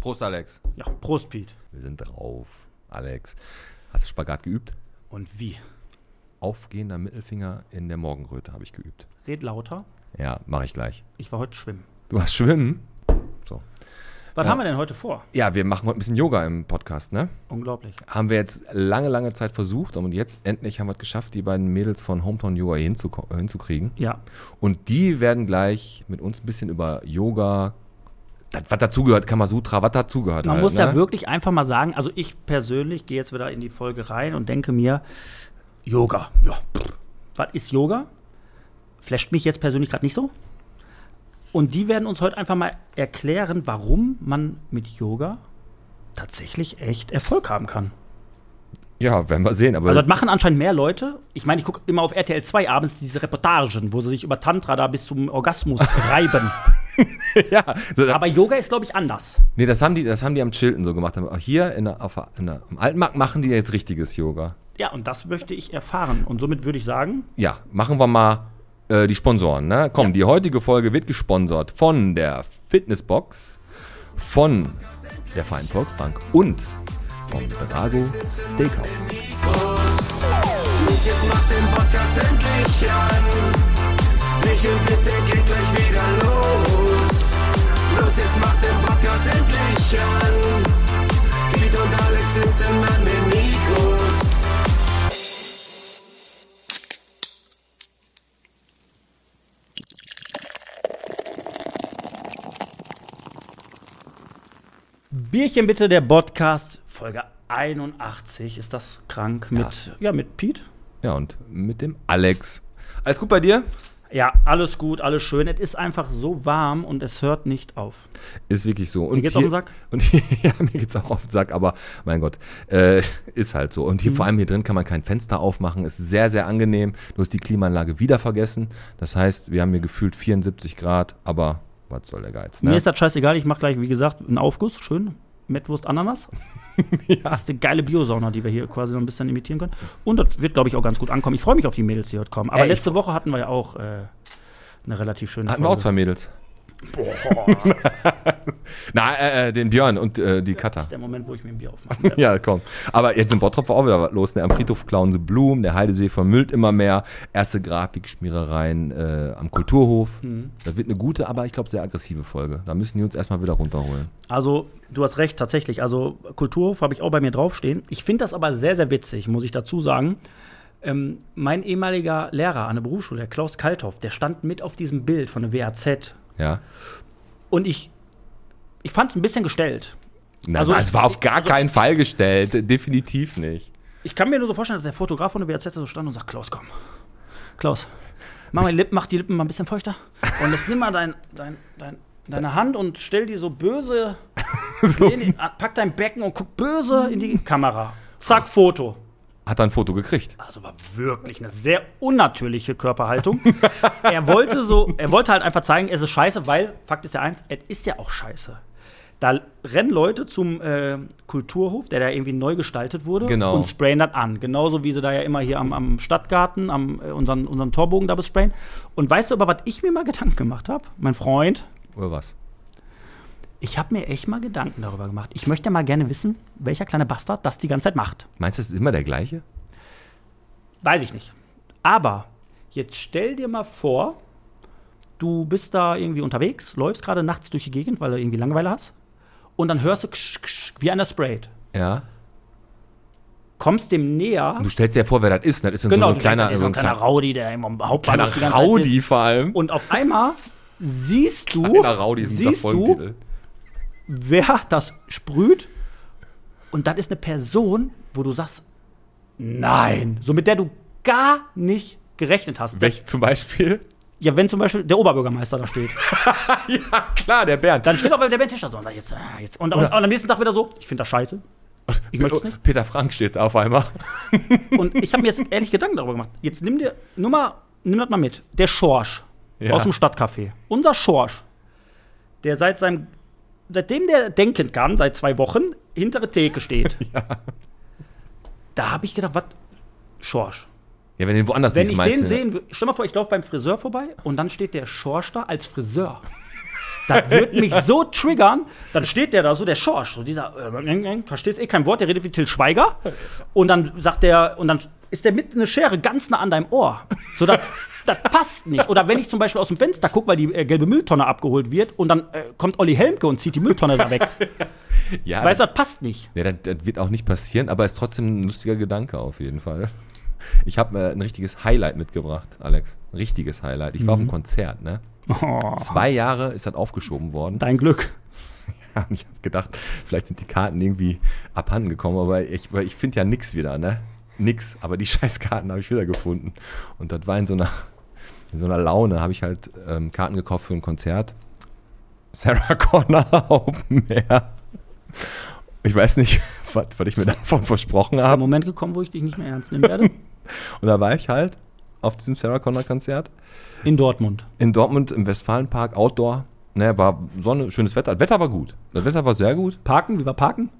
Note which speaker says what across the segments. Speaker 1: Prost, Alex.
Speaker 2: Ja, Prost, Piet.
Speaker 1: Wir sind drauf. Alex, hast du Spagat geübt?
Speaker 2: Und wie?
Speaker 1: Aufgehender Mittelfinger in der Morgenröte habe ich geübt.
Speaker 2: Red lauter.
Speaker 1: Ja, mache ich gleich.
Speaker 2: Ich war heute schwimmen.
Speaker 1: Du hast Schwimmen? So.
Speaker 2: Was
Speaker 1: Ja.
Speaker 2: haben wir denn heute vor?
Speaker 1: Ja, wir machen heute ein bisschen Yoga im Podcast, ne?
Speaker 2: Unglaublich.
Speaker 1: Haben wir jetzt lange, lange Zeit versucht und jetzt endlich haben wir es geschafft, die beiden Mädels von Hometown Yoga hinzuko- äh, hinzukriegen.
Speaker 2: Ja,
Speaker 1: Und die werden gleich mit uns ein bisschen über Yoga, das, was dazugehört, Kamasutra, was dazugehört.
Speaker 2: man
Speaker 1: halt,
Speaker 2: muss
Speaker 1: ne?
Speaker 2: ja wirklich einfach mal sagen, also ich persönlich gehe jetzt wieder in die Folge rein und denke mir, Yoga. Ja, pff. was ist Yoga? Flasht mich jetzt persönlich gerade nicht so. Und die werden uns heute einfach mal erklären, warum man mit Yoga tatsächlich echt Erfolg haben kann.
Speaker 1: Ja, werden wir sehen. Aber
Speaker 2: Also das machen anscheinend mehr Leute. Ich meine, ich gucke immer auf RTL 2 abends diese Reportagen, wo sie sich über Tantra da bis zum Orgasmus reiben.
Speaker 1: ja, so,
Speaker 2: Aber Yoga ist, glaube ich, anders.
Speaker 1: Nee, das haben die, das haben die am Chilton so gemacht. Aber hier in der, auf, der- in der, im Altmarkt machen die jetzt richtiges Yoga.
Speaker 2: Ja, und das möchte ich erfahren. Und somit würde ich sagen,
Speaker 1: Ja, machen wir mal äh, die Sponsoren. Ne? Komm, die heutige Folge wird gesponsert von der Fitnessbox, von der Verein Volksbank und vom Drago Steakhouse.
Speaker 3: Los, jetzt mach den Podcast endlich an. Michel, bitte geht gleich wieder los. Los, jetzt mach den Podcast endlich an. Piet und Alex sitzen an den Mikros.
Speaker 2: Bierchen bitte, der Podcast, Folge 81. Ist das krank mit, ja, mit Pete?
Speaker 1: Ja, und mit dem Alex. Alles gut bei dir?
Speaker 2: Ja, alles gut, alles schön. Es ist einfach so warm und es hört nicht auf.
Speaker 1: Ist wirklich so. Und
Speaker 2: geht's
Speaker 1: hier-
Speaker 2: auf den Sack?
Speaker 1: Und hier, ja, mir geht's auch auf den Sack, aber mein Gott, äh, ist halt so.
Speaker 2: Mhm.
Speaker 1: Und hier vor allem hier drin kann man kein Fenster aufmachen, ist sehr, sehr angenehm. Du hast die Klimaanlage wieder vergessen. Das heißt, wir haben hier gefühlt 74 Grad, aber was soll der Geiz,
Speaker 2: Mir
Speaker 1: ne?
Speaker 2: ist das scheißegal. Ich mache gleich, wie gesagt, einen Aufguss. Schön. Mettwurst Ananas. Das ist eine geile Biosauna, die wir hier quasi noch ein bisschen imitieren können. Und das wird, glaube ich, auch ganz gut ankommen. Ich freue mich auf die Mädels, die heute kommen. Aber
Speaker 1: Ey, ich-
Speaker 2: letzte Woche hatten wir ja auch äh, eine relativ schöne
Speaker 1: Hatten wir auch zwei Mädels. Na, äh, äh, den Björn und äh, die Katha.
Speaker 2: Das ist der Moment, wo ich mir ein Bier aufmache. Ja.
Speaker 1: Ja, komm. Aber jetzt in Bottrop war auch wieder was los. Ne? Am Friedhof klauen sie Blumen, der Heidesee vermüllt immer mehr. Erste Grafikschmierereien äh, am Kulturhof.
Speaker 2: Mhm.
Speaker 1: Das wird eine gute, aber ich glaube sehr aggressive Folge. Da müssen die uns erstmal wieder runterholen.
Speaker 2: Also, du hast recht, tatsächlich. Also, Kulturhof habe ich auch bei mir draufstehen. Ich finde das aber sehr, sehr witzig, muss ich dazu sagen. Ähm, mein ehemaliger Lehrer an der Berufsschule, der Klaus Kalthoff, der stand mit auf diesem Bild von der WAZ.
Speaker 1: Ja.
Speaker 2: Und ich, ich fand es ein bisschen gestellt.
Speaker 1: Nein,
Speaker 2: Also
Speaker 1: also,
Speaker 2: ich-
Speaker 1: es war auf gar
Speaker 2: also-
Speaker 1: keinen Fall gestellt. Definitiv nicht.
Speaker 2: Ich kann mir nur so vorstellen, dass der Fotograf von der WAZ so stand und sagt: Klaus, komm. Klaus, mach, mal die Lippen, mach die Lippen mal ein bisschen feuchter. Und jetzt nimm mal dein, dein, dein, deine Hand und stell die so böse. in- pack dein Becken und guck böse in die Kamera. Zack, Foto.
Speaker 1: Hat er ein Foto gekriegt.
Speaker 2: Also war wirklich eine sehr unnatürliche Körperhaltung. er wollte so, er wollte halt einfach zeigen, es ist scheiße, weil Fakt ist ja eins, es ist ja auch scheiße. Da rennen Leute zum äh, Kulturhof, der da irgendwie neu gestaltet wurde,
Speaker 1: Genau.
Speaker 2: und sprayen das an. Genauso wie sie da ja immer hier am, am Stadtgarten, am äh, unseren, unseren Torbogen da besprayen. Und weißt du aber, was ich mir mal Gedanken gemacht habe, mein Freund?
Speaker 1: Oder was?
Speaker 2: Ich habe mir echt mal Gedanken darüber gemacht. Ich möchte mal gerne wissen, welcher kleine Bastard das die ganze Zeit macht.
Speaker 1: Meinst du, es ist immer der gleiche?
Speaker 2: Weiß ich nicht. Aber jetzt stell dir mal vor, du bist da irgendwie unterwegs, läufst gerade nachts durch die Gegend, weil du irgendwie Langeweile hast. Und dann hörst du ksch, ksch, wie einer sprayt.
Speaker 1: Ja.
Speaker 2: Kommst dem näher.
Speaker 1: Und du stellst dir ja vor, wer das ist. ne? Das ist dann so
Speaker 2: Genau, du
Speaker 1: ein kleiner,
Speaker 2: denkst, da ist
Speaker 1: so ein
Speaker 2: kleiner
Speaker 1: kleiner,
Speaker 2: Rowdy, der immer am Hauptbahnhof
Speaker 1: kleiner
Speaker 2: die ganze Zeit sitzt.
Speaker 1: Raudi vor allem.
Speaker 2: Und auf einmal siehst du,
Speaker 1: Kleiner Raudi ist ein
Speaker 2: siehst du,
Speaker 1: Folgentitel.
Speaker 2: wer das sprüht. Und dann ist eine Person, wo du sagst, nein, so mit der du gar nicht gerechnet hast.
Speaker 1: Welch zum Beispiel?
Speaker 2: Ja, wenn zum Beispiel der Oberbürgermeister da steht.
Speaker 1: ja, klar, der Bernd.
Speaker 2: Dann steht auch der Bandtisch da so. Und, sagt, jetzt, ah, jetzt. Und, und, und am nächsten Tag wieder so, ich finde das scheiße. Ich möchte es nicht.
Speaker 1: Peter Frank steht da auf einmal.
Speaker 2: Und ich habe mir jetzt ehrlich Gedanken darüber gemacht. Jetzt nimm dir, nur mal, nimm das mal mit. Der Schorsch
Speaker 1: Ja.
Speaker 2: aus dem Stadtcafé. Unser Schorsch, der seit seinem, seitdem der denken kann, seit zwei Wochen, hintere Theke steht. Da habe ich gedacht, was? Schorsch.
Speaker 1: Ja, wenn du den woanders
Speaker 2: Wenn
Speaker 1: siehst,
Speaker 2: ich
Speaker 1: meinst
Speaker 2: den
Speaker 1: du. ne?
Speaker 2: sehen würde, stell mal vor, ich laufe beim Friseur vorbei und dann steht der Schorsch da als Friseur. Das wird mich so triggern. Dann steht der da so, der Schorsch, so dieser, äh, verstehst eh kein Wort, der redet wie Till Schweiger. Und dann sagt der, und dann ist der mit einer Schere ganz nah an deinem Ohr. So, das, das passt nicht. Oder wenn ich zum Beispiel aus dem Fenster gucke, weil die äh, gelbe Mülltonne abgeholt wird und dann äh, kommt Olli Helmke und zieht die Mülltonne da weg.
Speaker 1: Ja,
Speaker 2: Weißt du,
Speaker 1: das,
Speaker 2: das passt nicht.
Speaker 1: ja das, das wird auch nicht passieren, aber ist trotzdem ein lustiger Gedanke auf jeden Fall. Ich habe äh, ein richtiges Highlight mitgebracht, Alex. Ein richtiges Highlight. Ich war auf
Speaker 2: Mhm.
Speaker 1: einem Konzert, ne?
Speaker 2: Oh,
Speaker 1: Zwei Jahre ist das aufgeschoben worden.
Speaker 2: dein Glück.
Speaker 1: Ja, und ich habe gedacht, vielleicht sind die Karten irgendwie abhanden gekommen, aber ich, weil ich finde ja nix wieder, ne? Nix. Aber die Scheißkarten habe ich wieder gefunden. Und das war in so einer, in so einer Laune, habe ich halt ähm, Karten gekauft für ein Konzert. Sarah Connor Hauptmeer. Ich weiß nicht, was, was ich mir davon versprochen
Speaker 2: Der
Speaker 1: habe.
Speaker 2: Moment gekommen, wo ich dich nicht mehr ernst nehmen werde.
Speaker 1: Und da war ich halt auf diesem Sarah Connor Konzert.
Speaker 2: In Dortmund.
Speaker 1: In Dortmund im Westfalenpark, Outdoor. Ne, war Sonne, schönes Wetter. Das Wetter war gut. Das Wetter war sehr gut.
Speaker 2: Parken? Wie war Parken?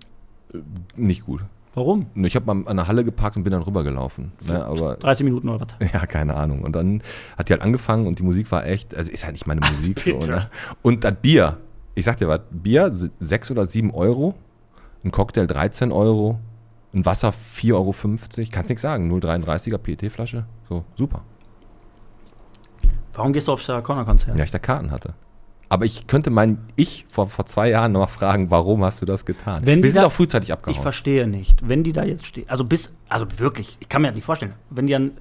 Speaker 1: Nicht gut.
Speaker 2: Warum?
Speaker 1: Ne, Ich habe mal an der Halle geparkt und bin dann rübergelaufen. Ne, aber
Speaker 2: 30 Minuten oder was?
Speaker 1: ja, keine Ahnung. Und dann hat die halt angefangen und die Musik war echt, also ist halt nicht meine Musik so,
Speaker 2: bitte.
Speaker 1: ne? Und das Bier, ich sag dir was, Bier se- sechs oder sieben Euro, ein Cocktail 13 Euro, ein Wasser 4,50 Euro, kannst nichts sagen, 0,33er PET-Flasche, so, super.
Speaker 2: Warum gehst du auf Sarah Connor Konzert?
Speaker 1: Ja, ich da Karten hatte. Aber ich könnte mein Ich vor, vor zwei Jahren noch fragen, warum hast du das getan?
Speaker 2: Wenn die
Speaker 1: Wir sind
Speaker 2: da-
Speaker 1: auch frühzeitig
Speaker 2: Ich
Speaker 1: abgehauen.
Speaker 2: verstehe nicht, wenn die da jetzt stehen. Also bis, also wirklich, ich kann mir das nicht vorstellen. Wenn die dann,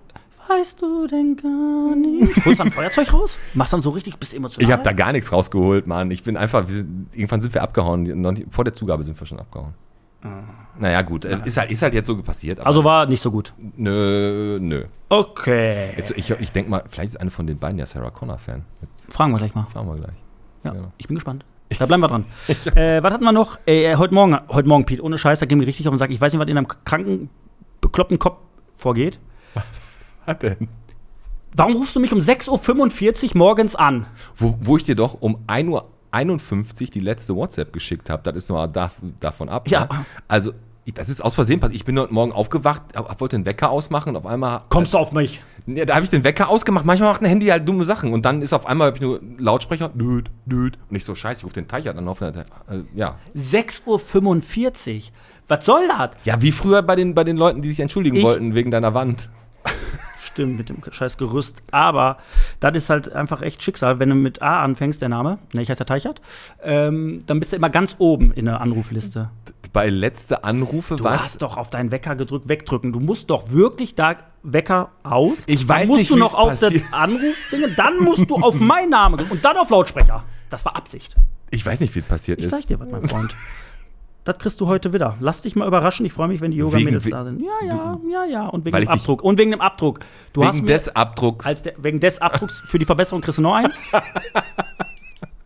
Speaker 2: weißt du denn gar nicht, holst dann Feuerzeug raus, machst dann so richtig, bist emotional.
Speaker 1: Ich habe da gar nichts rausgeholt, Mann. Ich bin einfach, wir sind, irgendwann sind wir abgehauen. Die- noch nicht- Vor der Zugabe sind wir schon abgehauen. Ah. Naja, gut. äh, Ist halt, ist halt jetzt so passiert. aber-
Speaker 2: also war nicht so gut.
Speaker 1: Nö, nö.
Speaker 2: Okay.
Speaker 1: Jetzt, ich ich denke mal, vielleicht ist einer von den beiden ja Sarah Connor-Fan. Jetzt
Speaker 2: Fragen wir gleich mal.
Speaker 1: fahren wir gleich.
Speaker 2: Ja,
Speaker 1: Ja.
Speaker 2: Ich bin gespannt. Da bleiben wir dran. äh, was hatten wir noch? Äh, heute Morgen, heute Morgen, Pete, ohne Scheiß, da ging mir richtig auf den Sack. Ich weiß nicht, was in einem kranken, bekloppten Kopf vorgeht.
Speaker 1: Was denn?
Speaker 2: Warum rufst du mich um 6.45 Uhr morgens an?
Speaker 1: Wo, wo ich dir doch um 1.51 Uhr die letzte WhatsApp geschickt habe, das ist nur da, davon ab.
Speaker 2: Ja.
Speaker 1: Ne? Also, ich- das ist aus Versehen passiert. Ich bin heute Morgen aufgewacht, hab- wollte den Wecker ausmachen, auf einmal
Speaker 2: Kommst du auf mich?
Speaker 1: Ja, da habe ich den Wecker ausgemacht. Manchmal macht ein Handy halt dumme Sachen. Und dann ist auf einmal hab ich nur Lautsprecher. Düt, düt. Und ich so, scheiße, ich rufe den Teicher dann auf. Und dann, äh, ja.
Speaker 2: 6.45 Uhr. Was soll das?
Speaker 1: ja, wie früher bei den, bei den Leuten, die sich entschuldigen
Speaker 2: Ich-
Speaker 1: wollten wegen deiner Wand.
Speaker 2: Stimmt, mit dem scheiß Gerüst. Aber das ist halt einfach echt Schicksal, wenn du mit A anfängst, der Name, ne, ich heiße ja Teichert, ähm, dann bist du immer ganz oben in der Anrufliste.
Speaker 1: Bei letzte Anrufe
Speaker 2: Du
Speaker 1: war's-
Speaker 2: hast doch auf deinen Wecker gedrückt, wegdrücken. Du musst doch wirklich da Wecker aus.
Speaker 1: Ich
Speaker 2: dann
Speaker 1: weiß
Speaker 2: musst
Speaker 1: nicht,
Speaker 2: du
Speaker 1: wie's
Speaker 2: noch auf das
Speaker 1: passiert.
Speaker 2: Anrufdinge, dann musst du auf meinen Namen drücken und dann auf Lautsprecher. Das war Absicht.
Speaker 1: Ich weiß nicht, wie passiert
Speaker 2: Ich
Speaker 1: ist.
Speaker 2: sag dir was, mein Freund. Das kriegst du heute wieder. Lass dich mal überraschen. Ich freue mich, wenn die Yoga-Mädels
Speaker 1: Wegen-
Speaker 2: da sind. Ja, ja, ja, ja. Und wegen
Speaker 1: Weil
Speaker 2: dem
Speaker 1: ich dich-
Speaker 2: Abdruck. Und wegen dem Abdruck. Du hast
Speaker 1: wegen
Speaker 2: mir-
Speaker 1: des Abdrucks.
Speaker 2: als der, wegen des Abdrucks für die Verbesserung kriegst du noch einen.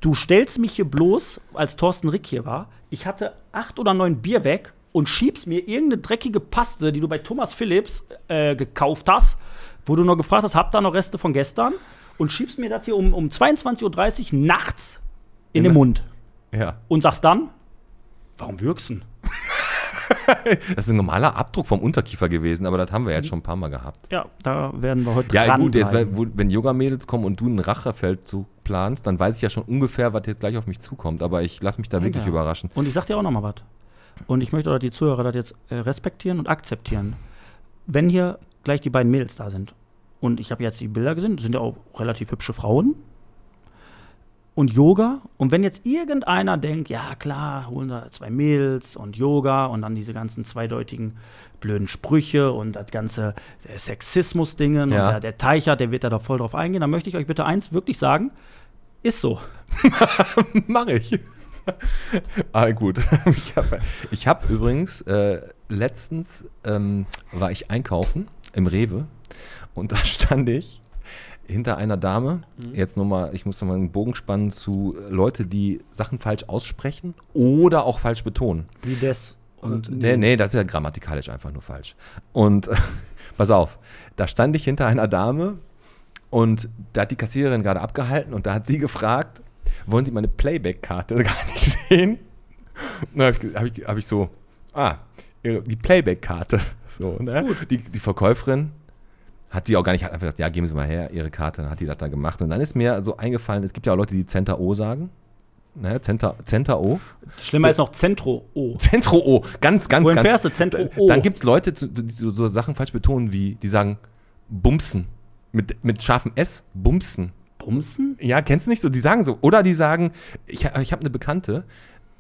Speaker 2: Du stellst mich hier bloß, als Thorsten Rick hier war, ich hatte acht oder neun Bier weg und schiebst mir irgendeine dreckige Paste, die du bei Thomas Phillips äh, gekauft hast, wo du noch gefragt hast, habt da noch Reste von gestern? Und schiebst mir das hier um, um 22.30 Uhr nachts in den Mund.
Speaker 1: ja.
Speaker 2: Und sagst dann, warum wirkst du?
Speaker 1: Das ist ein normaler Abdruck vom Unterkiefer gewesen, aber das haben wir jetzt schon ein paar Mal gehabt.
Speaker 2: Ja, da werden wir heute
Speaker 1: Ja, gut, jetzt,
Speaker 2: dranbleiben.
Speaker 1: wenn wo- wenn Yoga-Mädels kommen und du einen Rachefeldzug planst, dann weiß ich ja schon ungefähr, was jetzt gleich auf mich zukommt. Aber ich lasse mich da wirklich
Speaker 2: Ja.
Speaker 1: überraschen.
Speaker 2: Und ich sag dir auch noch mal was. Und ich möchte, dass die Zuhörer das jetzt äh, respektieren und akzeptieren. Wenn hier gleich die beiden Mädels da sind und ich habe jetzt die Bilder gesehen, das sind ja auch relativ hübsche Frauen und Yoga. Und wenn jetzt irgendeiner denkt, ja klar, holen da zwei Mädels und Yoga und dann diese ganzen zweideutigen blöden Sprüche und das ganze äh, Sexismus-Dingen
Speaker 1: Ja.
Speaker 2: und der, der Teicher, der wird da doch voll drauf eingehen, dann möchte ich euch bitte eins wirklich sagen, ist so.
Speaker 1: Mache ich. ah, gut. ich habe ich hab übrigens, äh, letztens ähm, war ich einkaufen im Rewe und da stand ich hinter einer Dame. Jetzt nochmal, ich muss nochmal einen Bogen spannen zu äh, Leute, die Sachen falsch aussprechen oder auch falsch betonen.
Speaker 2: Wie das. Und
Speaker 1: Nee, nee, das ist ja grammatikalisch einfach nur falsch. Und pass auf, da stand ich hinter einer Dame und da hat die Kassiererin gerade abgehalten und da hat sie gefragt, wollen Sie meine Playback-Karte gar nicht sehen? Und dann habe ich, hab ich, hab ich so, ah, ihre- die Playback-Karte. So, ne? Die, die Verkäuferin hat die auch gar nicht, hat einfach gesagt, ja, geben Sie mal her, Ihre Karte, dann hat die das da gemacht. Und dann ist mir so eingefallen, es gibt ja auch Leute, die Center O sagen. Ne, Center, Center O.
Speaker 2: Schlimmer ist noch Centro O.
Speaker 1: Centro O. Ganz, ganz,
Speaker 2: Wohin
Speaker 1: ganz. äh,
Speaker 2: fährst du? Centro
Speaker 1: Da-
Speaker 2: O.
Speaker 1: Dann gibt es Leute, zu- die so, so Sachen falsch betonen, wie die sagen Bumsen. Mit, mit scharfem S. Bumsen.
Speaker 2: Bumsen?
Speaker 1: Ja, kennst du nicht so? Die sagen so. Oder die sagen, ich, ha- ich habe eine Bekannte,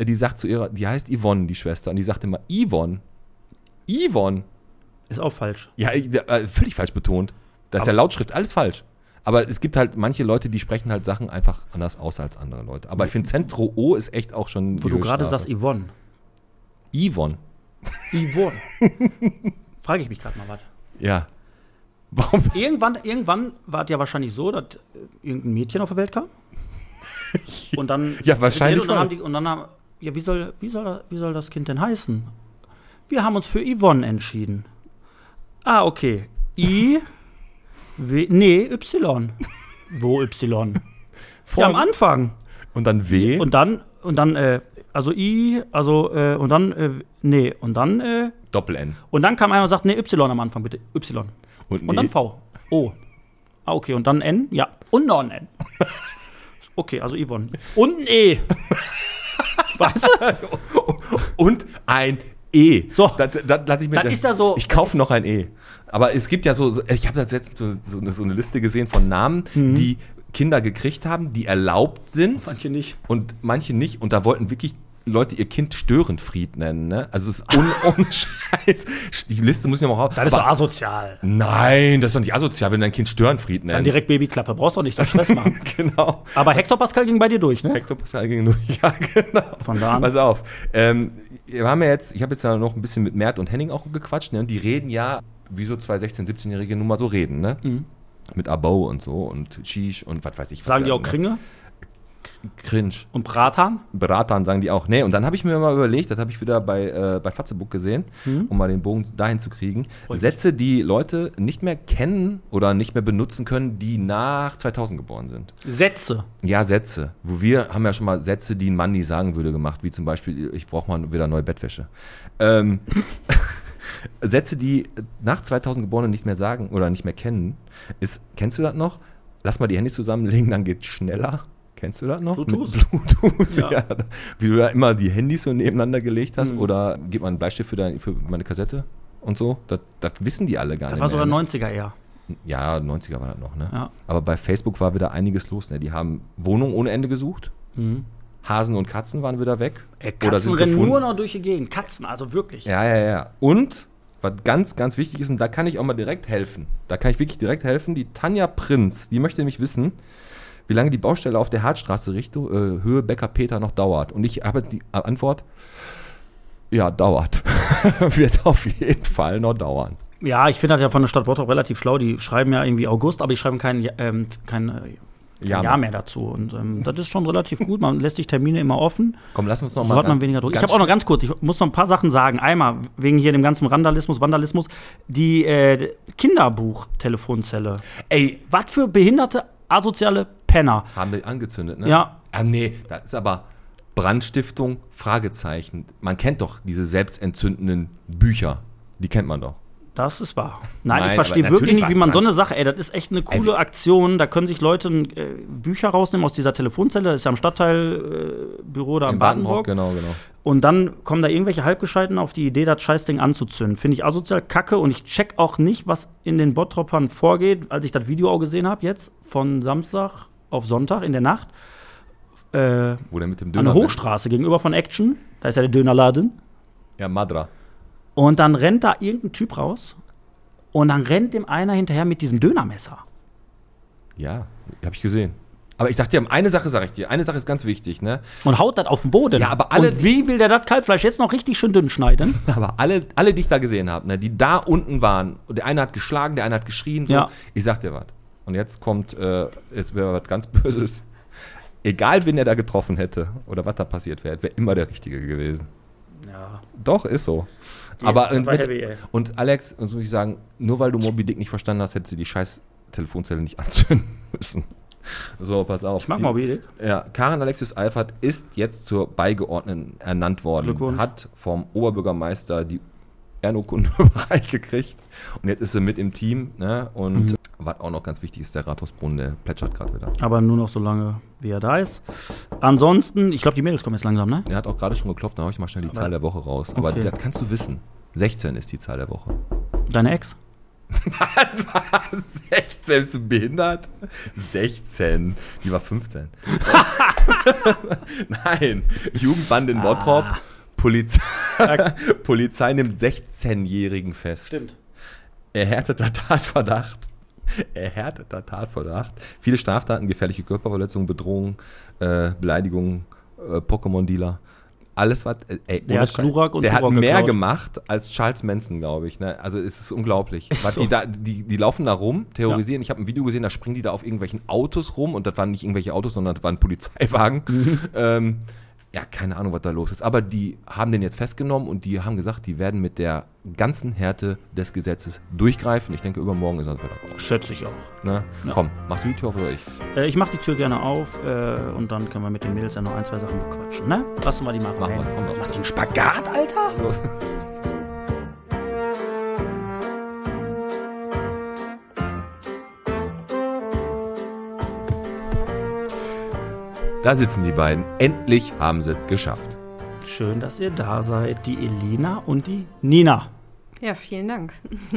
Speaker 1: die sagt zu ihrer, die heißt Yvonne, die Schwester, und die sagt immer Yvonne. Yvonne.
Speaker 2: Ist auch falsch.
Speaker 1: Ja, ich- äh, völlig falsch betont. Da ist ja Lautschrift, alles falsch. Aber es gibt halt manche Leute, die sprechen halt Sachen einfach anders aus als andere Leute. Aber ich finde Centro O ist echt auch schon.
Speaker 2: Wo
Speaker 1: die
Speaker 2: du gerade
Speaker 1: Höchststrafe.
Speaker 2: sagst Yvonne.
Speaker 1: Yvonne.
Speaker 2: Yvonne. Frage ich mich gerade mal was.
Speaker 1: Ja. Warum?
Speaker 2: Irgendwann, irgendwann war es ja wahrscheinlich so, dass äh, irgendein Mädchen auf die Welt kam. Und dann.
Speaker 1: Ja, wahrscheinlich
Speaker 2: Und dann
Speaker 1: war-
Speaker 2: haben die, und dann haben, ja, wie soll, wie, soll, wie soll das Kind denn heißen? Wir haben uns für Yvonne entschieden. Ah, okay. I. W, nee, Y. Wo Y? Ja, am Anfang.
Speaker 1: und dann W.
Speaker 2: Und dann, und dann, äh, also I, also, äh, und dann, äh, nee, und dann, äh,
Speaker 1: Doppel-N.
Speaker 2: und dann kam einer und sagt, nee, Y am Anfang, bitte. Y.
Speaker 1: Und,
Speaker 2: Und
Speaker 1: nee.
Speaker 2: dann V. O. Ah, okay. Und dann N? Ja. Und noch ein N. Okay, also Yvonne. Und ein E. Was?
Speaker 1: und ein E.
Speaker 2: So.
Speaker 1: das, das lasse ich mir
Speaker 2: Dann ist da so-
Speaker 1: Ich kaufe noch ein E. Aber es gibt ja so, ich habe letztens so, so, eine, so eine Liste gesehen von Namen, die Kinder gekriegt haben, die erlaubt sind.
Speaker 2: Mhm. Manche nicht.
Speaker 1: und manche nicht. Und da wollten wirklich Leute ihr Kind Störenfried nennen. Ne? Also es ist un ohne Scheiß. Die Liste muss ich noch mal raus.
Speaker 2: Das ist
Speaker 1: Aber-
Speaker 2: doch asozial.
Speaker 1: Nein, das ist doch nicht asozial, wenn du dein Kind Störenfried
Speaker 2: Dann
Speaker 1: nennst.
Speaker 2: direkt Babyklappe. Brauchst doch nicht das Stress machen.
Speaker 1: Genau.
Speaker 2: Aber Hector Pascal ging bei dir durch, ne?
Speaker 1: Hector Pascal ging durch. Ja, genau.
Speaker 2: Von da an.
Speaker 1: Pass auf. Ähm, wir haben ja jetzt, ich habe jetzt ja noch ein bisschen mit Mert und Henning auch gequatscht. Ne? Und die reden ja, wie so zwei 16-, 17-Jährige nun mal so reden. Ne? Mit Abo und so und Cheesh und was weiß ich. was
Speaker 2: Mhm. Sagen die
Speaker 1: da,
Speaker 2: auch
Speaker 1: ne?
Speaker 2: Kringe
Speaker 1: Cringe.
Speaker 2: und Bratan?
Speaker 1: Beratern sagen die auch. Nee, und dann habe ich mir mal überlegt, das habe ich wieder bei, äh, bei Fatzebuck gesehen, um mal den Bogen dahin zu kriegen.
Speaker 2: Mhm. Freut mich.
Speaker 1: Sätze, die Leute nicht mehr kennen oder nicht mehr benutzen können, die nach 2000 geboren sind.
Speaker 2: Sätze.
Speaker 1: Ja, Sätze. Wo wir haben ja schon mal Sätze, die ein Mann nie sagen würde, gemacht, wie zum Beispiel, ich brauche mal wieder neue Bettwäsche. Ähm, Sätze, die nach 2000 Geborene nicht mehr sagen oder nicht mehr kennen, ist, kennst du das noch? Lass mal die Handys zusammenlegen, dann geht's schneller. Kennst du das noch?
Speaker 2: Bluetooth.
Speaker 1: Mit Bluetooth, ja.
Speaker 2: Ja. Mhm.
Speaker 1: Wie du da immer die Handys so nebeneinander gelegt hast oder gib mal einen Bleistift für, dein, für meine Kassette und so. Das, das wissen die alle gar
Speaker 2: Das
Speaker 1: nicht
Speaker 2: war
Speaker 1: mehr. ne?
Speaker 2: sogar 90er eher.
Speaker 1: Ja, 90er war das noch, ne?
Speaker 2: Ja.
Speaker 1: Aber bei Facebook war wieder einiges los, ne? Die haben Wohnungen ohne Ende gesucht. Hasen und Katzen waren wieder weg.
Speaker 2: Mhm. Ey,
Speaker 1: Oder
Speaker 2: Katzen
Speaker 1: sind
Speaker 2: rennen
Speaker 1: gefunden.
Speaker 2: nur noch durch die Gegend. Katzen, also wirklich.
Speaker 1: ja, ja, ja. Und, was ganz, ganz wichtig ist, und da kann ich auch mal direkt helfen. Da kann ich wirklich direkt helfen. Die Tanja Prinz, die möchte nämlich wissen, wie lange die Baustelle auf der Hartstraße Richtung äh, Höhe Becker Peter noch dauert. Und ich habe die Antwort, ja, dauert. Wird auf jeden Fall noch dauern.
Speaker 2: Ja, ich finde das ja von der Stadt Bottrop relativ schlau. Die schreiben ja irgendwie August, aber die schreiben kein, Ja- ähm, kein, äh, kein
Speaker 1: Ja,
Speaker 2: Jahr,
Speaker 1: Mann.
Speaker 2: mehr dazu. Und ähm, das ist schon relativ gut. Man lässt sich Termine immer offen.
Speaker 1: Komm, lass uns noch
Speaker 2: So
Speaker 1: mal
Speaker 2: hat man weniger Druck. Ich
Speaker 1: Oh, ganz
Speaker 2: habe auch noch ganz kurz, ich muss noch ein paar Sachen sagen. Einmal, wegen hier dem ganzen Randalismus, Vandalismus, die äh, Kinderbuch-Telefonzelle.
Speaker 1: Ey,
Speaker 2: Was für behinderte, asoziale Penner.
Speaker 1: Haben wir angezündet, ne?
Speaker 2: Ja.
Speaker 1: Ah, nee, das ist aber Brandstiftung, Fragezeichen. Man kennt doch diese selbstentzündenden Bücher. Die kennt man doch.
Speaker 2: Das ist wahr. Nein,
Speaker 1: Nein,
Speaker 2: ich verstehe
Speaker 1: aber
Speaker 2: wirklich
Speaker 1: natürlich
Speaker 2: nicht, wie man so
Speaker 1: war's
Speaker 2: eine Sache, ey, das ist echt eine coole
Speaker 1: wie-
Speaker 2: Aktion. Da können sich Leute äh, Bücher rausnehmen aus dieser Telefonzelle. Das ist ja im Stadtteilbüro äh, Büro da in Badenburg.
Speaker 1: genau, genau.
Speaker 2: Und dann kommen da irgendwelche Halbgescheiten auf die Idee, das Scheißding anzuzünden. Finde ich asozial kacke und ich check auch nicht, was in den Bottropern vorgeht, als ich das Video auch gesehen habe jetzt, von Samstag auf Sonntag in der Nacht. Äh,
Speaker 1: Wo der mit dem
Speaker 2: an der
Speaker 1: rennt.
Speaker 2: Hochstraße gegenüber von Action. Da ist ja der Dönerladen.
Speaker 1: Ja, Madra.
Speaker 2: Und dann rennt da irgendein Typ raus. Und dann rennt dem einer hinterher mit diesem Dönermesser.
Speaker 1: Ja, habe ich gesehen. Aber ich sag dir, eine Sache sage ich dir. Eine Sache ist ganz wichtig, ne?
Speaker 2: Und haut das auf den Boden.
Speaker 1: Ja, aber alle-
Speaker 2: und wie will der das Kalbfleisch jetzt noch richtig schön dünn schneiden?
Speaker 1: Aber alle, alle die ich da gesehen habe, ne, die da unten waren, und der eine hat geschlagen, der eine hat geschrien, so,
Speaker 2: Ja.
Speaker 1: ich sag dir was. Und jetzt kommt, äh, jetzt wäre was ganz Böses. Egal, wen er da getroffen hätte oder was da passiert wäre, wäre immer der Richtige gewesen.
Speaker 2: Ja.
Speaker 1: Doch, ist so. Aber
Speaker 2: das
Speaker 1: und,
Speaker 2: war
Speaker 1: mit,
Speaker 2: heavy, ey.
Speaker 1: und Alex, und so muss ich sagen, nur weil du Moby Dick nicht verstanden hast, hättest du die scheiß Telefonzelle nicht anzünden müssen. So, pass auf.
Speaker 2: Ich mag
Speaker 1: die,
Speaker 2: Moby Dick.
Speaker 1: Ja, Karen Alexius Alfert ist jetzt zur Beigeordneten ernannt worden.
Speaker 2: Glückwunsch.
Speaker 1: Hat vom
Speaker 2: Mhm.
Speaker 1: Oberbürgermeister die Ehrenurkunde überreicht gekriegt. Und jetzt ist sie mit im Team. Ne? Und Was auch noch ganz wichtig ist, der Rathausbrunnen, der plätschert gerade wieder.
Speaker 2: Aber nur noch so lange, wie er da ist. Ansonsten, ich glaube, die Mädels kommen jetzt langsam, ne?
Speaker 1: Der hat auch gerade schon geklopft, da hau ich mal schnell die
Speaker 2: Aber-
Speaker 1: Zahl der Woche raus. Aber
Speaker 2: Okay.
Speaker 1: das kannst du wissen. 16 ist die Zahl der Woche.
Speaker 2: Deine Ex?
Speaker 1: 16, bist du behindert? 16. Die war 15. Nein, Jugendband in Bottrop. Polizei, Polizei nimmt 16-Jährigen fest. Erhärteter Tatverdacht. Erhärteter Tatverdacht. Viele Straftaten, gefährliche Körperverletzung, Bedrohung, äh, Beleidigung, äh, Pokémon-Dealer. Alles, was. äh, Ey,
Speaker 2: Der
Speaker 1: ohne
Speaker 2: hat
Speaker 1: Scheiß.
Speaker 2: Glurak und
Speaker 1: Der hat
Speaker 2: Tuvok
Speaker 1: mehr
Speaker 2: geklaut.
Speaker 1: gemacht als Charles Manson, glaube ich. Ne? Also, es ist unglaublich. Was die, da, die, die laufen da rum, terrorisieren. Ich habe ein Video gesehen, da springen die da auf irgendwelchen Autos rum. Und das waren nicht irgendwelche Autos, sondern das waren Polizeiwagen.
Speaker 2: Mhm.
Speaker 1: ähm, ja, keine Ahnung, was da los ist. Aber die haben den jetzt festgenommen und die haben gesagt, die werden mit der ganzen Härte des Gesetzes durchgreifen. Ich denke, übermorgen ist das wieder raus.
Speaker 2: Schätze ich auch.
Speaker 1: Ne?
Speaker 2: Ja.
Speaker 1: Komm, machst du die Tür auf oder ich?
Speaker 2: Äh, ich mache die Tür gerne auf äh, und dann können wir mit den Mädels ja noch ein, zwei Sachen bequatschen, ne? Lass uns mal die machen.
Speaker 1: Machen wir's,
Speaker 2: ey.
Speaker 1: komm doch.
Speaker 2: Mach den Spagat, Alter!
Speaker 1: Da sitzen die beiden. Endlich haben sie es geschafft.
Speaker 2: Schön, dass ihr da seid. Die Elena und die Nina.
Speaker 4: Ja, vielen Dank.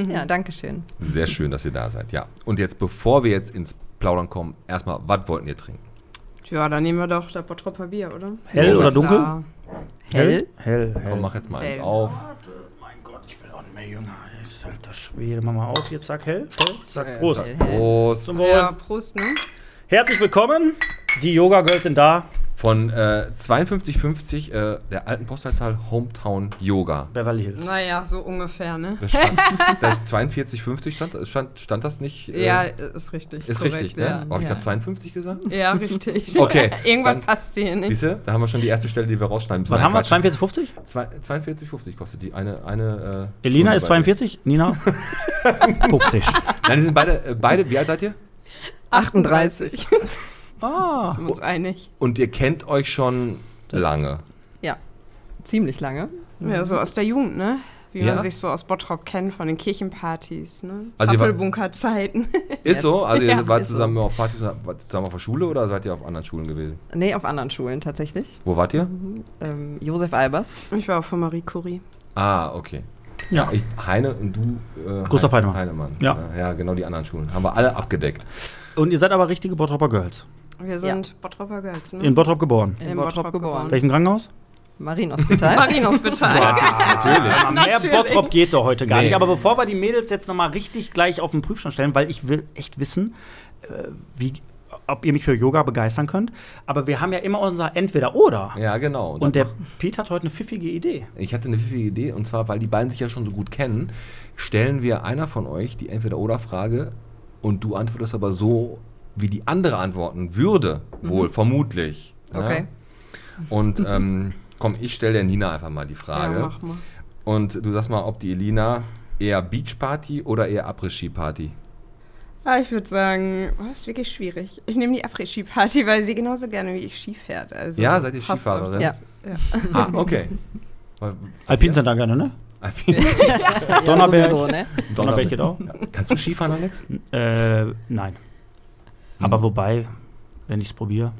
Speaker 4: Ja, danke schön.
Speaker 1: Sehr schön, dass ihr da seid, ja. Und jetzt, bevor wir jetzt ins Plaudern kommen, erstmal, was wollten ihr trinken?
Speaker 4: Tja, dann nehmen wir doch das Bottroper Bier, oder?
Speaker 2: Hell oder dunkel?
Speaker 4: Klar. Hell?
Speaker 2: Hell, hell.
Speaker 1: Komm, mach jetzt mal eins
Speaker 4: Hell.
Speaker 1: auf.
Speaker 2: Mein Gott, ich bin auch nicht mehr jünger. Das ist halt das Schwede. Mach mal auf. Jetzt sag hell. hell. Sag Prost.
Speaker 4: Äh, Hell, hell.
Speaker 1: Prost.
Speaker 2: Zum Wohl.
Speaker 4: Ja, Prost, ne?
Speaker 2: Herzlich willkommen. Die Yoga Girls sind da.
Speaker 1: Von äh, 5250 äh, der alten Postleitzahl Hometown Yoga.
Speaker 2: Beverly Hills.
Speaker 4: Naja, so ungefähr, ne?
Speaker 1: Das stand, das 4250 stand, stand, stand das nicht? äh,
Speaker 4: Ja, ist richtig.
Speaker 1: Ist
Speaker 4: korrekt,
Speaker 1: richtig, ne?
Speaker 4: Ja,
Speaker 1: Habe ich
Speaker 4: ja.
Speaker 1: gerade 52 gesagt?
Speaker 4: ja richtig.
Speaker 1: Okay,
Speaker 4: Irgendwann
Speaker 1: dann-
Speaker 4: passt die hier nicht.
Speaker 1: Siehst du, da haben wir schon die erste Stelle, die wir rausschneiden müssen.
Speaker 2: Was haben wir?
Speaker 1: Quatsch.
Speaker 2: 42,50?
Speaker 1: Zwei- 42,50 kostet die. Eine, eine äh,
Speaker 2: Elena
Speaker 1: Stunde
Speaker 2: ist
Speaker 1: bei mir.
Speaker 2: 42, Nina 50.
Speaker 1: Nein, die sind beide, äh, beide, wie alt seid ihr?
Speaker 4: 38.
Speaker 2: Ah.
Speaker 4: Sind wir uns einig.
Speaker 1: Und ihr kennt euch schon lange.
Speaker 5: Ja, ziemlich lange.
Speaker 4: Ja, so aus der Jugend, ne? Wie
Speaker 1: Ja.
Speaker 4: man sich so aus Bottrop kennt, von den Kirchenpartys, ne?
Speaker 1: Also ihr war-
Speaker 4: Zappelbunkerzeiten.
Speaker 1: Ist so? Also ihr
Speaker 5: Ja,
Speaker 1: wart
Speaker 5: ist so.
Speaker 1: zusammen auf Partys, wart zusammen auf der Schule oder seid ihr auf anderen Schulen gewesen?
Speaker 5: Nee, auf anderen Schulen tatsächlich.
Speaker 1: Wo wart ihr?
Speaker 5: Ähm, Josef Albers.
Speaker 4: Ich war auch von Marie Curie.
Speaker 1: Ah, okay.
Speaker 2: Ja.
Speaker 1: Ich, Heine und du. äh,
Speaker 2: Gustav
Speaker 1: Heine-
Speaker 2: Heinemann.
Speaker 1: Heinemann.
Speaker 2: Ja.
Speaker 1: ja, genau die anderen Schulen. Haben wir alle abgedeckt.
Speaker 2: Und ihr seid aber richtige Bottroper Girls.
Speaker 4: Wir sind Bottroper Girls, ne?
Speaker 2: In Bottrop geboren.
Speaker 5: In, Bottrop, geboren.
Speaker 2: Welchem Krankenhaus?
Speaker 5: Marienhospital.
Speaker 4: Marienhospital.
Speaker 1: Natürlich.
Speaker 2: Aber mehr
Speaker 4: Natürlich.
Speaker 2: Bottrop geht doch heute gar
Speaker 1: Nee.
Speaker 2: nicht. Aber bevor wir die Mädels jetzt nochmal richtig gleich auf den Prüfstand stellen, weil ich will echt wissen, äh, wie, ob ihr mich für Yoga begeistern könnt. Aber wir haben ja immer unser Entweder-Oder.
Speaker 1: Ja, genau.
Speaker 2: Und der Pete hat heute eine pfiffige Idee.
Speaker 1: Ich hatte eine pfiffige Idee, und zwar, weil die beiden sich ja schon so gut kennen, stellen wir einer von euch die Entweder-Oder-Frage und du antwortest aber so, wie die andere antworten würde, wohl, vermutlich. ne?
Speaker 5: Okay.
Speaker 1: Und ähm, komm, ich stelle der Nina einfach mal die Frage.
Speaker 4: Ja, mach mal.
Speaker 1: Und du sagst mal, ob die Elina eher Beachparty oder eher Après-Ski-Party?
Speaker 4: Ah, ich würde sagen, oh, ist wirklich schwierig. Ich nehme die Après-Ski-Party, weil sie genauso gerne wie ich Ski fährt. Also
Speaker 1: Ja, seid ihr ne?
Speaker 4: passt
Speaker 1: Skifahrerin?
Speaker 5: Ja.
Speaker 1: Ah, okay.
Speaker 2: Alpin sind da gerne, ne?
Speaker 1: Donnerberg.
Speaker 2: Donnerberg.
Speaker 5: Sowieso, ne?
Speaker 2: Donnerberg geht auch.
Speaker 1: Ja. Kannst du Skifahren, Alex?
Speaker 2: Äh, nein. Aber wobei, wenn ich es probiere.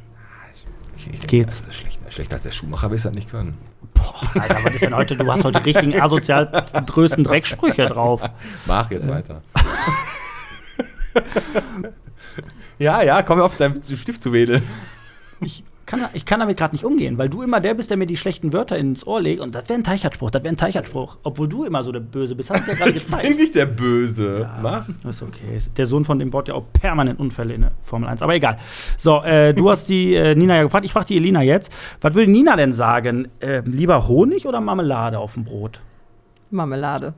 Speaker 1: Ich, ich,
Speaker 2: Geht's.
Speaker 1: Also schlechter, schlechter als der Schuhmacher wirst du das nicht können.
Speaker 2: Boah, Alter, was ist denn heute? Du hast heute die richtigen asozial größten Drecksprüche drauf.
Speaker 1: Mach jetzt weiter. ja, ja, komm auf deinem Stift zu wedeln.
Speaker 2: Ich kann, da- ich kann damit gerade nicht umgehen, weil du immer der bist, der mir die schlechten Wörter ins Ohr legt. Und das wäre ein Teichertspruch, das wäre ein Teichertspruch. Obwohl du immer so der Böse bist, hast du ja gerade
Speaker 1: Bin
Speaker 2: gezeigt.
Speaker 1: nicht der Böse. Mach.
Speaker 2: Das ist okay. Der Sohn von dem baut ja auch permanent Unfälle in der Formel 1. Aber egal. So, äh, du hast die äh, Nina ja gefragt. Ich frage die Elina jetzt. Was will Nina denn sagen? Äh, lieber Honig oder Marmelade auf dem Brot?
Speaker 5: Marmelade.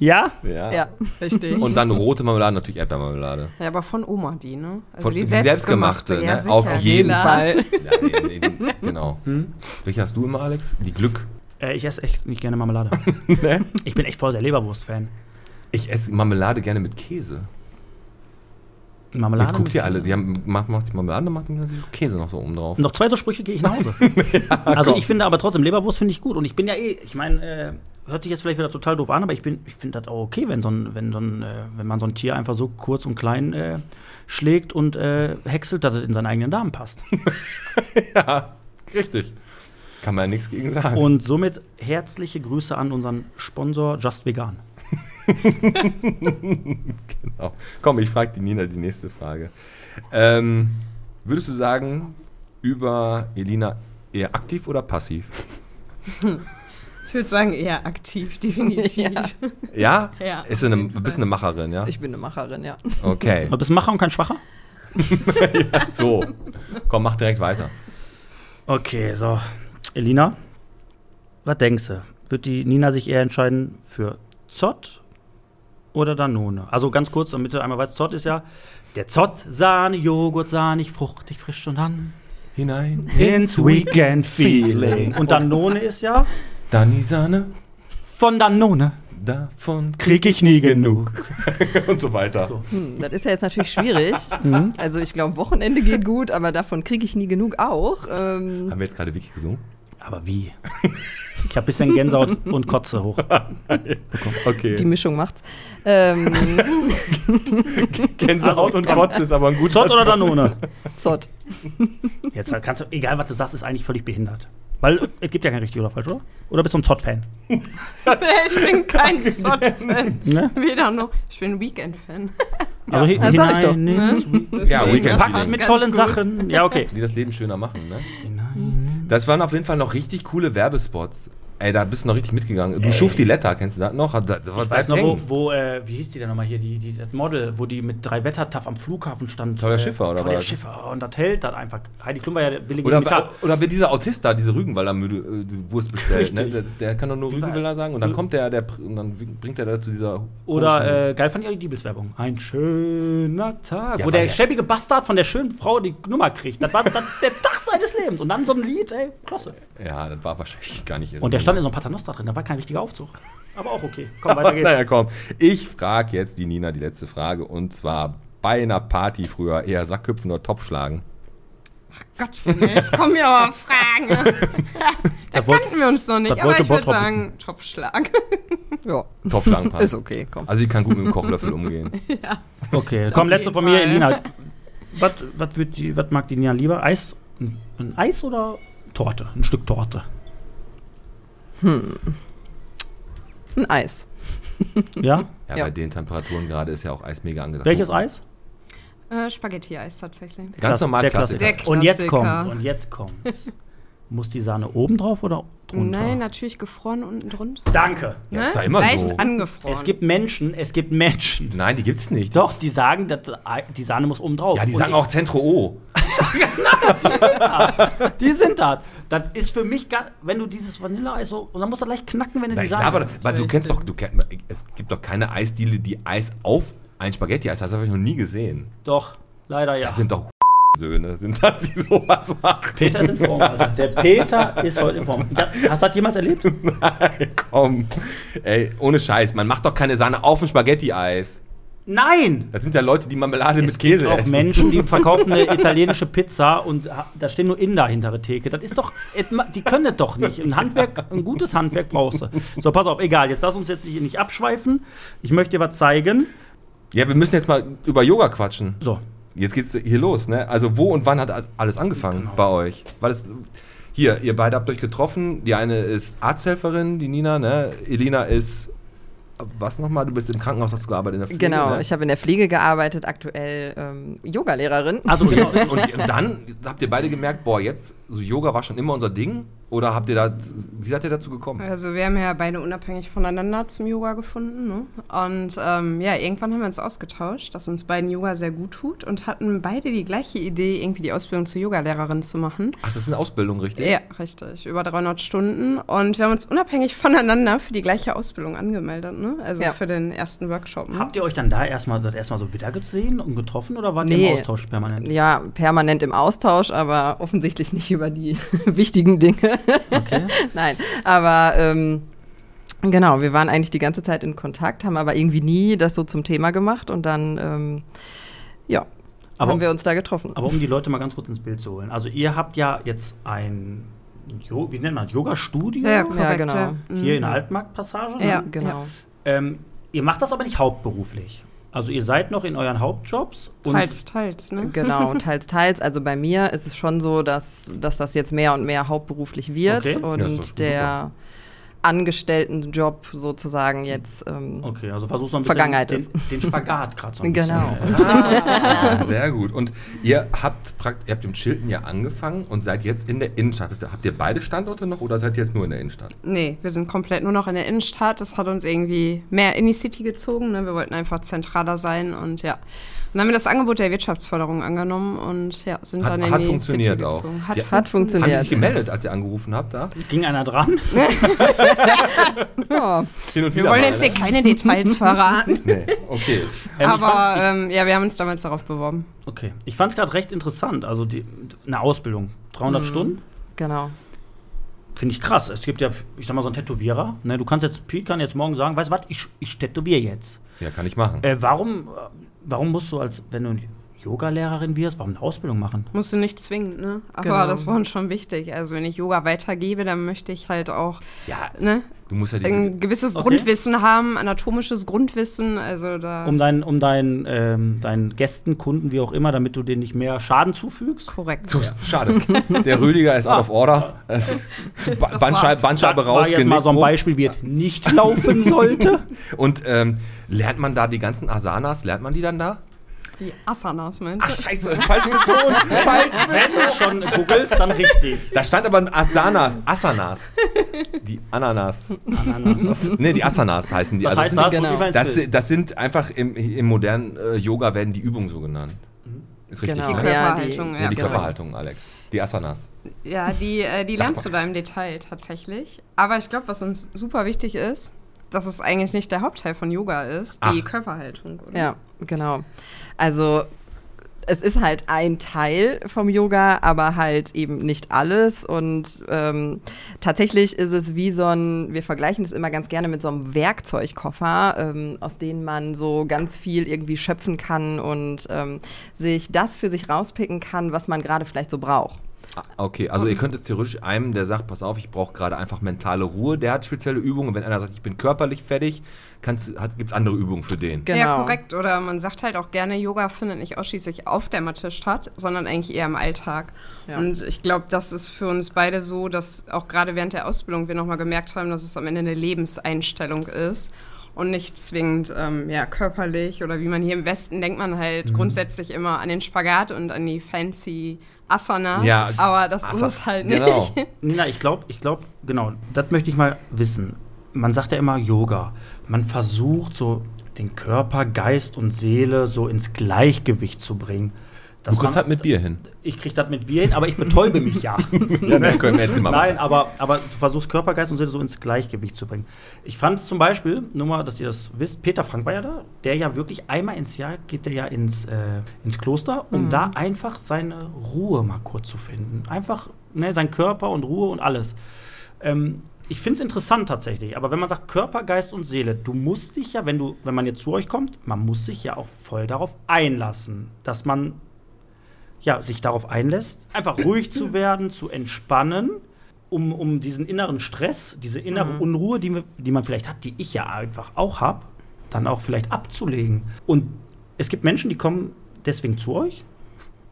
Speaker 2: Ja?
Speaker 1: Ja.
Speaker 5: Ja, richtig.
Speaker 1: Und dann rote Marmelade, natürlich Erdbeermarmelade.
Speaker 4: Ja, aber von Oma die, ne? Also
Speaker 1: Von-
Speaker 4: die
Speaker 1: die
Speaker 4: selbstgemachte.
Speaker 1: selbstgemachte,
Speaker 4: ja,
Speaker 1: ne?
Speaker 4: sicher,
Speaker 1: Auf jeden
Speaker 4: klar.
Speaker 5: Fall.
Speaker 1: Ja, nee, nee, genau. Welche hast du immer, Alex? Die Glück.
Speaker 2: Äh, ich esse echt nicht gerne Marmelade.
Speaker 1: Ne?
Speaker 2: Ich bin echt voll der Leberwurst-Fan.
Speaker 1: Ich esse Marmelade gerne mit Käse. Jetzt
Speaker 2: Marmelade.
Speaker 1: guckt
Speaker 2: mit-
Speaker 1: ihr alle, die haben, macht, macht die Marmelade und macht dann Käse noch so oben drauf.
Speaker 2: Noch zwei so Sprüche gehe ich nach Hause. also ich finde aber trotzdem, Leberwurst finde ich gut. Und ich bin ja eh, ich meine, äh, hört sich jetzt vielleicht wieder total doof an, aber ich, bin- ich finde das auch okay, wenn, so ein, wenn, so ein, äh, wenn man so ein Tier einfach so kurz und klein äh, schlägt und äh, häckselt, dass es in seinen eigenen Darm passt.
Speaker 1: Ja, richtig. Kann man ja nichts gegen sagen.
Speaker 2: Und somit herzliche Grüße an unseren Sponsor Just Vegan.
Speaker 1: Genau. Komm, ich frage die Nina die nächste Frage. Ähm, würdest du sagen, über Elina eher aktiv oder passiv?
Speaker 4: Ich würde sagen, eher aktiv, definitiv.
Speaker 5: Ja.
Speaker 1: Ja?
Speaker 4: Ja,
Speaker 1: Ist du
Speaker 4: auf
Speaker 1: eine,
Speaker 4: jeden
Speaker 1: bist
Speaker 4: Fall.
Speaker 1: eine Macherin, ja?
Speaker 5: Ich bin eine Macherin, ja.
Speaker 1: Okay.
Speaker 2: Du bist ein Macher und kein Schwacher?
Speaker 1: so. Komm, mach direkt weiter.
Speaker 2: Okay, so. Elina, was denkst du? Wird die Nina sich eher entscheiden für Zott oder Danone? Also ganz kurz, damit du einmal weißt, Zott ist ja der Zott, Sahne, Joghurt, sahnig, fruchtig, frisch und dann
Speaker 1: Hinein.
Speaker 2: Weekend-Feeling. Und Danone ist ja
Speaker 1: Dann die Sahne.
Speaker 2: von Danone.
Speaker 1: Davon
Speaker 2: Krieg ich nie genug.
Speaker 1: und so weiter.
Speaker 5: Hm, das ist ja jetzt natürlich schwierig. also ich glaube, Wochenende geht gut, aber davon kriege ich nie genug auch. Ähm,
Speaker 1: Haben wir jetzt gerade wirklich gesungen?
Speaker 2: Aber wie? Ich habe bisschen Gänsehaut und Kotze hoch.
Speaker 5: die
Speaker 1: Okay.
Speaker 5: Mischung macht's. Ähm,
Speaker 1: Gänsehaut und Kotze ist aber ein guter.
Speaker 2: Zott oder Danone?
Speaker 5: Zott.
Speaker 2: Jetzt kannst du, egal was du sagst, ist eigentlich völlig behindert. Weil äh, es gibt ja kein richtig oder falsch, oder? Oder bist du ein Zott-Fan?
Speaker 4: ich bin kein Zott-Fan.
Speaker 2: Ne?
Speaker 4: Weder noch. Ich bin Weekend-Fan.
Speaker 2: Also hi-
Speaker 5: das sag ich doch.
Speaker 2: hinein ins
Speaker 1: Ja, Weekend
Speaker 4: Deswegen, das
Speaker 1: Feeling.
Speaker 2: Packt
Speaker 4: passt
Speaker 2: mit
Speaker 4: ganz
Speaker 2: tollen
Speaker 4: gut.
Speaker 2: Sachen. Ja, okay.
Speaker 1: Die das Leben schöner machen, ne?
Speaker 2: Hinein.
Speaker 1: Das waren auf jeden Fall noch richtig coole Werbespots. Ey, da bist du noch richtig mitgegangen. Du
Speaker 2: Ey.
Speaker 1: schuf die Letter, kennst du das noch? Hat- da- da-
Speaker 2: Ich
Speaker 1: bleibt
Speaker 2: weiß noch, wo,
Speaker 1: hängen.
Speaker 2: wo äh, wie hieß die denn nochmal hier, die, die, das Model, wo die mit drei Wettertaff am Flughafen stand.
Speaker 1: Claudia
Speaker 2: äh,
Speaker 1: Schiffer, oder
Speaker 2: Claudia
Speaker 1: was?
Speaker 2: Schiffer. Und das hält das einfach. Heidi Klum war ja der billige
Speaker 1: Oder,
Speaker 2: Imitat.
Speaker 1: oder, oder wird dieser Autist da, diese Rügenwalder Müde, äh, Wurst bestellt, ne? der,
Speaker 2: Richtig.
Speaker 1: der kann doch nur
Speaker 2: bei-
Speaker 1: Rügenwalder sagen und dann kommt der, der und dann bringt er da zu dieser. komischen-
Speaker 2: Oder äh, geil fand ich auch die Diebelswerbung. Ein schöner Tag.
Speaker 1: Ja, war
Speaker 2: wo der
Speaker 1: der-
Speaker 2: schäbige Bastard von der schönen Frau die Nummer kriegt. Das war das, der Tag seines Lebens. Und dann so ein Lied, ey, klasse.
Speaker 1: Ja, das war wahrscheinlich gar nicht
Speaker 2: äh, Und der stand in so einem Paternoster drin, da war kein richtiger Aufzug. Aber auch okay. Komm, weiter geht's.
Speaker 1: Naja, komm. Ich frage jetzt die Nina die letzte Frage und zwar bei einer Party früher eher Sackhüpfen oder Topf schlagen.
Speaker 4: Gottchen, ey, jetzt kommen hier aber Fragen. da
Speaker 2: wollt-
Speaker 4: kannten wir uns noch
Speaker 2: das
Speaker 4: nicht, aber
Speaker 2: wollte
Speaker 4: ich würde
Speaker 2: Bottrop
Speaker 4: sagen, Topfschlag.
Speaker 5: Ja,
Speaker 1: Topf schlagen passt.
Speaker 5: ist okay, komm.
Speaker 1: Also, die kann gut mit dem Kochlöffel umgehen.
Speaker 2: Okay, komm, letzte
Speaker 4: jeden
Speaker 2: von mir,
Speaker 4: Fall.
Speaker 2: Elina. Was, was, wird die, was mag die Nina lieber? Eis? Ein, ein Eis oder Torte? Ein Stück Torte.
Speaker 5: Ein Eis.
Speaker 2: Ja?
Speaker 1: Ja,
Speaker 5: Ja.
Speaker 1: bei den Temperaturen gerade ist ja auch Eis mega angesagt.
Speaker 2: Welches Eis?
Speaker 4: Äh, Spaghetti-Eis tatsächlich.
Speaker 1: Ganz
Speaker 2: Klasse-
Speaker 1: normal
Speaker 2: der
Speaker 1: Klassiker.
Speaker 4: Klassiker. Der
Speaker 2: Und jetzt
Speaker 4: Klassiker.
Speaker 2: kommt's. Und jetzt kommt's. Muss die Sahne oben drauf oder drunter?
Speaker 4: Nein, natürlich gefroren unten drunter. ne?
Speaker 2: Danke.
Speaker 1: Ja, ist doch immer so.
Speaker 4: Leicht angefroren.
Speaker 2: Es gibt Menschen, es gibt Menschen.
Speaker 1: Nein, die gibt's nicht.
Speaker 2: Doch, die sagen, dass äh, die Sahne muss oben drauf.
Speaker 1: Ja, die
Speaker 2: Und
Speaker 1: sagen
Speaker 2: Oh, ich-
Speaker 1: auch Zentro O.
Speaker 2: Die sind da. Das ist für mich, gar, wenn du dieses Vanilleeis so, und dann muss das leicht knacken, wenn du
Speaker 1: Na,
Speaker 2: die
Speaker 1: ich
Speaker 2: Sahne.
Speaker 1: glaube, weil du
Speaker 4: ich
Speaker 1: kennst
Speaker 4: bin-
Speaker 1: doch, du kenn, es gibt doch keine Eisdiele, die Eis auf ein Spaghetti-Eis, das habe ich noch nie gesehen.
Speaker 2: Doch, leider ja.
Speaker 1: Das sind doch Söhne, sind das, die sowas machen?
Speaker 2: Peter ist in Form. Alter. Der Peter ist heute in Form. Ja, hast du das jemals erlebt?
Speaker 1: Nein, komm. Ey, ohne Scheiß, man macht doch keine Sahne auf ein Spaghetti-Eis.
Speaker 2: Nein!
Speaker 1: Das sind ja Leute, die Marmelade mit Käse
Speaker 2: Auch Menschen, die verkaufen eine italienische Pizza und ha- da stehen nur Inder hinter der Theke. Das ist doch, et- ma- die können das doch nicht. Ein Handwerk, ein gutes Handwerk brauchst du. So, pass auf, egal, jetzt lass uns jetzt hier nicht abschweifen. Ich möchte dir was zeigen.
Speaker 1: Ja, wir müssen jetzt mal über Yoga quatschen.
Speaker 2: So,
Speaker 1: Jetzt geht's hier los, ne? Also wo und wann hat alles angefangen bei euch? Weil es hier, ihr beide habt euch getroffen. Die eine ist Arzthelferin, die Nina, ne? Elina ist was nochmal? Du bist im Krankenhaus, hast du gearbeitet in der Pflege,
Speaker 5: Genau,
Speaker 1: Ne?
Speaker 5: ich habe in der Pflege gearbeitet, aktuell ähm, Yogalehrerin.
Speaker 2: also genau.
Speaker 1: und, und dann habt ihr beide gemerkt, boah, jetzt so Yoga war schon immer unser Ding. Oder habt ihr da, wie seid ihr dazu gekommen?
Speaker 4: Also wir haben ja beide unabhängig voneinander zum Yoga gefunden. Ne? Und ähm, ja, irgendwann haben wir uns ausgetauscht, dass uns beiden Yoga sehr gut tut und hatten beide die gleiche Idee, irgendwie die Ausbildung zur Yogalehrerin zu machen.
Speaker 1: Ach, das ist eine Ausbildung, richtig?
Speaker 4: Ja, richtig. Über 300 Stunden. Und wir haben uns unabhängig voneinander für die gleiche Ausbildung angemeldet, ne? Also
Speaker 5: Ja.
Speaker 4: für den ersten Workshop. Ne?
Speaker 2: Habt ihr euch dann da erstmal das erstmal so wieder gesehen und getroffen oder wart ihr
Speaker 5: Nee.
Speaker 2: im Austausch permanent?
Speaker 5: Ja, permanent im Austausch, aber offensichtlich nicht über die wichtigen Dinge.
Speaker 2: Okay.
Speaker 5: Nein, aber ähm, genau, wir waren eigentlich die ganze Zeit in Kontakt, haben aber irgendwie nie das so zum Thema gemacht und dann, ähm, ja,
Speaker 2: Aber-
Speaker 5: haben wir uns da getroffen.
Speaker 2: Aber um die Leute mal ganz kurz ins Bild zu holen. Also ihr habt ja jetzt ein jo wie nennt man das? Yoga-Studio?
Speaker 4: Ja, korrekt, ja, Mhm.
Speaker 5: genau.
Speaker 2: Hier in der Altmarktpassage. ne?
Speaker 4: Ja.
Speaker 5: Genau.
Speaker 2: Ähm, ihr macht das aber nicht hauptberuflich. Also ihr seid noch in euren Hauptjobs und
Speaker 4: Teils, teils, ne?
Speaker 5: Genau, teils, teils. Also bei mir ist es schon so, dass, dass das jetzt mehr und mehr hauptberuflich wird
Speaker 2: Okay.
Speaker 5: und
Speaker 1: Ja, ist doch schon
Speaker 5: der Angestelltenjob sozusagen jetzt. Ähm,
Speaker 1: Oh.
Speaker 2: Okay, also versuchst noch ein
Speaker 5: Vergangenheit
Speaker 2: bisschen den, den Spagat gerade so ein
Speaker 5: Genau.
Speaker 2: bisschen. Ah,
Speaker 1: Sehr gut. Und ihr habt, prakt- ihr habt im Chilton ja angefangen und seid jetzt in der Innenstadt. Habt ihr beide Standorte noch oder seid ihr jetzt nur in der Innenstadt?
Speaker 4: Nee, wir sind komplett nur noch in der Innenstadt. Das hat uns irgendwie mehr in die City gezogen. Ne? Wir wollten einfach zentraler sein und ja. Und dann haben wir das Angebot der Wirtschaftsförderung angenommen und ja, sind
Speaker 1: Hat-
Speaker 4: dann in
Speaker 1: hat
Speaker 4: die
Speaker 1: funktioniert
Speaker 4: City
Speaker 1: auch.
Speaker 4: gezogen.
Speaker 1: Ja. Hat
Speaker 5: Hat
Speaker 1: Haben die sich
Speaker 5: funktioniert.
Speaker 1: gemeldet, als ihr angerufen habt da?
Speaker 2: Ging einer dran? Ähm,
Speaker 5: Ja.
Speaker 1: Hin und
Speaker 4: Wir wollen jetzt hier keine Details verraten.
Speaker 1: Nee, okay.
Speaker 2: Ähm, ich
Speaker 4: Aber ähm, ja, wir haben uns damals darauf beworben.
Speaker 2: Okay, ich fand es gerade recht interessant. Also die, eine Ausbildung, 300
Speaker 4: Mhm.
Speaker 2: Stunden,
Speaker 5: Genau.
Speaker 2: finde ich krass. Es gibt ja, ich sag mal, so einen Tätowierer. Ne? Du kannst jetzt, Pete kann jetzt morgen sagen, weißt du was, ich, ich tätowiere jetzt.
Speaker 1: Ja, kann ich machen.
Speaker 2: Äh, warum, äh, warum musst du als, wenn du Yoga-Lehrerin wirst, warum eine Ausbildung machen?
Speaker 4: Musst du nicht zwingend, ne? Aber
Speaker 5: Genau.
Speaker 4: das war uns schon wichtig. Also wenn ich Yoga weitergebe, dann möchte ich halt auch
Speaker 1: Ja,
Speaker 4: ne,
Speaker 1: du musst ja diese,
Speaker 4: ein gewisses
Speaker 2: Okay.
Speaker 4: Grundwissen haben, anatomisches Grundwissen. Also da
Speaker 2: Um deinen um dein, ähm, deinen Gästen, Kunden, wie auch immer, damit du denen nicht mehr Schaden zufügst?
Speaker 4: korrekt.
Speaker 1: So, Schade. Der Rüdiger ist out of order. Es- Ba- Bandscheibe, Bandscheibe
Speaker 2: war
Speaker 1: raus,
Speaker 2: jetzt mal
Speaker 1: Genick
Speaker 2: so ein
Speaker 1: hoch.
Speaker 2: Beispiel, wie es nicht laufen sollte.
Speaker 1: Und ähm, lernt man da die ganzen Asanas, lernt man die dann da?
Speaker 4: Die Asanas, meinst
Speaker 1: Ach, scheiße, falsch betont, falsch
Speaker 2: Wenn du schon googelst, dann richtig.
Speaker 1: Da stand aber ein Asanas, Asanas. Die Ananas. Ananas. Nee, die Asanas heißen die. Also
Speaker 2: Was heißt
Speaker 1: das
Speaker 2: das?
Speaker 1: sind-
Speaker 5: genau.
Speaker 2: Wo die
Speaker 1: Das,
Speaker 2: Weinste-
Speaker 1: sind- das sind einfach im, im modernen äh, Yoga werden die Übungen so genannt. Ist richtig,
Speaker 5: Genau.
Speaker 1: ne?
Speaker 4: Die
Speaker 1: Ja,
Speaker 4: Körperhaltung,
Speaker 5: ja,
Speaker 1: die
Speaker 4: genau.
Speaker 1: Körperhaltung, Alex. Die Asanas.
Speaker 4: Ja, die, äh, die
Speaker 1: Sag
Speaker 4: lernst
Speaker 1: mal.
Speaker 4: du da im Detail tatsächlich. Aber ich glaube, was uns super wichtig ist, dass es eigentlich nicht der Hauptteil von Yoga ist, die
Speaker 1: Ach.
Speaker 4: Körperhaltung. Oder?
Speaker 5: Ja, genau. Also es ist halt ein Teil vom Yoga, aber halt eben nicht alles. Und ähm, tatsächlich ist es wie so ein, wir vergleichen es immer ganz gerne mit so einem Werkzeugkoffer, ähm, aus dem man so ganz viel irgendwie schöpfen kann und ähm, sich das für sich rauspicken kann, was man gerade vielleicht so braucht.
Speaker 1: Ah, Okay, also ihr könnt jetzt theoretisch einem, der sagt, pass auf, ich brauche gerade einfach mentale Ruhe, der hat spezielle Übungen. Und wenn einer sagt, ich bin körperlich fertig, gibt es andere Übungen für den.
Speaker 4: Ja,
Speaker 5: Genau.
Speaker 4: korrekt. Oder man sagt halt auch gerne, Yoga findet nicht ausschließlich auf der Matte statt, sondern eigentlich eher im Alltag.
Speaker 5: Ja.
Speaker 4: Und ich glaube, das ist für uns beide so, dass auch gerade während der Ausbildung wir nochmal gemerkt haben, dass es am Ende eine Lebenseinstellung ist und nicht zwingend ähm, ja, körperlich oder wie man hier im Westen denkt man halt grundsätzlich immer an den Spagat und an die fancy Asanas,
Speaker 1: Ja,
Speaker 4: Genau. aber das
Speaker 1: Asa-
Speaker 4: ist es halt nicht.
Speaker 1: Genau.
Speaker 2: Nina, ich glaube, ich glaube, genau, das möchte ich mal wissen. Man sagt ja immer Yoga. Man versucht so den Körper, Geist und Seele so ins Gleichgewicht zu bringen. Das
Speaker 1: Du kriegst
Speaker 2: man-
Speaker 1: halt mit Bier hin.
Speaker 2: Ich krieg das mit Bier hin, aber ich betäube mich ja.
Speaker 1: Ja, dann können wir jetzt immer
Speaker 2: Nein, aber, aber du versuchst Körper, Geist und Seele so ins Gleichgewicht zu bringen. Ich fand es zum Beispiel, nur mal, dass ihr das wisst, Peter Frank war ja da, der ja wirklich einmal ins Jahr geht der ja ins, äh, ins Kloster, um da einfach seine Ruhe mal kurz zu finden. Einfach ne, sein Körper und Ruhe und alles. Ähm, ich finde es interessant tatsächlich, aber wenn man sagt Körper, Geist und Seele, du musst dich ja, wenn du, wenn man jetzt zu euch kommt, man muss sich ja auch voll darauf einlassen, dass man ja, sich darauf einlässt, einfach ruhig zu werden, zu entspannen, um, um diesen inneren Stress, diese innere
Speaker 4: Mhm.
Speaker 2: Unruhe, die, wir- die man vielleicht hat, die ich ja einfach auch habe, dann auch vielleicht abzulegen. Und es gibt Menschen, die kommen deswegen zu euch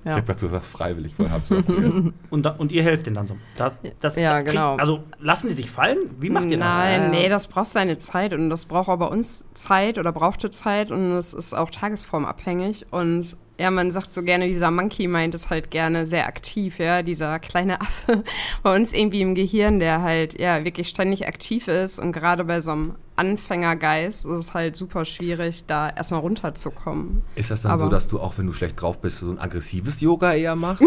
Speaker 1: Ich
Speaker 5: Ja.
Speaker 1: hab grad gesagt, freiwillig. Woher hab's sonst gehört?
Speaker 2: und, da, und ihr helft denen dann so. Da, das,
Speaker 5: Ja,
Speaker 2: da krieg-
Speaker 5: genau.
Speaker 2: Also lassen die sich fallen? Wie macht ihr das? Äh,
Speaker 4: Nein,
Speaker 5: Ja.
Speaker 4: nee, das braucht seine Zeit und das braucht auch bei uns Zeit oder brauchte Zeit und es ist auch tagesformabhängig und ja, man sagt so gerne, dieser Monkey meint es halt gerne sehr aktiv, ja, dieser kleine Affe bei uns irgendwie im Gehirn, der halt ja wirklich ständig aktiv ist und gerade bei so einem Anfängergeist ist es halt super schwierig, da erstmal runterzukommen.
Speaker 1: Ist das dann so,
Speaker 4: Aber-
Speaker 1: dass du auch, wenn du schlecht drauf bist, so ein aggressives Yoga eher machst?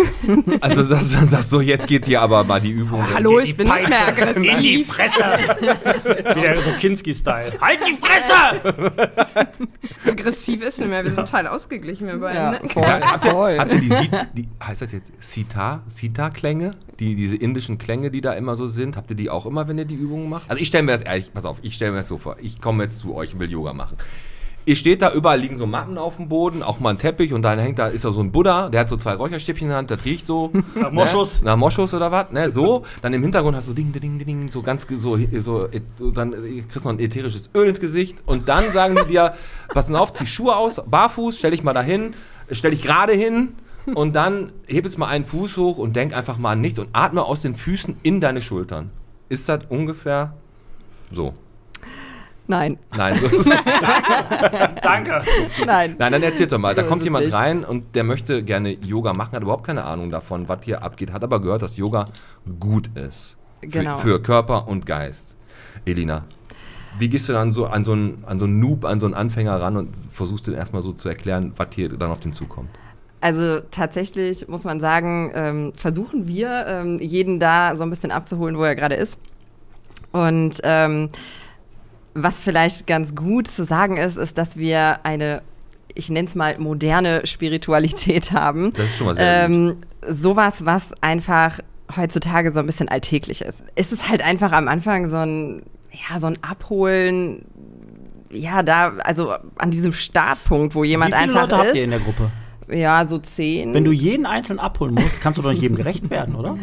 Speaker 1: also, dass du dann sagst, so, jetzt geht hier aber mal die Übung.
Speaker 2: also
Speaker 4: Hallo,
Speaker 2: Die- die
Speaker 4: ich bin nicht mehr
Speaker 2: Peitsche In die
Speaker 4: aggressiv.
Speaker 2: Fresse! Wieder so Kinski-Style. Halt die Fresse!
Speaker 4: Aggressiv ist nicht mehr, wir sind total ausgeglichen, wir beiden.
Speaker 5: Ja,
Speaker 4: ne?
Speaker 5: voll,
Speaker 1: Habt ihr,
Speaker 5: voll.
Speaker 1: habt ihr die, Si- die, heißt das jetzt Sita, Sita-Klänge? Die, diese indischen Klänge, die da immer so sind, habt ihr die auch immer, wenn ihr die Übungen macht? Also ich stelle mir das ehrlich, pass auf, ich stelle mir das so vor. Ich komme jetzt zu euch und will Yoga machen. Ihr steht da, überall liegen so Matten auf dem Boden, auch mal ein Teppich und dann hängt da, ist da so ein Buddha, der hat so zwei Räucherstäbchen in der Hand, das riecht so.
Speaker 2: Nach Moschus.
Speaker 1: Ne? Nach Moschus oder was, ne, so. Dann im Hintergrund hast du ding, ding, ding, ding, so ganz, ge- so, so, äh, dann äh, kriegst du noch ein ätherisches Öl ins Gesicht und dann sagen die dir, pass mal auf, zieh Schuhe aus, barfuß, stell dich mal dahin, stell dich gerade hin und dann heb jetzt mal einen Fuß hoch und denk einfach mal an nichts und atme aus den Füßen in deine Schultern. Ist das ungefähr so?
Speaker 5: Nein,
Speaker 1: Nein, so ist es
Speaker 2: Danke.
Speaker 5: nein.
Speaker 1: Nein, dann erzähl doch mal. Da
Speaker 5: So
Speaker 1: kommt
Speaker 5: ist es
Speaker 1: jemand
Speaker 5: nicht.
Speaker 1: rein und der möchte gerne Yoga machen, hat überhaupt keine Ahnung davon, was hier abgeht, hat aber gehört, dass Yoga gut ist. Für,
Speaker 5: Genau.
Speaker 1: für Körper und Geist. Elina, wie gehst du dann so an so einen, an so einen Noob, an so einen Anfänger ran und versuchst den erstmal so zu erklären, was hier dann auf den zukommt?
Speaker 5: Also tatsächlich muss man sagen, ähm, versuchen wir, ähm, jeden da so ein bisschen abzuholen, wo er gerade ist. Und ähm, was vielleicht ganz gut zu sagen ist, ist, dass wir eine, ich nenne es mal, moderne Spiritualität haben.
Speaker 1: Das ist schon mal sehr gut.
Speaker 5: Ähm, sowas, was einfach heutzutage so ein bisschen alltäglich ist. Es ist halt einfach am Anfang so ein, ja, so ein Abholen, ja, da, also an diesem Startpunkt, wo jemand
Speaker 2: Wie viele
Speaker 5: einfach
Speaker 2: Leute
Speaker 5: ist.
Speaker 2: habt ihr in der Gruppe?
Speaker 5: Ja, so zehn.
Speaker 2: Wenn du jeden einzeln abholen musst, kannst du doch nicht jedem gerecht werden, oder?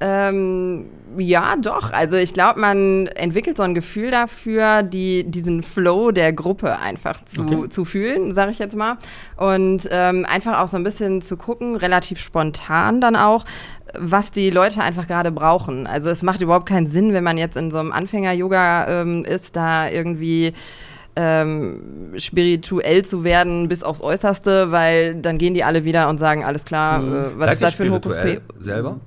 Speaker 5: Ähm, ja, doch. Also ich glaube, man entwickelt so ein Gefühl dafür, die, diesen Flow der Gruppe einfach zu,
Speaker 2: Okay.
Speaker 5: zu fühlen, sage ich jetzt mal. Und ähm, einfach auch so ein bisschen zu gucken, relativ spontan dann auch, was die Leute einfach gerade brauchen. Also es macht überhaupt keinen Sinn, wenn man jetzt in so einem Anfänger-Yoga ähm, ist, da irgendwie ähm, spirituell zu werden bis aufs Äußerste, weil dann gehen die alle wieder und sagen, alles klar, äh, was
Speaker 1: Seid
Speaker 5: ist
Speaker 1: ihr
Speaker 5: das für ein Hokus
Speaker 1: spirituell
Speaker 5: Pe-
Speaker 1: Selber?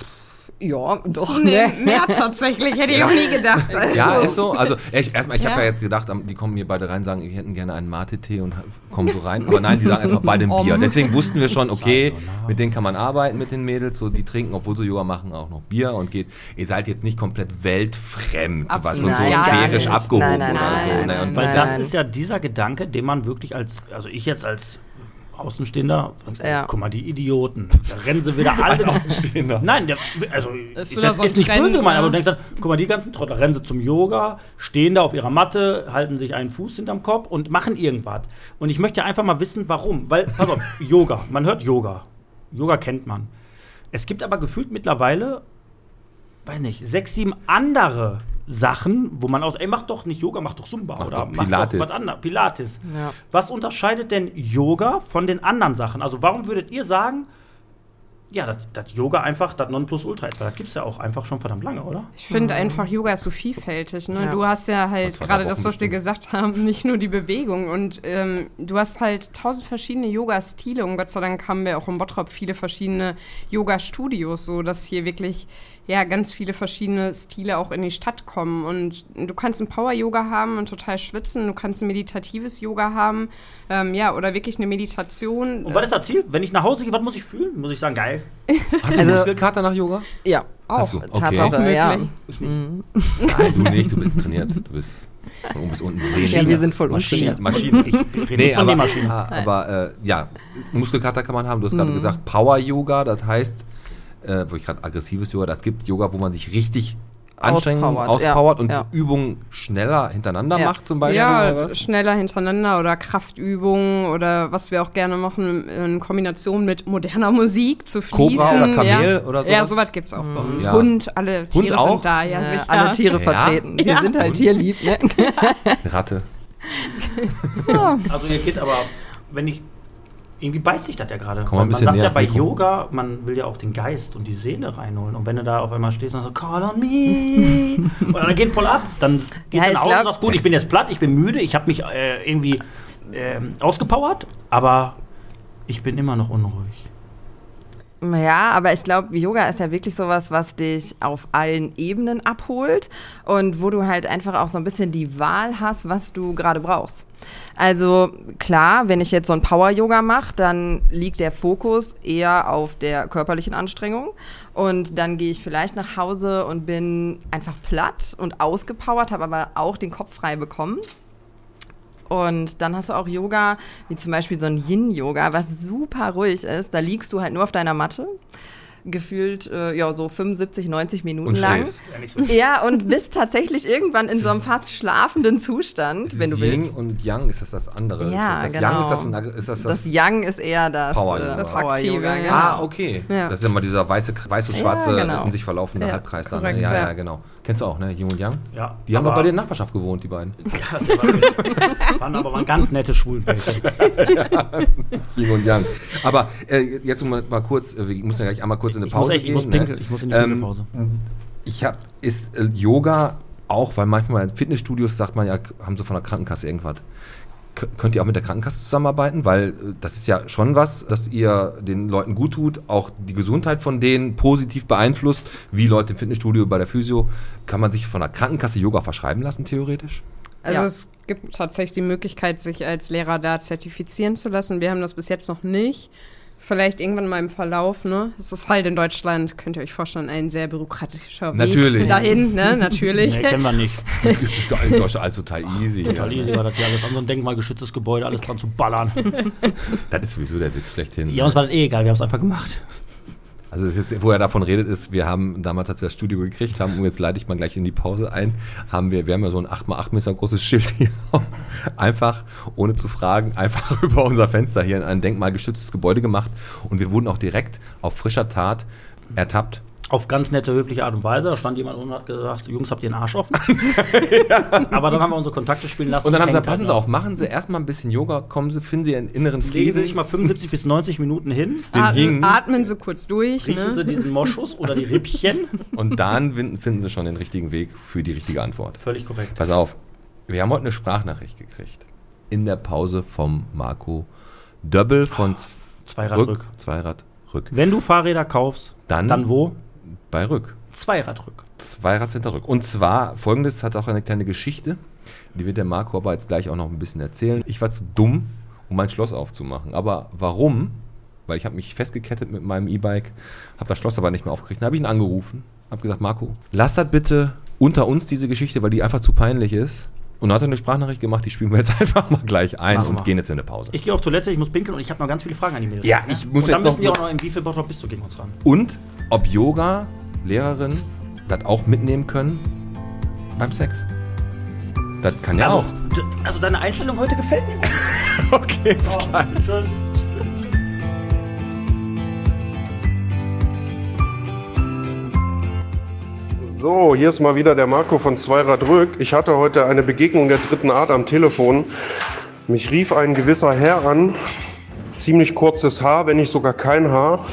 Speaker 5: Ja, doch.
Speaker 4: nee,
Speaker 5: ne?
Speaker 4: mehr tatsächlich, hätte ich auch nie gedacht. Also,
Speaker 1: Ja, ist so. Also echt, erstmal, ich habe
Speaker 4: Ja.
Speaker 1: ja jetzt gedacht, am- die kommen hier beide rein, sagen, wir hätten gerne einen Mate-Tee und kommen so rein. Aber nein, die sagen einfach beide
Speaker 5: Oh,
Speaker 1: ein Bier. Deswegen wussten wir schon, okay, mit denen kann man arbeiten, mit den Mädels. So, die trinken, obwohl sie Yoga machen, auch noch Bier und geht. Ihr seid jetzt nicht komplett weltfremd, was und so
Speaker 5: Absolut. Nein, gar
Speaker 1: sphärisch
Speaker 5: nicht.
Speaker 1: abgehoben
Speaker 5: Nein, nein,
Speaker 1: oder
Speaker 5: nein,
Speaker 1: so.
Speaker 5: nein,
Speaker 1: ne?
Speaker 5: nein,
Speaker 1: und
Speaker 2: Weil das
Speaker 5: Nein.
Speaker 2: ist ja dieser Gedanke, den man wirklich als, also ich jetzt als Außenstehender,
Speaker 5: Ja.
Speaker 2: guck mal, die Idioten, da rennen sie wieder alle.
Speaker 1: Außenstehender.
Speaker 2: Nein, der, also
Speaker 4: Das
Speaker 2: ist,
Speaker 4: wird doch
Speaker 2: jetzt-
Speaker 4: so ein
Speaker 2: ist nicht
Speaker 4: Trend,
Speaker 2: böse gemeint, aber
Speaker 4: oder?
Speaker 2: du denkst dann, guck mal, die ganzen Trottel rennen sie zum Yoga, stehen da auf ihrer Matte, halten sich einen Fuß hinterm Kopf und machen irgendwas. Und ich möchte einfach mal wissen, warum. Weil, pass auf, Yoga, man hört Yoga. Yoga kennt man. Es gibt aber gefühlt mittlerweile, weiß nicht, sechs, sieben andere Sachen, wo man aus, ey, mach doch nicht Yoga, mach doch Zumba
Speaker 1: Mach
Speaker 2: oder
Speaker 1: doch
Speaker 2: mach doch
Speaker 1: Pilates.
Speaker 2: was anderes. Pilates.
Speaker 5: Ja.
Speaker 2: Was unterscheidet denn Yoga von den anderen Sachen? Also warum würdet ihr sagen, ja, das- das Yoga einfach das Nonplusultra ist? Weil das gibt es ja auch einfach schon verdammt lange, oder?
Speaker 4: Ich finde einfach, Yoga ist so vielfältig. Ne?
Speaker 5: Ja.
Speaker 4: Du hast ja
Speaker 1: Vor
Speaker 4: halt
Speaker 1: zwei
Speaker 4: gerade
Speaker 1: Wochen
Speaker 4: das, was wir
Speaker 1: bestimmt.
Speaker 4: gesagt haben, nicht nur die Bewegung. Und ähm, du hast halt tausend verschiedene Yoga-Stile. Und Gott sei Dank haben wir auch in Bottrop viele verschiedene Yoga-Studios, so dass hier wirklich ja, ganz viele verschiedene Stile auch in die Stadt kommen. Und du kannst ein Power-Yoga haben und total schwitzen. Du kannst ein meditatives Yoga haben. Ähm, ja, oder wirklich eine Meditation.
Speaker 2: Und was ist das Ziel? Wenn ich nach Hause gehe, was muss ich fühlen? Muss ich sagen, geil.
Speaker 1: Hast du
Speaker 5: Also-
Speaker 1: Muskelkater nach Yoga?
Speaker 5: Ja,
Speaker 4: Auch.
Speaker 1: Hast du? Okay.
Speaker 5: Tatsache, ja.
Speaker 4: möglich.
Speaker 1: Nein, du nicht, du bist trainiert. Du bist von oben bis unten sehen.
Speaker 5: Ja, wir sind voll
Speaker 1: Maschine.
Speaker 5: untrainiert.
Speaker 1: Maschine.
Speaker 2: Ich
Speaker 1: Nee,
Speaker 2: rede nicht von
Speaker 1: aber,
Speaker 2: den Maschinen.
Speaker 1: ah, aber äh, ja, Muskelkater kann man haben. Du hast
Speaker 5: Mhm.
Speaker 1: gerade gesagt, Power-Yoga, das heißt, äh, wo ich gerade aggressives Yoga, das gibt Yoga, wo man sich richtig anstrengt,
Speaker 5: Auspowert,
Speaker 1: auspowert,
Speaker 5: ja,
Speaker 1: und
Speaker 5: ja.
Speaker 1: Übungen schneller hintereinander
Speaker 5: Ja.
Speaker 1: macht zum Beispiel.
Speaker 4: ja,
Speaker 1: oder was?
Speaker 4: schneller hintereinander oder Kraftübungen oder was wir auch gerne machen in Kombination mit moderner Musik zu
Speaker 1: Cobra
Speaker 4: fließen.
Speaker 1: oder Kamel
Speaker 4: ja.
Speaker 1: oder
Speaker 4: Ja,
Speaker 1: sowas?
Speaker 4: sowas gibt's auch bei uns.
Speaker 1: Ja.
Speaker 4: Hund, alle Tiere
Speaker 1: auch?
Speaker 4: sind da, ja,
Speaker 5: Mhm. Ja,
Speaker 4: sicher.
Speaker 5: Äh, alle Tiere
Speaker 1: Ja.
Speaker 5: vertreten. Wir
Speaker 4: Ja.
Speaker 5: sind halt tierlieb, ne?
Speaker 1: Ratte.
Speaker 2: Also ihr geht aber, wenn ich. Irgendwie beißt sich das ja gerade.
Speaker 1: Komm mal ein
Speaker 2: man
Speaker 1: bisschen
Speaker 2: sagt
Speaker 1: näher ans
Speaker 2: ja bei
Speaker 1: Mikro.
Speaker 2: Yoga, man will ja auch den Geist und die Seele reinholen. Und wenn du da auf einmal stehst und so, call on me. und dann geht voll ab. Dann
Speaker 5: Ja,
Speaker 2: gehst du
Speaker 5: ich
Speaker 2: nach Hause
Speaker 5: glaub-
Speaker 2: und sagst, gut, ich bin jetzt platt, ich bin müde, ich habe mich äh, irgendwie ähm, ausgepowert, aber ich bin immer noch unruhig.
Speaker 5: Ja, aber ich glaube, Yoga ist ja wirklich sowas, was dich auf allen Ebenen abholt und wo du halt einfach auch so ein bisschen die Wahl hast, was du gerade brauchst. Also klar, wenn ich jetzt so ein Power-Yoga mache, dann liegt der Fokus eher auf der körperlichen Anstrengung und dann gehe ich vielleicht nach Hause und bin einfach platt und ausgepowert, habe aber auch den Kopf frei bekommen. Und dann hast du auch Yoga, wie zum Beispiel so ein Yin-Yoga, was super ruhig ist. Da liegst du halt nur auf deiner Matte, gefühlt äh, ja, so 75, 90 Minuten
Speaker 1: Und
Speaker 5: lang.
Speaker 1: schläfst.
Speaker 2: Ja, nicht so.
Speaker 5: Ja, und bist tatsächlich irgendwann in so einem fast schlafenden Zustand, wenn du
Speaker 1: Yin
Speaker 5: willst.
Speaker 1: und Yang ist das das andere.
Speaker 5: Ja,
Speaker 1: das
Speaker 5: genau.
Speaker 1: Yang ist das, ein- ist das,
Speaker 5: Das
Speaker 1: das,
Speaker 5: Yang ist eher das
Speaker 1: Power
Speaker 5: äh,
Speaker 1: Yoga. Das
Speaker 5: Power
Speaker 4: Aktive,
Speaker 5: Yoga.
Speaker 4: ja.
Speaker 5: genau.
Speaker 1: Ah, okay.
Speaker 4: Ja.
Speaker 1: Das ist immer dieser weiße, weiß und schwarze,
Speaker 5: Ja, genau.
Speaker 1: in sich verlaufende
Speaker 4: Ja,
Speaker 1: Halbkreis da. Ne?
Speaker 4: korrekt,
Speaker 1: Ja,
Speaker 4: ja.
Speaker 1: ja, genau. Kennst du auch, ne? Yin und Yang?
Speaker 2: Ja,
Speaker 1: Die haben doch
Speaker 2: aber-
Speaker 1: bei dir in der Nachbarschaft gewohnt, die beiden.
Speaker 2: Ja, die waren- waren aber mal ganz nette Schwulenpärchen.
Speaker 1: Yin und Yang. Aber äh, jetzt mal, mal kurz, äh, wir müssen ja gleich einmal kurz in eine
Speaker 2: Ich muss
Speaker 1: Pause
Speaker 2: echt, ich
Speaker 1: gehen.
Speaker 2: muss
Speaker 1: ne?
Speaker 2: pinkeln, ich muss in die Pinkelpause.
Speaker 1: Ich habe, ist äh, Yoga auch, weil manchmal in Fitnessstudios sagt man ja, k- haben sie von der Krankenkasse irgendwas. K könnt ihr auch mit der Krankenkasse zusammenarbeiten? Weil äh, das ist ja schon was, dass ihr den Leuten gut tut, auch die Gesundheit von denen positiv beeinflusst, wie Leute im Fitnessstudio bei der Physio. Kann man sich von der Krankenkasse Yoga verschreiben lassen, theoretisch?
Speaker 4: Also
Speaker 5: Ja.
Speaker 4: es gibt tatsächlich die Möglichkeit, sich als Lehrer da zertifizieren zu lassen. Wir haben das bis jetzt noch nicht. Vielleicht irgendwann mal im Verlauf, ne? Es ist halt in Deutschland, könnt ihr euch vorstellen, ein sehr bürokratischer Weg
Speaker 1: Natürlich.
Speaker 4: dahin, ne? Natürlich.
Speaker 2: Nee, kennen wir nicht.
Speaker 1: das ist in Deutschland alles total easy. ne?
Speaker 2: Total easy war das hier alles an so ein denkmalgeschütztes Gebäude, alles dran zu ballern.
Speaker 1: Das ist sowieso der Witz schlechthin.
Speaker 2: Ja, uns war das eh egal, wir haben es einfach gemacht.
Speaker 1: Also das ist, wo er davon redet, ist, wir haben damals, als wir das Studio gekriegt haben, und jetzt leite ich mal gleich in die Pause ein, haben wir, wir haben ja so ein 8x8 Meter großes Schild hier, einfach, ohne zu fragen, einfach über unser Fenster hier in ein denkmalgeschütztes Gebäude gemacht und wir wurden auch direkt auf frischer Tat ertappt.
Speaker 2: Auf ganz nette, höfliche Art und Weise. Da stand jemand unten und hat gesagt, Jungs, habt ihr den Arsch offen? Aber dann haben wir unsere Kontakte spielen lassen.
Speaker 1: Und dann haben sie gesagt,
Speaker 2: hängt
Speaker 1: passen
Speaker 2: das
Speaker 1: Sie
Speaker 2: noch.
Speaker 1: auf, machen Sie erstmal ein bisschen Yoga, kommen Sie, finden Sie Ne? Ihren inneren
Speaker 2: Legen Sie sich
Speaker 1: Frieden,
Speaker 2: mal 75 bis 90 Minuten hin,
Speaker 1: den
Speaker 4: Atmen,
Speaker 1: Ying
Speaker 4: atmen so kurz durch,
Speaker 2: riechen Sie
Speaker 4: ne?
Speaker 2: diesen Moschus oder die Rippchen.
Speaker 1: und dann finden finden Sie schon den richtigen Weg für die richtige Antwort.
Speaker 2: Völlig korrekt.
Speaker 1: Pass auf, wir haben heute eine Sprachnachricht gekriegt. In der Pause vom Marco Döbbel von Z-
Speaker 2: Zweirad
Speaker 1: Rück,
Speaker 2: Rück.
Speaker 1: Zweirad Rück.
Speaker 2: Wenn du Fahrräder kaufst,
Speaker 1: Dann-
Speaker 2: dann wo?
Speaker 1: Bei Rück.
Speaker 2: Zweirad Rück.
Speaker 1: Zweirad hinter Rück. Und zwar, folgendes hat auch eine kleine Geschichte. Die wird der Marco aber jetzt gleich auch noch ein bisschen erzählen. Ich war zu dumm, um mein Schloss aufzumachen. Aber warum? Weil ich habe mich festgekettet mit meinem E-Bike, habe das Schloss aber nicht mehr aufgekriegt. Dann habe ich ihn angerufen, habe gesagt, Marco, lass das bitte unter uns diese Geschichte, weil die einfach zu peinlich ist. Und dann hat er eine Sprachnachricht gemacht, die spielen wir jetzt einfach mal gleich ein
Speaker 2: Machen
Speaker 1: und
Speaker 2: wir.
Speaker 1: gehen jetzt in eine Pause.
Speaker 2: Ich gehe auf Toilette, ich muss pinkeln und ich habe noch ganz viele Fragen an die Mädels.
Speaker 1: Ja, ich muss
Speaker 2: und
Speaker 1: jetzt
Speaker 2: dann müssen die
Speaker 1: noch-
Speaker 2: auch noch in wie viel Bottrop bist du gegen uns ran?
Speaker 1: Und ob Yoga-Lehrerinnen das auch mitnehmen können beim Sex. Das kann ja auch.
Speaker 2: Also, d- also deine Einstellung heute gefällt mir.
Speaker 1: Okay, bis
Speaker 2: Oh.
Speaker 1: gleich.
Speaker 2: Tschüss.
Speaker 6: So, hier ist mal wieder der Marco von Zweirad Rück. Ich hatte heute eine Begegnung der dritten Art am Telefon. Mich rief ein gewisser Herr an, ziemlich kurzes Haar, wenn nicht sogar kein Haar,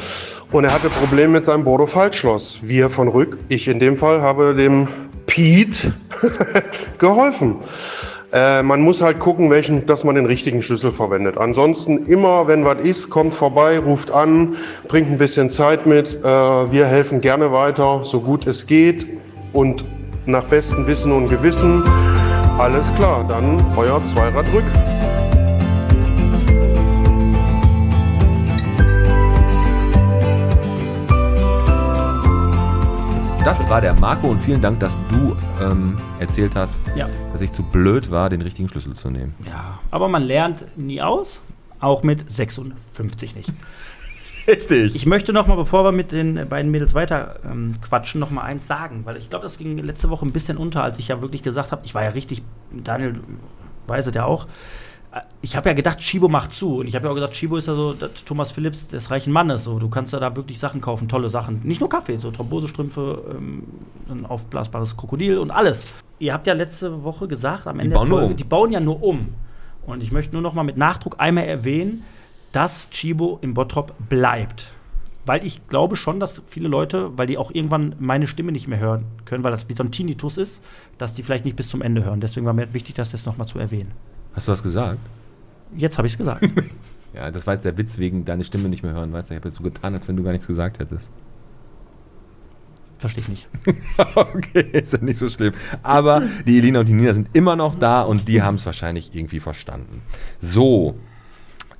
Speaker 6: und er hatte Probleme mit seinem Bordeaux-Faltschloss. Wir von Rück, ich in dem Fall, habe dem Piet geholfen. Äh, man muss halt gucken, welchen, dass man den richtigen Schlüssel verwendet. Ansonsten immer, wenn was ist, kommt vorbei, ruft an, bringt ein bisschen Zeit mit. Äh, wir helfen gerne weiter, so gut es geht und nach bestem Wissen und Gewissen. Alles klar, dann euer Zweirad Rück.
Speaker 1: Das war der Marco und vielen Dank, dass du ähm, erzählt hast,
Speaker 2: Ja.
Speaker 1: dass ich zu blöd war, den richtigen Schlüssel zu nehmen.
Speaker 2: Ja, aber man lernt nie aus, auch mit 56 nicht.
Speaker 1: Richtig.
Speaker 2: Ich möchte noch mal, bevor wir mit den beiden Mädels weiter ähm, quatschen, noch mal eins sagen, weil ich glaube, das ging letzte Woche ein bisschen unter, als ich ja wirklich gesagt habe, ich war ja richtig, Daniel weiß es ja auch, äh, ich habe ja gedacht, Schibo macht zu. Und ich habe ja auch gesagt, Schibo ist ja so das Thomas Phillips des reichen Mannes. So. Du kannst ja da wirklich Sachen kaufen, tolle Sachen. Nicht nur Kaffee, so Thrombosestrümpfe, ähm, ein aufblasbares Krokodil und alles. Ihr habt ja letzte Woche gesagt, am Ende der
Speaker 1: bauen nur
Speaker 2: Folge,
Speaker 1: um.
Speaker 2: die bauen ja nur um. Und ich möchte nur noch mal mit Nachdruck einmal erwähnen, dass Chibo im Bottrop bleibt. Weil ich glaube schon, dass viele Leute, weil die auch irgendwann meine Stimme nicht mehr hören können, weil das wie so ein Tinnitus ist, dass die vielleicht nicht bis zum Ende hören. Deswegen war mir wichtig, das jetzt nochmal zu erwähnen.
Speaker 1: Hast du was gesagt?
Speaker 2: Jetzt habe ich es gesagt.
Speaker 1: Ja, das war jetzt der Witz wegen deine Stimme nicht mehr hören, weißt du? Ich habe jetzt so getan, als wenn du gar nichts gesagt hättest.
Speaker 2: Verstehe ich nicht.
Speaker 1: Okay, ist ja nicht so schlimm. Aber die Elina und die Nina sind immer noch da und die haben es wahrscheinlich irgendwie verstanden. So,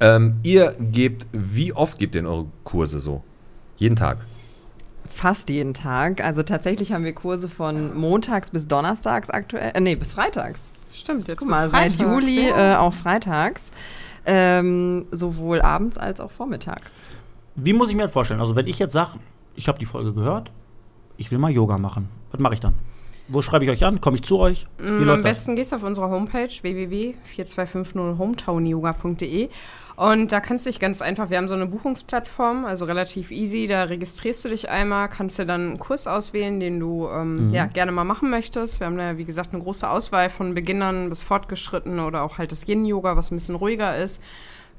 Speaker 1: ähm, ihr gebt, wie oft gebt ihr in eure Kurse so? Jeden Tag.
Speaker 5: Fast jeden Tag. Also tatsächlich haben wir Kurse von montags bis donnerstags aktuell. Äh, nee, bis freitags.
Speaker 4: Stimmt, jetzt
Speaker 5: Guck mal,
Speaker 4: bis
Speaker 5: seit
Speaker 4: freitags,
Speaker 5: Juli
Speaker 4: ja.
Speaker 5: äh, auch freitags. Ähm, sowohl abends als auch vormittags.
Speaker 2: Wie muss ich mir das vorstellen? Also, wenn ich jetzt sage, ich habe die Folge gehört, ich will mal Yoga machen. Was mache ich dann? Wo schreibe ich euch an? Komme ich zu euch? Wie
Speaker 4: Mm, Am
Speaker 2: läuft das?
Speaker 4: besten gehst du auf unsere Homepage www.4250hometownyoga.de und da kannst du dich ganz einfach, wir haben so eine Buchungsplattform, also relativ easy, da registrierst du dich einmal, kannst dir dann einen Kurs auswählen, den du ähm,
Speaker 2: Mhm.
Speaker 4: ja, gerne mal machen möchtest. Wir haben da, wie gesagt, eine große Auswahl von Beginnern bis Fortgeschrittenen oder auch halt das Yin-Yoga, was ein bisschen ruhiger ist.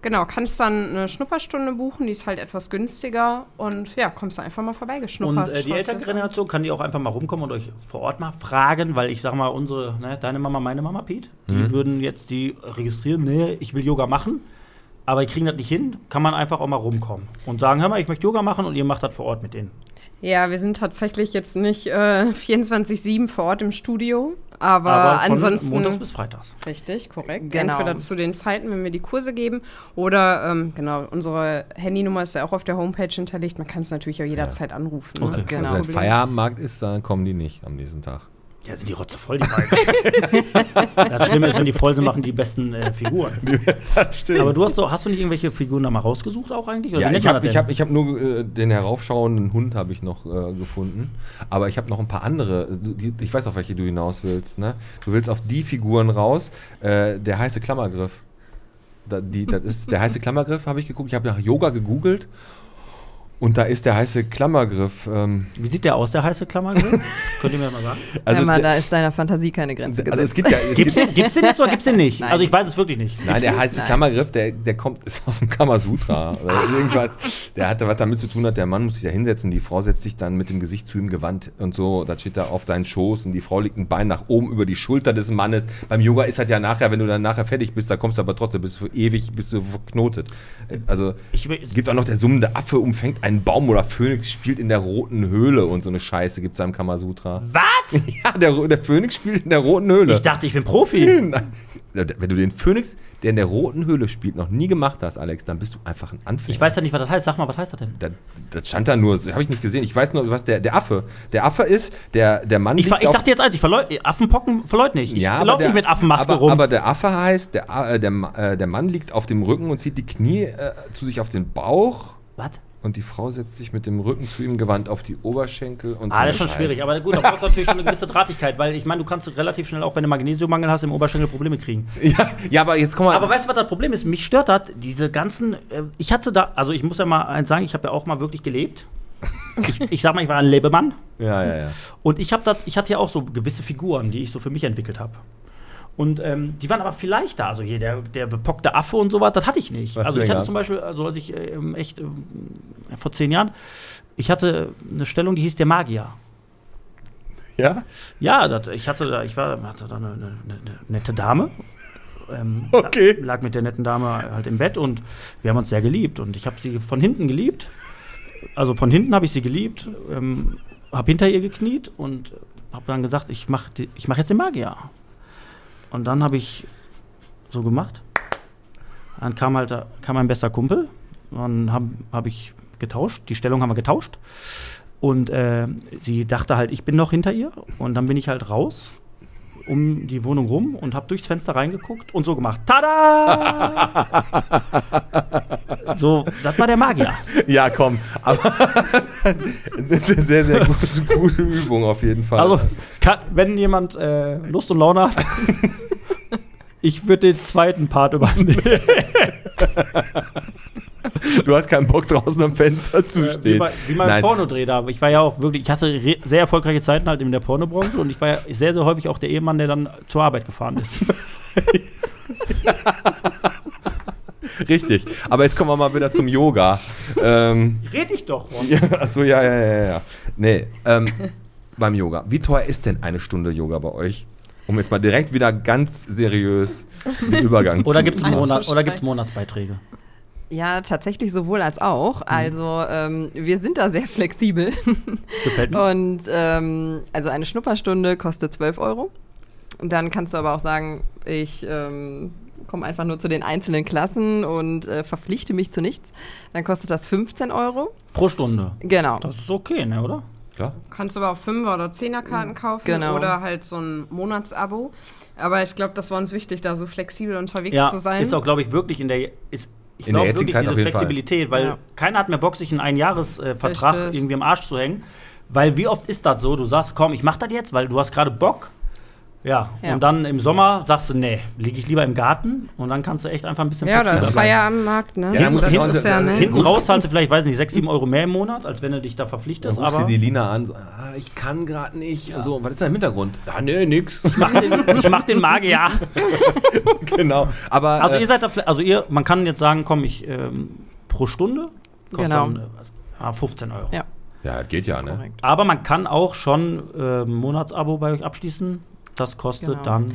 Speaker 4: Genau, kannst dann eine Schnupperstunde buchen, die ist halt etwas günstiger und ja, kommst da einfach mal vorbeigeschnuppert.
Speaker 2: Und äh, die
Speaker 4: schaust dir das an.
Speaker 2: Elterngeneration kann die auch einfach mal rumkommen und euch vor Ort mal fragen, weil ich sag mal, unsere, ne, deine Mama, meine Mama, Pete, die würden jetzt die registrieren, nee, ich will Yoga machen, aber die kriegen das nicht hin, kann man einfach auch mal rumkommen und sagen, hör mal, ich möchte Yoga machen und ihr macht das vor Ort mit denen.
Speaker 4: Ja, wir sind tatsächlich jetzt nicht äh, 24-7 vor Ort im Studio, aber,
Speaker 2: von Montags
Speaker 4: ansonsten.
Speaker 2: bis Freitags.
Speaker 4: Richtig, korrekt.
Speaker 5: Genau.
Speaker 4: Genau. Entweder zu den Zeiten, wenn wir die Kurse geben, oder ähm, genau, unsere Handynummer ist ja auch auf der Homepage hinterlegt. Man kann es natürlich auch jederzeit anrufen.
Speaker 2: Okay.
Speaker 4: Ne? Genau.
Speaker 1: Wenn es ein Feierabendmarkt ist, dann kommen die nicht am nächsten Tag.
Speaker 2: Ja, sind die Rotze voll, die beiden. das Schlimme ist, wenn die voll sind, machen die besten äh, Figuren.
Speaker 1: Das stimmt.
Speaker 2: Aber du hast, doch, hast du nicht irgendwelche Figuren da mal rausgesucht auch eigentlich? Oder
Speaker 1: ja,
Speaker 2: wie nennt
Speaker 1: ich
Speaker 2: man
Speaker 1: habe
Speaker 2: das
Speaker 1: ich
Speaker 2: denn?
Speaker 1: hab, ich hab nur äh, den heraufschauenden Hund habe ich noch äh, gefunden. Aber ich habe noch ein paar andere. äh, Du- Die, ich weiß, auf welche du hinaus willst. Ne? Du willst auf die Figuren raus. Äh, der heiße Klammergriff. Da, die, das ist, der heiße Klammergriff habe ich geguckt. Ich habe nach Yoga gegoogelt. Und da ist der heiße Klammergriff. Ähm,
Speaker 2: Wie sieht der aus, der heiße Klammer? Könnt ihr mir das mal sagen?
Speaker 1: also,
Speaker 5: Emma,
Speaker 1: der-
Speaker 5: da ist deiner Fantasie keine Grenze
Speaker 1: also
Speaker 5: gesetzt.
Speaker 1: es gibt ja. Es
Speaker 2: Gibt's,
Speaker 1: gibt,
Speaker 2: den- gibt's den jetzt oder gibt's den nicht?
Speaker 5: Nein.
Speaker 2: Also ich weiß es wirklich nicht.
Speaker 1: Nein, der heiße
Speaker 5: Nein.
Speaker 1: Klammergriff, der, der kommt, ist aus dem Kamasutra. Oder irgendwas. Der hatte was damit zu tun hat, der Mann muss sich da hinsetzen, die Frau setzt sich dann mit dem Gesicht zu ihm gewandt und so, das steht da auf seinen Schoß und die Frau legt ein Bein nach oben über die Schulter des Mannes. Beim Yoga ist das ja nachher, wenn du dann nachher fertig bist, da kommst du aber trotzdem, bist du ewig, bist du verknotet. Äh, Also
Speaker 2: Ich-
Speaker 1: gibt auch noch der summende Affe umfängt einen Baum oder Phönix spielt in der roten Höhle und so eine Scheiße gibt es im Kamasutra.
Speaker 2: Mhm. Was?
Speaker 1: Ja, der, der Phönix spielt in der roten Höhle.
Speaker 2: Ich dachte, ich bin Profi.
Speaker 1: Nein. Wenn du den Phönix, der in der roten Höhle spielt, noch nie gemacht hast, Alex, dann bist du einfach ein Anfänger.
Speaker 2: Ich weiß ja nicht, was das heißt. Sag mal, was heißt das denn?
Speaker 1: Das, das stand da nur, habe ich nicht gesehen. Ich weiß nur, was der, der Affe. Der Affe ist, der, der Mann.
Speaker 2: Ich, ver-
Speaker 1: liegt
Speaker 2: ich
Speaker 1: auf-
Speaker 2: dachte jetzt eins, ich verleu Affenpocken verleut nicht. Ich
Speaker 1: Ja, aber
Speaker 2: laufe
Speaker 1: der-
Speaker 2: nicht mit Affenmaske
Speaker 1: aber,
Speaker 2: rum.
Speaker 1: Aber der Affe heißt, der, A- äh, der, Ma- äh, der Mann liegt auf dem Rücken und zieht die Knie äh, zu sich auf den Bauch.
Speaker 2: was?
Speaker 1: Und die Frau setzt sich mit dem Rücken zu ihm gewandt auf die Oberschenkel und so
Speaker 2: Ah, das ist schon
Speaker 1: eine Scheiße.
Speaker 2: schwierig. Aber gut, da brauchst du natürlich schon eine gewisse Drahtigkeit, weil ich meine, du kannst relativ schnell, auch wenn du Magnesiummangel hast, im Oberschenkel Probleme kriegen.
Speaker 1: Ja, ja, aber jetzt komm mal.
Speaker 2: Aber weißt du, was das Problem ist? Mich stört das, diese ganzen. Äh, ich hatte da, also ich muss ja mal eins sagen, ich habe ja auch mal wirklich gelebt. Ich, ich sag mal, ich war ein Lebemann.
Speaker 1: ja, ja, ja.
Speaker 2: Und ich, hab dat, ich hatte ja auch so gewisse Figuren, die ich so für mich entwickelt habe. Und ähm, die waren aber vielleicht da. Also hier der, der bepockte Affe und sowas, das hatte ich nicht.
Speaker 1: Was
Speaker 2: also
Speaker 1: du
Speaker 2: ich
Speaker 1: denn gehabt?
Speaker 2: hatte zum Beispiel, also als ich äh, ähm, echt ähm, vor zehn Jahren, ich hatte eine Stellung, die hieß der Magier.
Speaker 1: Ja?
Speaker 2: Ja, dat, ich hatte da, ich war, hatte da eine, eine, eine nette Dame. Ähm,
Speaker 1: Okay.
Speaker 2: la- Lag mit der netten Dame halt im Bett und wir haben uns sehr geliebt. Und ich habe sie von hinten geliebt. Also von hinten habe ich sie geliebt, ähm, habe hinter ihr gekniet und habe dann gesagt, ich mache ich mach jetzt den Magier. Und dann habe ich so gemacht. Dann kam halt da- kam mein bester Kumpel. Dann habe hab ich getauscht. Die Stellung haben wir getauscht. Und äh, sie dachte halt, ich bin noch hinter ihr. Und dann bin ich halt raus um die Wohnung rum und habe durchs Fenster reingeguckt und so gemacht. Tada! so, das war der Magier.
Speaker 1: Ja, komm. Aber das ist eine sehr, sehr gute, gute Übung auf jeden Fall.
Speaker 2: Also, kann, wenn jemand äh, Lust und Laune hat, ich würde den zweiten Part übernehmen.
Speaker 1: du hast keinen Bock draußen am Fenster zu
Speaker 2: Äh, Wie
Speaker 1: stehen.
Speaker 2: bei, wie mein
Speaker 1: Nein.
Speaker 2: Pornodreh da. Ich war ja auch wirklich, ich hatte re- sehr erfolgreiche Zeiten halt in der Pornobranche und ich war ja sehr, sehr häufig auch der Ehemann, der dann zur Arbeit gefahren ist.
Speaker 1: Richtig. Aber jetzt kommen wir mal wieder zum Yoga. ähm,
Speaker 2: Red ich doch. Mann.
Speaker 1: ja, achso, ja, ja, ja, ja. Nee, ähm, beim Yoga. Wie teuer ist denn eine Stunde Yoga bei euch? Um jetzt mal direkt wieder ganz seriös den Übergang
Speaker 2: Oder gibt es
Speaker 1: machen.
Speaker 4: Monat-
Speaker 2: Monat, oder gibt's Monatsbeiträge?
Speaker 5: ja, tatsächlich sowohl als auch.
Speaker 1: Mhm.
Speaker 5: Also ähm, wir sind da sehr flexibel.
Speaker 1: Mhm.
Speaker 2: Gefällt mir.
Speaker 5: Und ähm, also eine Schnupperstunde kostet 12 Euro. Und dann kannst du aber auch sagen, ich ähm, komme einfach nur zu den einzelnen Klassen und äh, verpflichte mich zu nichts. Dann kostet das 15 Euro.
Speaker 2: Pro Stunde.
Speaker 5: Genau.
Speaker 2: Das ist okay, ne, oder?
Speaker 1: Klar.
Speaker 4: Kannst aber auch Fünfer- oder Zehnerkarten kaufen
Speaker 5: Genau.
Speaker 4: oder halt so ein Monatsabo. Aber ich glaube, das war uns wichtig, da so flexibel unterwegs zu sein.
Speaker 2: ist auch, glaube ich, wirklich in der. Ist, ich
Speaker 1: In
Speaker 2: glaube
Speaker 1: der jetzigen
Speaker 2: wirklich
Speaker 1: Zeit
Speaker 2: diese
Speaker 1: auf jeden Fall.
Speaker 2: Flexibilität, weil
Speaker 5: Ja.
Speaker 2: keiner hat mehr Bock, sich einen Einjahresvertrag
Speaker 4: Richtig.
Speaker 2: irgendwie im Arsch zu hängen. Weil wie oft ist das so? Du sagst, komm, ich mach das jetzt, weil du hast gerade Bock. Ja.
Speaker 5: Ja.
Speaker 2: und dann im Sommer sagst du, nee, liege ich lieber im Garten und dann kannst du echt einfach ein bisschen
Speaker 4: Ja, da
Speaker 2: flexibler
Speaker 4: ist
Speaker 2: bleiben.
Speaker 4: Feier am Markt, ne?
Speaker 1: Ja, da muss
Speaker 4: das
Speaker 1: ich auch-
Speaker 4: ist ja, ne?
Speaker 2: Hinten raus zahlst du vielleicht, weiß nicht, 6, 7 Euro mehr im Monat, als wenn du dich da
Speaker 1: Dann
Speaker 2: verpflichtest.
Speaker 1: rufst du
Speaker 2: aber
Speaker 1: die Lina an, so, ah, ich kann gerade nicht. So, was ist denn im Hintergrund? Ah, nee, nix.
Speaker 2: ich mach den, ich mach den Magier.
Speaker 1: genau. Aber
Speaker 2: Also
Speaker 1: äh,
Speaker 2: ihr seid da, fle- also ihr, man kann jetzt sagen, komm, ich ähm, pro Stunde kostet
Speaker 5: Genau.
Speaker 2: dann, äh, was- ah, 15 Euro.
Speaker 5: Ja.
Speaker 1: ja, das geht ja, ne?
Speaker 5: Korrekt.
Speaker 2: Aber man kann auch schon äh, ein Monatsabo bei euch abschließen. Das kostet
Speaker 5: Genau.
Speaker 2: dann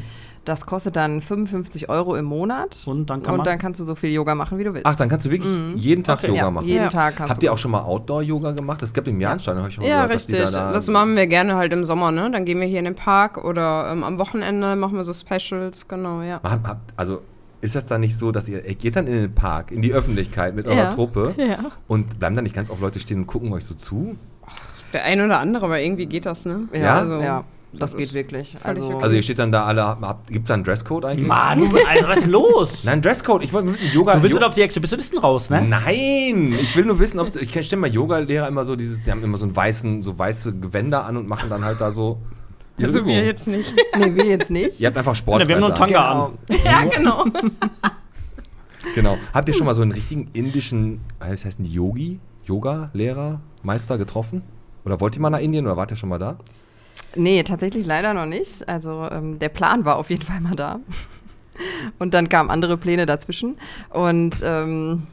Speaker 5: Das kostet dann 55 Euro im Monat.
Speaker 2: und dann kann
Speaker 5: und
Speaker 2: man.
Speaker 5: dann kannst du so viel Yoga machen, wie du willst.
Speaker 1: Ach, dann kannst du wirklich jeden Tag
Speaker 2: Okay.
Speaker 1: Yoga
Speaker 5: ja,
Speaker 1: machen.
Speaker 5: jeden
Speaker 4: Ja.
Speaker 5: Tag kannst
Speaker 1: Habt
Speaker 5: du.
Speaker 1: ihr auch schon mal Outdoor-Yoga gemacht? Es gibt im Jahnstein, habe ich mal
Speaker 4: Ja,
Speaker 1: gehört, dass die
Speaker 4: richtig.
Speaker 1: da, da,
Speaker 4: das machen wir gerne halt im Sommer, ne? Dann gehen wir hier in den Park oder ähm, am Wochenende machen wir so Specials, genau, ja.
Speaker 1: Hab- hab- Also ist das dann nicht so, dass ihr, ihr geht dann in den Park, in die Öffentlichkeit mit eurer
Speaker 4: Ja.
Speaker 1: Truppe
Speaker 4: Ja.
Speaker 1: und bleiben dann nicht ganz oft Leute stehen und gucken euch so zu?
Speaker 4: Der ein oder andere, aber irgendwie geht das, ne?
Speaker 5: Ja,
Speaker 1: Ja?
Speaker 5: also, ja das,
Speaker 4: das
Speaker 5: geht
Speaker 4: ist
Speaker 5: wirklich.
Speaker 4: völlig
Speaker 5: Also,
Speaker 4: okay.
Speaker 1: Also ihr steht dann da alle, gibt es da einen Dresscode eigentlich?
Speaker 2: Mann, Alter, was ist los?
Speaker 1: Nein, Dresscode, ich wollte nur wissen, Yoga...
Speaker 2: Du willst
Speaker 1: Jo- Hm.
Speaker 2: doch auf die Exhibitionisten raus, ne?
Speaker 1: Nein, ich will nur wissen, ob ich kenn- stell mal Yoga-Lehrer immer so dieses, die haben immer so einen weißen, so weiße Gewänder an und machen dann halt da so. ihre
Speaker 4: also wir
Speaker 1: Übungen.
Speaker 4: jetzt nicht.
Speaker 5: nee, wir jetzt nicht.
Speaker 1: Ihr habt einfach Sport.
Speaker 2: Ne, wir haben nur einen Tanga an.
Speaker 4: ja, genau.
Speaker 1: Genau. Habt ihr schon mal so einen richtigen indischen, was heißt denn die Yogi, Yoga-Lehrer, Meister getroffen? Oder wollt ihr mal nach Indien oder wart ihr schon mal da?
Speaker 5: Nee, tatsächlich leider noch nicht. Also ähm, der Plan war auf jeden Fall mal da. Und dann kamen andere Pläne dazwischen. Und ähm,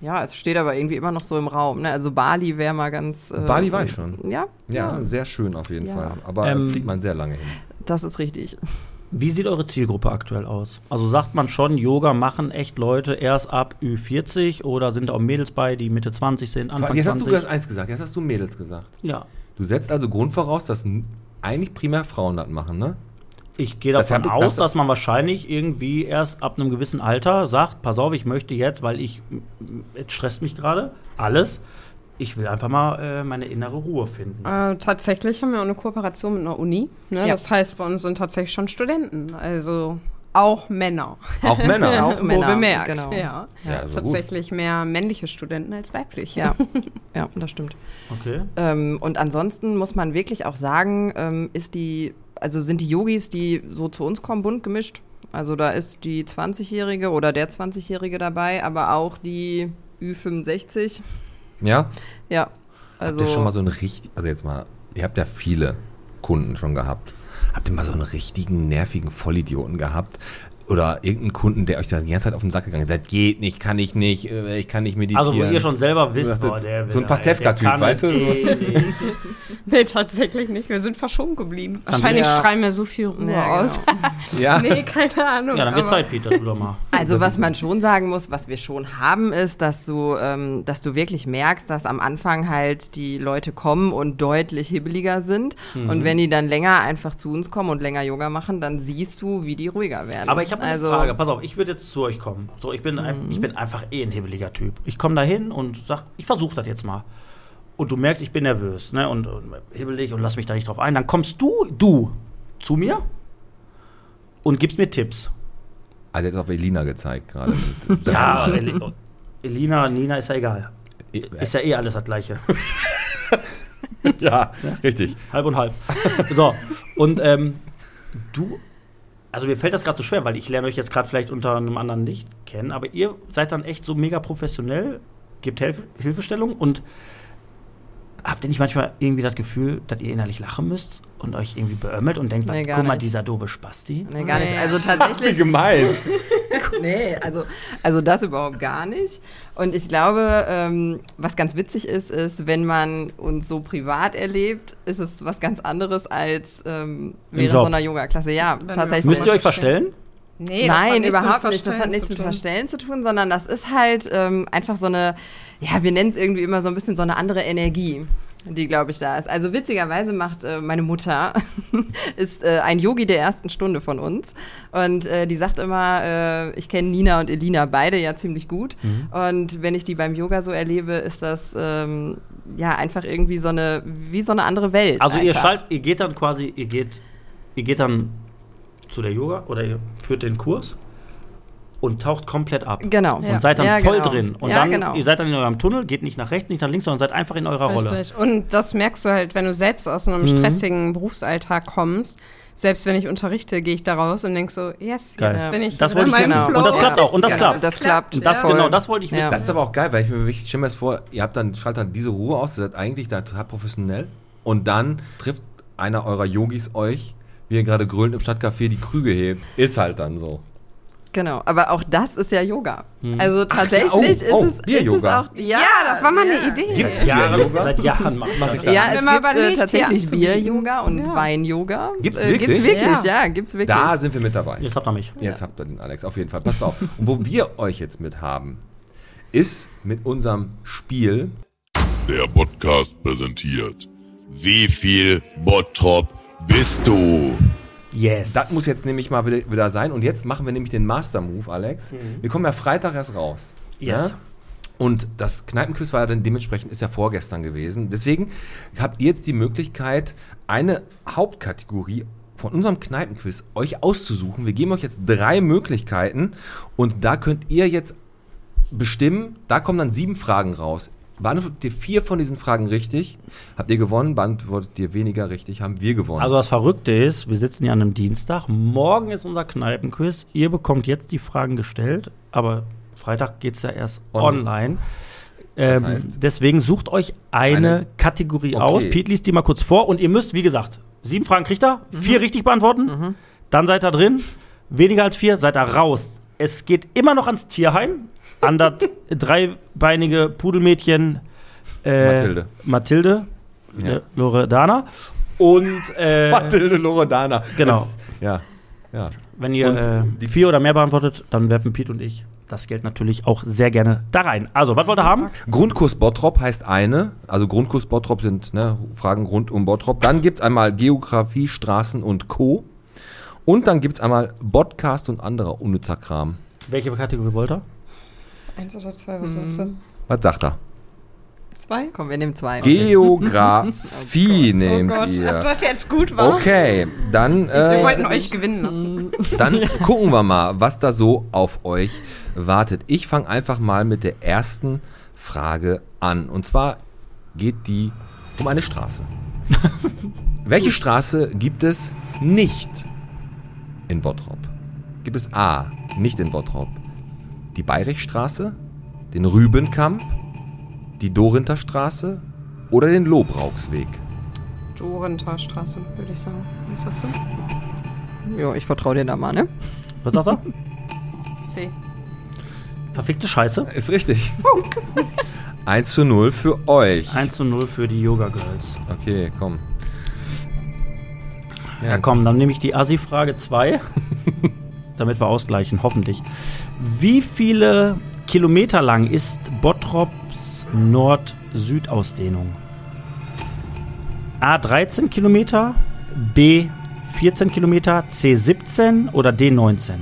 Speaker 5: ja, es steht aber irgendwie immer noch so im Raum. Ne? Also Bali wäre mal ganz. äh,
Speaker 1: Bali war ich schon.
Speaker 5: Ja,
Speaker 1: Ja, sehr schön auf jeden
Speaker 5: Ja.
Speaker 1: Fall. Aber
Speaker 2: Ähm,
Speaker 1: fliegt man sehr lange hin.
Speaker 5: das ist richtig.
Speaker 2: Wie sieht eure Zielgruppe aktuell aus? Also sagt man schon, Yoga machen echt Leute erst ab Ü40 oder sind da auch Mädels bei, die Mitte 20 sind, Anfang
Speaker 1: Jetzt hast du
Speaker 2: 20?
Speaker 1: das eins gesagt, jetzt hast du Mädels gesagt.
Speaker 2: ja.
Speaker 1: Du setzt also Grund voraus, dass n- eigentlich primär Frauen das machen, ne?
Speaker 2: Ich gehe
Speaker 1: Das
Speaker 2: davon
Speaker 1: hab ich-
Speaker 2: aus,
Speaker 1: das-
Speaker 2: dass man wahrscheinlich irgendwie erst ab einem gewissen Alter sagt, pass auf, ich möchte jetzt, weil ich, es stresst mich gerade, alles. Ich will einfach mal äh, meine innere Ruhe finden.
Speaker 4: Äh, tatsächlich haben wir auch eine Kooperation mit einer Uni. Ne?
Speaker 5: Ja.
Speaker 4: Das heißt, bei uns sind tatsächlich schon Studenten, also auch Männer.
Speaker 1: Auch Männer.
Speaker 5: Auch Männer,
Speaker 4: Wo bemerkt.
Speaker 5: genau.
Speaker 4: Ja.
Speaker 1: Ja, also gut.
Speaker 4: tatsächlich mehr männliche Studenten als weibliche.
Speaker 5: Ja, ja das stimmt.
Speaker 2: Okay.
Speaker 5: Ähm, und ansonsten muss man wirklich auch sagen, ähm, ist die, also sind die Yogis, die so zu uns kommen, bunt gemischt. Also da ist die 20-Jährige oder der 20-Jährige dabei, aber auch die Ü65.
Speaker 1: Ja?
Speaker 5: Ja.
Speaker 1: Habt
Speaker 5: Also
Speaker 1: ihr schon mal so einen richtig, also jetzt mal, ihr habt ja viele Kunden schon gehabt. Habt ihr mal so einen richtigen, nervigen Vollidioten gehabt? Oder irgendeinen Kunden, der euch da die ganze Zeit auf den Sack gegangen ist? Das geht nicht, kann ich nicht, äh, ich kann nicht meditieren.
Speaker 2: Also, wo ihr schon selber wisst,
Speaker 1: Sagt,
Speaker 2: oh, der
Speaker 1: so ein
Speaker 2: will-
Speaker 1: Pastewka-Typ,
Speaker 2: der kann
Speaker 1: weißt du,
Speaker 2: es
Speaker 1: so.
Speaker 2: eh nicht.
Speaker 4: Nee, tatsächlich nicht. Wir sind verschoben geblieben. Wahrscheinlich
Speaker 5: wir-
Speaker 4: strahlen wir so viel Ruhe
Speaker 5: Ja,
Speaker 4: aus.
Speaker 5: genau.
Speaker 1: Ja.
Speaker 4: Nee, keine Ahnung.
Speaker 2: Ja, dann wird
Speaker 4: aber-
Speaker 2: Zeit, Peter, du doch mal.
Speaker 5: Also was man schon sagen muss, was wir schon haben, ist, dass du, ähm, dass du wirklich merkst, dass am Anfang halt die Leute kommen und deutlich hibbeliger sind.
Speaker 1: Mhm.
Speaker 5: Und wenn die dann länger einfach zu uns kommen und länger Yoga machen, dann siehst du, wie die ruhiger werden.
Speaker 2: Aber ich habe
Speaker 5: also,
Speaker 2: eine Frage. Pass auf, ich würde jetzt zu euch kommen. So, ich bin, ein, ich bin einfach eh ein hibbeliger Typ. Ich komme da hin und sag, ich versuche das jetzt mal. Und du merkst, ich bin nervös ne? und, und hibbelig und lass mich da nicht drauf ein. Dann kommst du, du, zu mir und gibst mir Tipps.
Speaker 1: Also jetzt auf Elina gezeigt gerade.
Speaker 2: Ja, Eli- Elina, Nina ist ja egal. Ist ja eh alles das Gleiche.
Speaker 1: äh, ja, richtig.
Speaker 2: halb und halb. So, und ähm, du, also mir fällt das gerade so schwer, weil ich lerne euch jetzt gerade vielleicht unter einem anderen Licht kennen, aber ihr seid dann echt so mega professionell, gebt Hilf Hilfestellung und habt ihr nicht manchmal irgendwie das Gefühl, dass ihr innerlich lachen müsst und euch irgendwie beömmelt und denkt,
Speaker 5: Nee,
Speaker 2: guck
Speaker 5: gar
Speaker 2: mal,
Speaker 5: nicht.
Speaker 2: dieser doofe Spasti?
Speaker 5: Nee, gar nicht.
Speaker 4: Nee.
Speaker 5: Also
Speaker 1: Wie
Speaker 5: tatsächlich,
Speaker 1: gemein.
Speaker 5: nee, also, also das überhaupt gar nicht. Und ich glaube, ähm, was ganz witzig ist, ist, wenn man uns so privat erlebt, ist es was ganz anderes als ähm, während
Speaker 2: Job.
Speaker 5: so einer Yoga-Klasse. Ja,
Speaker 4: Wenn wir-
Speaker 5: tatsächlich.
Speaker 2: Müsst ihr euch verstellen?
Speaker 4: Nee, das hat
Speaker 5: Nein,
Speaker 4: nichts mit
Speaker 5: überhaupt nicht. Das
Speaker 4: Verstellen
Speaker 5: hat nichts
Speaker 4: zu
Speaker 5: mit
Speaker 4: tun.
Speaker 5: Verstellen zu tun, sondern das ist halt ähm, einfach so eine, ja, wir nennen es irgendwie immer so ein bisschen so eine andere Energie, die, glaube ich, da ist. Also witzigerweise macht äh, meine Mutter, ist äh, ein Yogi der ersten Stunde von uns und äh, die sagt immer, äh, ich kenne Nina und Elina beide ja ziemlich gut
Speaker 2: Mhm.
Speaker 5: und wenn ich die beim Yoga so erlebe, ist das ähm, ja einfach irgendwie so eine, wie so eine andere Welt.
Speaker 2: Also ihr
Speaker 5: einfach.
Speaker 2: schalt, ihr geht dann quasi, ihr geht, ihr geht dann zu der Yoga oder ihr führt den Kurs und taucht komplett ab.
Speaker 5: Genau.
Speaker 4: Ja.
Speaker 2: Und seid dann
Speaker 5: Ja,
Speaker 2: voll
Speaker 5: genau.
Speaker 2: drin. Und
Speaker 5: Ja,
Speaker 2: dann,
Speaker 5: genau.
Speaker 2: ihr seid dann in eurem Tunnel, geht nicht nach rechts, nicht nach links, sondern seid einfach in eurer Rolle.
Speaker 4: Richtig. Und das merkst du halt, wenn du selbst aus einem
Speaker 2: Mhm.
Speaker 4: stressigen Berufsalltag kommst. Selbst wenn ich unterrichte, gehe ich da raus und denk so, yes,
Speaker 2: Geil.
Speaker 4: jetzt bin ich
Speaker 2: Das
Speaker 4: wieder
Speaker 2: wollte ich
Speaker 4: in meinem
Speaker 5: genau.
Speaker 4: Flow.
Speaker 2: Und das klappt auch. Und das
Speaker 4: Ja,
Speaker 2: klappt.
Speaker 5: Das klappt.
Speaker 2: Und das-
Speaker 5: voll.
Speaker 2: genau, das wollte ich wissen.
Speaker 1: Das ist aber auch geil, weil ich mir wirklich, ich stell mir das vor, ihr habt dann, schaltet dann diese Ruhe aus, ihr seid eigentlich da total professionell und dann trifft einer eurer Yogis euch, wie ihr gerade grölt im Stadtcafé die Krüge hebt. Ist halt dann so.
Speaker 5: Genau, aber auch das ist ja Yoga.
Speaker 2: Hm.
Speaker 5: Also tatsächlich
Speaker 1: oh,
Speaker 5: ist,
Speaker 1: Bier
Speaker 5: es, ist es
Speaker 1: Yoga.
Speaker 5: auch. Ja,
Speaker 4: das war mal eine Idee.
Speaker 1: Gibt's
Speaker 2: Seit Jahren-
Speaker 1: Bier-Yoga?
Speaker 2: Seit Jahren macht man
Speaker 1: ich
Speaker 2: das.
Speaker 5: Ja,
Speaker 4: Wenn
Speaker 5: es
Speaker 4: man
Speaker 5: gibt äh,
Speaker 4: überlegt,
Speaker 5: tatsächlich
Speaker 4: herzubieten.
Speaker 5: Bier-Yoga und
Speaker 4: Ja.
Speaker 5: Wein-Yoga.
Speaker 1: Gibt's
Speaker 5: Äh, Gibt's
Speaker 1: wirklich?
Speaker 5: wirklich,
Speaker 4: Ja.
Speaker 5: ja, gibt's wirklich.
Speaker 1: Da sind wir mit dabei.
Speaker 2: Jetzt habt ihr mich.
Speaker 1: Jetzt habt ihr den Alex, auf jeden Fall. Passt mal auf. Und wo wir euch jetzt mit haben, ist mit unserem Spiel
Speaker 7: Der Podcast präsentiert. Wie viel Bottrop bist du?
Speaker 2: Yes.
Speaker 1: Das muss jetzt nämlich mal wieder, wieder sein. Und jetzt machen wir nämlich den Master-Move, Alex. Wir kommen ja Freitag erst raus.
Speaker 2: Mhm.
Speaker 1: ne?
Speaker 2: Yes.
Speaker 1: Und das Kneipenquiz war ja dann dementsprechend ist ja vorgestern gewesen. Deswegen habt ihr jetzt die Möglichkeit, eine Hauptkategorie von unserem Kneipenquiz euch auszusuchen. Wir geben euch jetzt drei Möglichkeiten und da könnt ihr jetzt bestimmen. Da kommen dann sieben Fragen raus. Beantwortet ihr vier von diesen Fragen richtig, habt ihr gewonnen. Beantwortet ihr weniger richtig, haben wir gewonnen.
Speaker 2: Also das Verrückte ist, wir sitzen ja an einem Dienstag, morgen ist unser Kneipenquiz, ihr bekommt jetzt die Fragen gestellt, aber Freitag geht es ja erst
Speaker 1: On-
Speaker 2: online. Ähm,
Speaker 1: heißt-
Speaker 2: deswegen sucht euch eine,
Speaker 1: Eine-
Speaker 2: Kategorie
Speaker 1: Okay.
Speaker 2: aus, Pete liest die mal kurz vor und ihr müsst, wie gesagt, sieben Fragen kriegt ihr, vier richtig beantworten, dann seid ihr drin, weniger als vier, seid ihr raus. Es geht immer noch ans Tierheim, an das dreibeinige Pudelmädchen äh,
Speaker 1: Mathilde.
Speaker 2: Mathilde,
Speaker 1: Ja.
Speaker 2: äh, Loredana. Und äh,
Speaker 1: Mathilde Loredana.
Speaker 2: Genau.
Speaker 1: Das, ja, ja.
Speaker 2: wenn ihr
Speaker 1: Und,
Speaker 2: äh,
Speaker 1: die-
Speaker 2: die vier oder mehr beantwortet, dann werfen Piet und ich das Geld natürlich auch sehr gerne da rein. Also, was wollt ihr haben?
Speaker 1: Grundkurs Bottrop heißt eine, also Grundkurs Bottrop sind ne, Fragen rund um Bottrop. Dann gibt es einmal Geografie, Straßen und Co. Und dann gibt es einmal Podcast und anderer unnützer Kram.
Speaker 2: Welche Kategorie wollt ihr?
Speaker 4: Eins oder zwei, was sagst du?
Speaker 1: Was sagt er?
Speaker 4: Zwei?
Speaker 5: Komm, wir nehmen zwei.
Speaker 1: Geografie
Speaker 4: Oh
Speaker 1: nehmt
Speaker 4: ob
Speaker 1: ihr.
Speaker 4: das jetzt gut war.
Speaker 1: Okay, dann,
Speaker 4: Wir
Speaker 1: äh,
Speaker 4: wollten euch gewinnen lassen.
Speaker 1: dann gucken wir mal, was da so auf euch wartet. Ich fange einfach mal mit der ersten Frage an. Und zwar geht die um eine Straße. Welche Straße gibt es nicht in Bottrop? Gibt es A, nicht in Bottrop, die Bayrichstraße, den Rübenkamp, die Dorinter Straße oder den Lobrauchsweg?
Speaker 4: Dorenthaler Straße, würde ich sagen. Was sagst du?
Speaker 5: Jo, ich vertraue dir da mal, ne?
Speaker 2: Was sagt ihr?
Speaker 4: C.
Speaker 2: Verfickte Scheiße.
Speaker 1: Ist richtig. 1 zu 0 für euch.
Speaker 2: 1 zu 0 für die Yoga Girls.
Speaker 1: Okay, komm.
Speaker 2: Ja, komm, dann nehme ich die Assi-Frage 2, damit wir ausgleichen, hoffentlich. Wie viele Kilometer lang ist Bottrops Nord-Süd-Ausdehnung? A 13 Kilometer, B 14 Kilometer, C 17 oder D 19?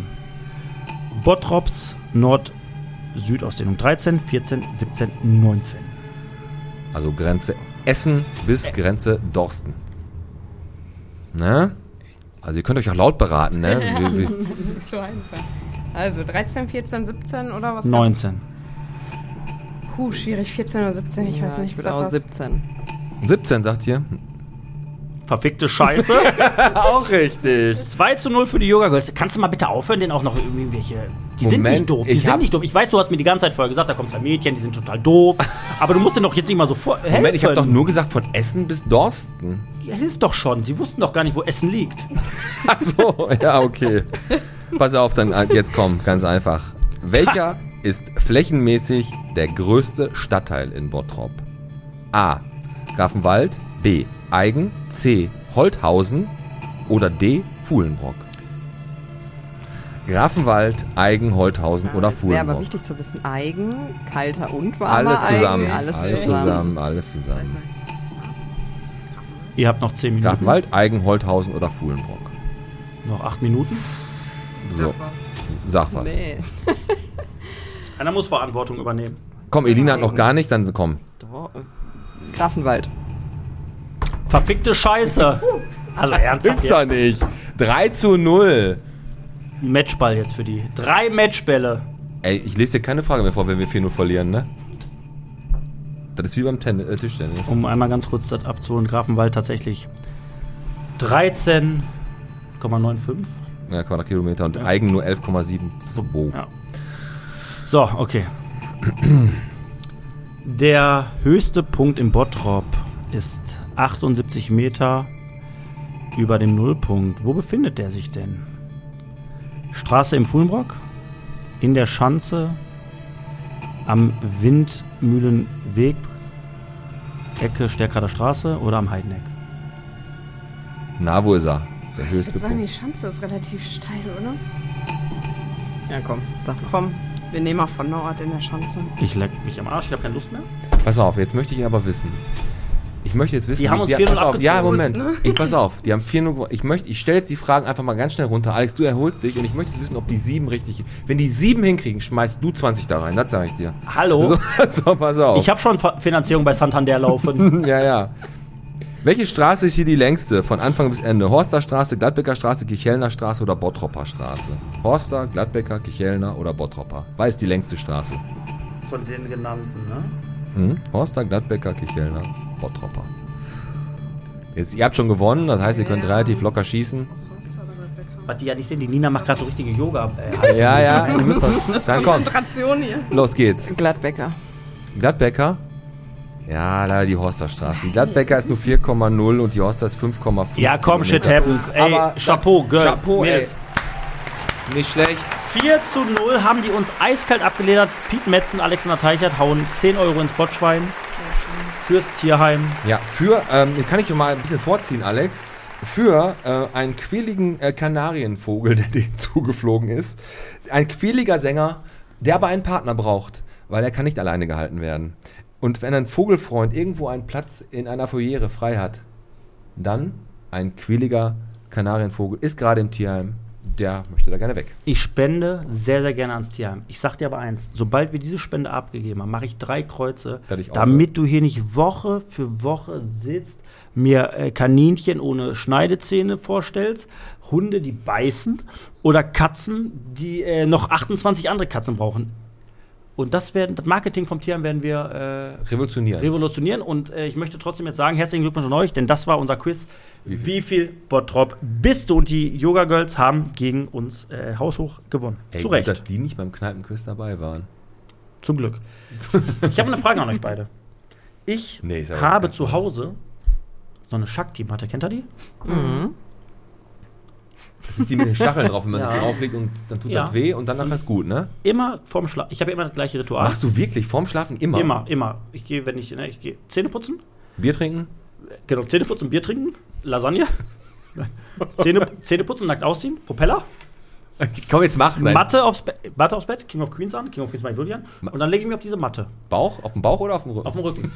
Speaker 2: Bottrops Nord-Süd-Ausdehnung 13, 14, 17, 19.
Speaker 1: Also Grenze Essen bis Grenze Dorsten. Ne? Also ihr könnt euch auch laut beraten, ne? Wie- wie-
Speaker 4: Ist so einfach. Also 13, 14, 17 oder was?
Speaker 2: 19.
Speaker 4: Huh, schwierig. 14 oder 17, ich weiß
Speaker 5: ja,
Speaker 4: nicht.
Speaker 5: ich würde
Speaker 4: Sag
Speaker 5: auch
Speaker 4: was.
Speaker 5: 17.
Speaker 1: 17 um sagt ihr?
Speaker 2: Verfickte Scheiße.
Speaker 1: Auch richtig.
Speaker 2: 2 zu 0 für die Yoga Girls. Kannst du mal bitte aufhören, denen auch noch irgendwelche. Die sind
Speaker 1: Moment,
Speaker 2: nicht doof. Die
Speaker 1: ich hab-
Speaker 2: sind nicht doof. Ich weiß, du hast mir die ganze Zeit vorher gesagt, da kommen zwei Mädchen, die sind total doof. Aber du musst denen doch jetzt nicht mal so vor.
Speaker 1: Moment, ich habe doch nur gesagt von Essen bis Dorsten.
Speaker 2: Hilf doch schon. Sie wussten doch gar nicht, wo Essen liegt.
Speaker 1: Ach so, ja, okay. Pass auf, dann äh, jetzt komm, ganz einfach. Welcher ist flächenmäßig der größte Stadtteil in Bottrop? A. Grafenwald, B. Eigen, C. Holthausen oder D. Fuhlenbrock? Grafenwald, Eigen, Holthausen oder
Speaker 5: Wäre aber
Speaker 1: Fuhlenbrock?
Speaker 5: wichtig zu wissen. Eigen, kalter und warmer
Speaker 1: Alles zusammen,
Speaker 5: Eigen,
Speaker 1: alles,
Speaker 5: alles, zusammen.
Speaker 1: zusammen, alles zusammen.
Speaker 2: Ihr habt noch 10 Minuten.
Speaker 1: Grafenwald, Eigen, Holthausen oder Fuhlenbrock?
Speaker 2: Noch 8 Minuten.
Speaker 1: So, sag was.
Speaker 5: Nee,
Speaker 2: Einer muss Verantwortung übernehmen.
Speaker 1: Komm, Elina hat noch gar nicht, dann komm.
Speaker 5: doch. Grafenwald.
Speaker 2: Verfickte Scheiße. Also ernsthaft.
Speaker 1: Gibt's
Speaker 2: jetzt?
Speaker 1: doch nicht. 3 zu 0.
Speaker 2: Ein Matchball jetzt für die. Drei Matchbälle.
Speaker 1: Ey, ich lese dir keine Frage mehr vor, wenn wir 4-0 verlieren, ne? Das ist wie beim Tenni- äh, Tischtennis.
Speaker 2: Um einmal ganz kurz das abzuholen, Grafenwald tatsächlich 13,95.
Speaker 1: Ja, Quadratkilometer und Eigen nur 11,72.
Speaker 2: Ja. So, okay. Der höchste Punkt im Bottrop ist 78 Meter über dem Nullpunkt. Wo befindet der sich denn? Straße im Fulmbrock? In der Schanze? Am Windmühlenweg? Ecke Stärkrader Straße oder am Heideneck?
Speaker 1: Na, wo ist er? Der
Speaker 4: Ich
Speaker 1: höchste
Speaker 4: würde sagen, die
Speaker 1: Punkt.
Speaker 4: Schanze ist relativ steil, oder?
Speaker 5: Ja, komm, sag mal.
Speaker 4: Komm, wir nehmen mal von Nord in der Schanze.
Speaker 2: Ich leck mich am Arsch, ich habe keine Lust mehr.
Speaker 1: Pass auf, jetzt möchte ich aber wissen. Ich möchte jetzt wissen,
Speaker 2: Die haben uns
Speaker 1: wie-
Speaker 2: 4-0
Speaker 1: pass auf, Ja,
Speaker 2: abgezogen.
Speaker 1: Moment. Ich pass auf, die haben 4-0 gewonnen. Ich möchte ich stelle jetzt die Fragen einfach mal ganz schnell runter. Alex, du erholst dich und ich möchte jetzt wissen, ob die 7 richtig. Wenn die 7 hinkriegen, schmeißt du 20 da rein, das sage ich dir.
Speaker 2: Hallo?
Speaker 1: So, so pass auf.
Speaker 2: Ich habe schon Fa- Finanzierung bei Santander laufen.
Speaker 1: Ja, ja. Welche Straße ist hier die längste? Von Anfang bis Ende? Horster Straße, Gladbecker Straße, Kichelner Straße oder Bottropper Straße? Horster, Gladbecker, Kichelner oder Bottropper? Weiß die längste Straße.
Speaker 2: Von den genannten, ne?
Speaker 1: Mhm. Horster, Gladbecker, Kichelner, Bottropper. Jetzt, ihr habt schon gewonnen, das heißt, ihr könnt
Speaker 4: Ja.
Speaker 1: relativ locker schießen.
Speaker 2: Was die ja nicht sehen, die Nina macht gerade so richtige Yoga. Äh,
Speaker 1: Ja, ja, ihr müsst das. Dann kommt.
Speaker 4: Konzentration hier.
Speaker 1: Los geht's.
Speaker 5: Gladbecker.
Speaker 1: Gladbecker. Ja, leider die Horsterstraße. Die Gladbecker ist nur 4,0 und die Horster ist 5,5.
Speaker 2: ja, komm, shit
Speaker 1: Kilometer.
Speaker 2: happens. Ey,
Speaker 1: Aber das-
Speaker 2: Chapeau, Girl.
Speaker 1: Chapeau, ey.
Speaker 2: Mädels.
Speaker 1: Nicht schlecht.
Speaker 2: 4 zu 0 haben die uns eiskalt abgeledert. Piet Metzen, Alexander Teichert hauen 10 Euro ins Botschwein. Fürs Tierheim.
Speaker 1: Ja, für, ähm, den kann ich mal ein bisschen vorziehen, Alex. Für äh, einen quäligen äh, Kanarienvogel, der dem zugeflogen ist. Ein quäliger Sänger, der aber einen Partner braucht, weil er kann nicht alleine gehalten werden. Und wenn ein Vogelfreund irgendwo einen Platz in einer Foyere frei hat, dann ein quäliger Kanarienvogel ist gerade im Tierheim, der möchte da gerne weg.
Speaker 2: Ich spende sehr, sehr gerne ans Tierheim. Ich sag dir aber eins: Sobald wir diese Spende abgegeben haben, mache ich drei Kreuze,
Speaker 1: Dass ich aufhöre.
Speaker 2: damit du hier nicht Woche für Woche sitzt, mir äh, Kaninchen ohne Schneidezähne vorstellst, Hunde, die beißen oder Katzen, die äh, noch 28 andere Katzen brauchen. Und das werden, das Marketing vom Tierheim werden wir äh,
Speaker 1: Revolutionieren.
Speaker 2: revolutionieren. Und äh, ich möchte trotzdem jetzt sagen, herzlichen Glückwunsch an euch, denn das war unser Quiz. Wie viel Bottrop bist du? Und die Yoga Girls haben gegen uns äh, haushoch gewonnen.
Speaker 1: Ey,
Speaker 2: Zu
Speaker 1: gut,
Speaker 2: Recht.
Speaker 1: dass die nicht beim Kneipenquiz dabei waren.
Speaker 2: Zum Glück. ich habe eine Frage an euch beide. Ich
Speaker 1: Nee, ist aber
Speaker 2: habe
Speaker 1: kein
Speaker 2: zu
Speaker 1: Quiz.
Speaker 2: Hause so eine Shakti-Matte. Kennt ihr die?
Speaker 1: Das ist die mit den Stacheln drauf, wenn man
Speaker 2: Ja.
Speaker 1: sich drauflegt und dann tut
Speaker 2: Ja.
Speaker 1: das weh und dann nachher ist gut, ne?
Speaker 2: Immer vorm Schlaf. Ich habe immer das gleiche Ritual.
Speaker 1: Machst du wirklich vorm Schlafen immer?
Speaker 2: Immer, immer. Ich gehe, wenn ich, ne, ich gehe Zähne putzen.
Speaker 1: Bier trinken?
Speaker 2: Genau, Zähne putzen, Bier trinken, Lasagne. Zähne, Zähne putzen, nackt ausziehen, Propeller.
Speaker 1: Komm, jetzt mach. Nein.
Speaker 2: Matte aufs, Be Matte aufs Bett, King of Queens an, King of Queens mache ich wirklich an. Und dann lege ich mich auf diese Matte,
Speaker 1: Bauch? Auf dem Bauch oder auf dem Rücken?
Speaker 2: auf dem Rücken.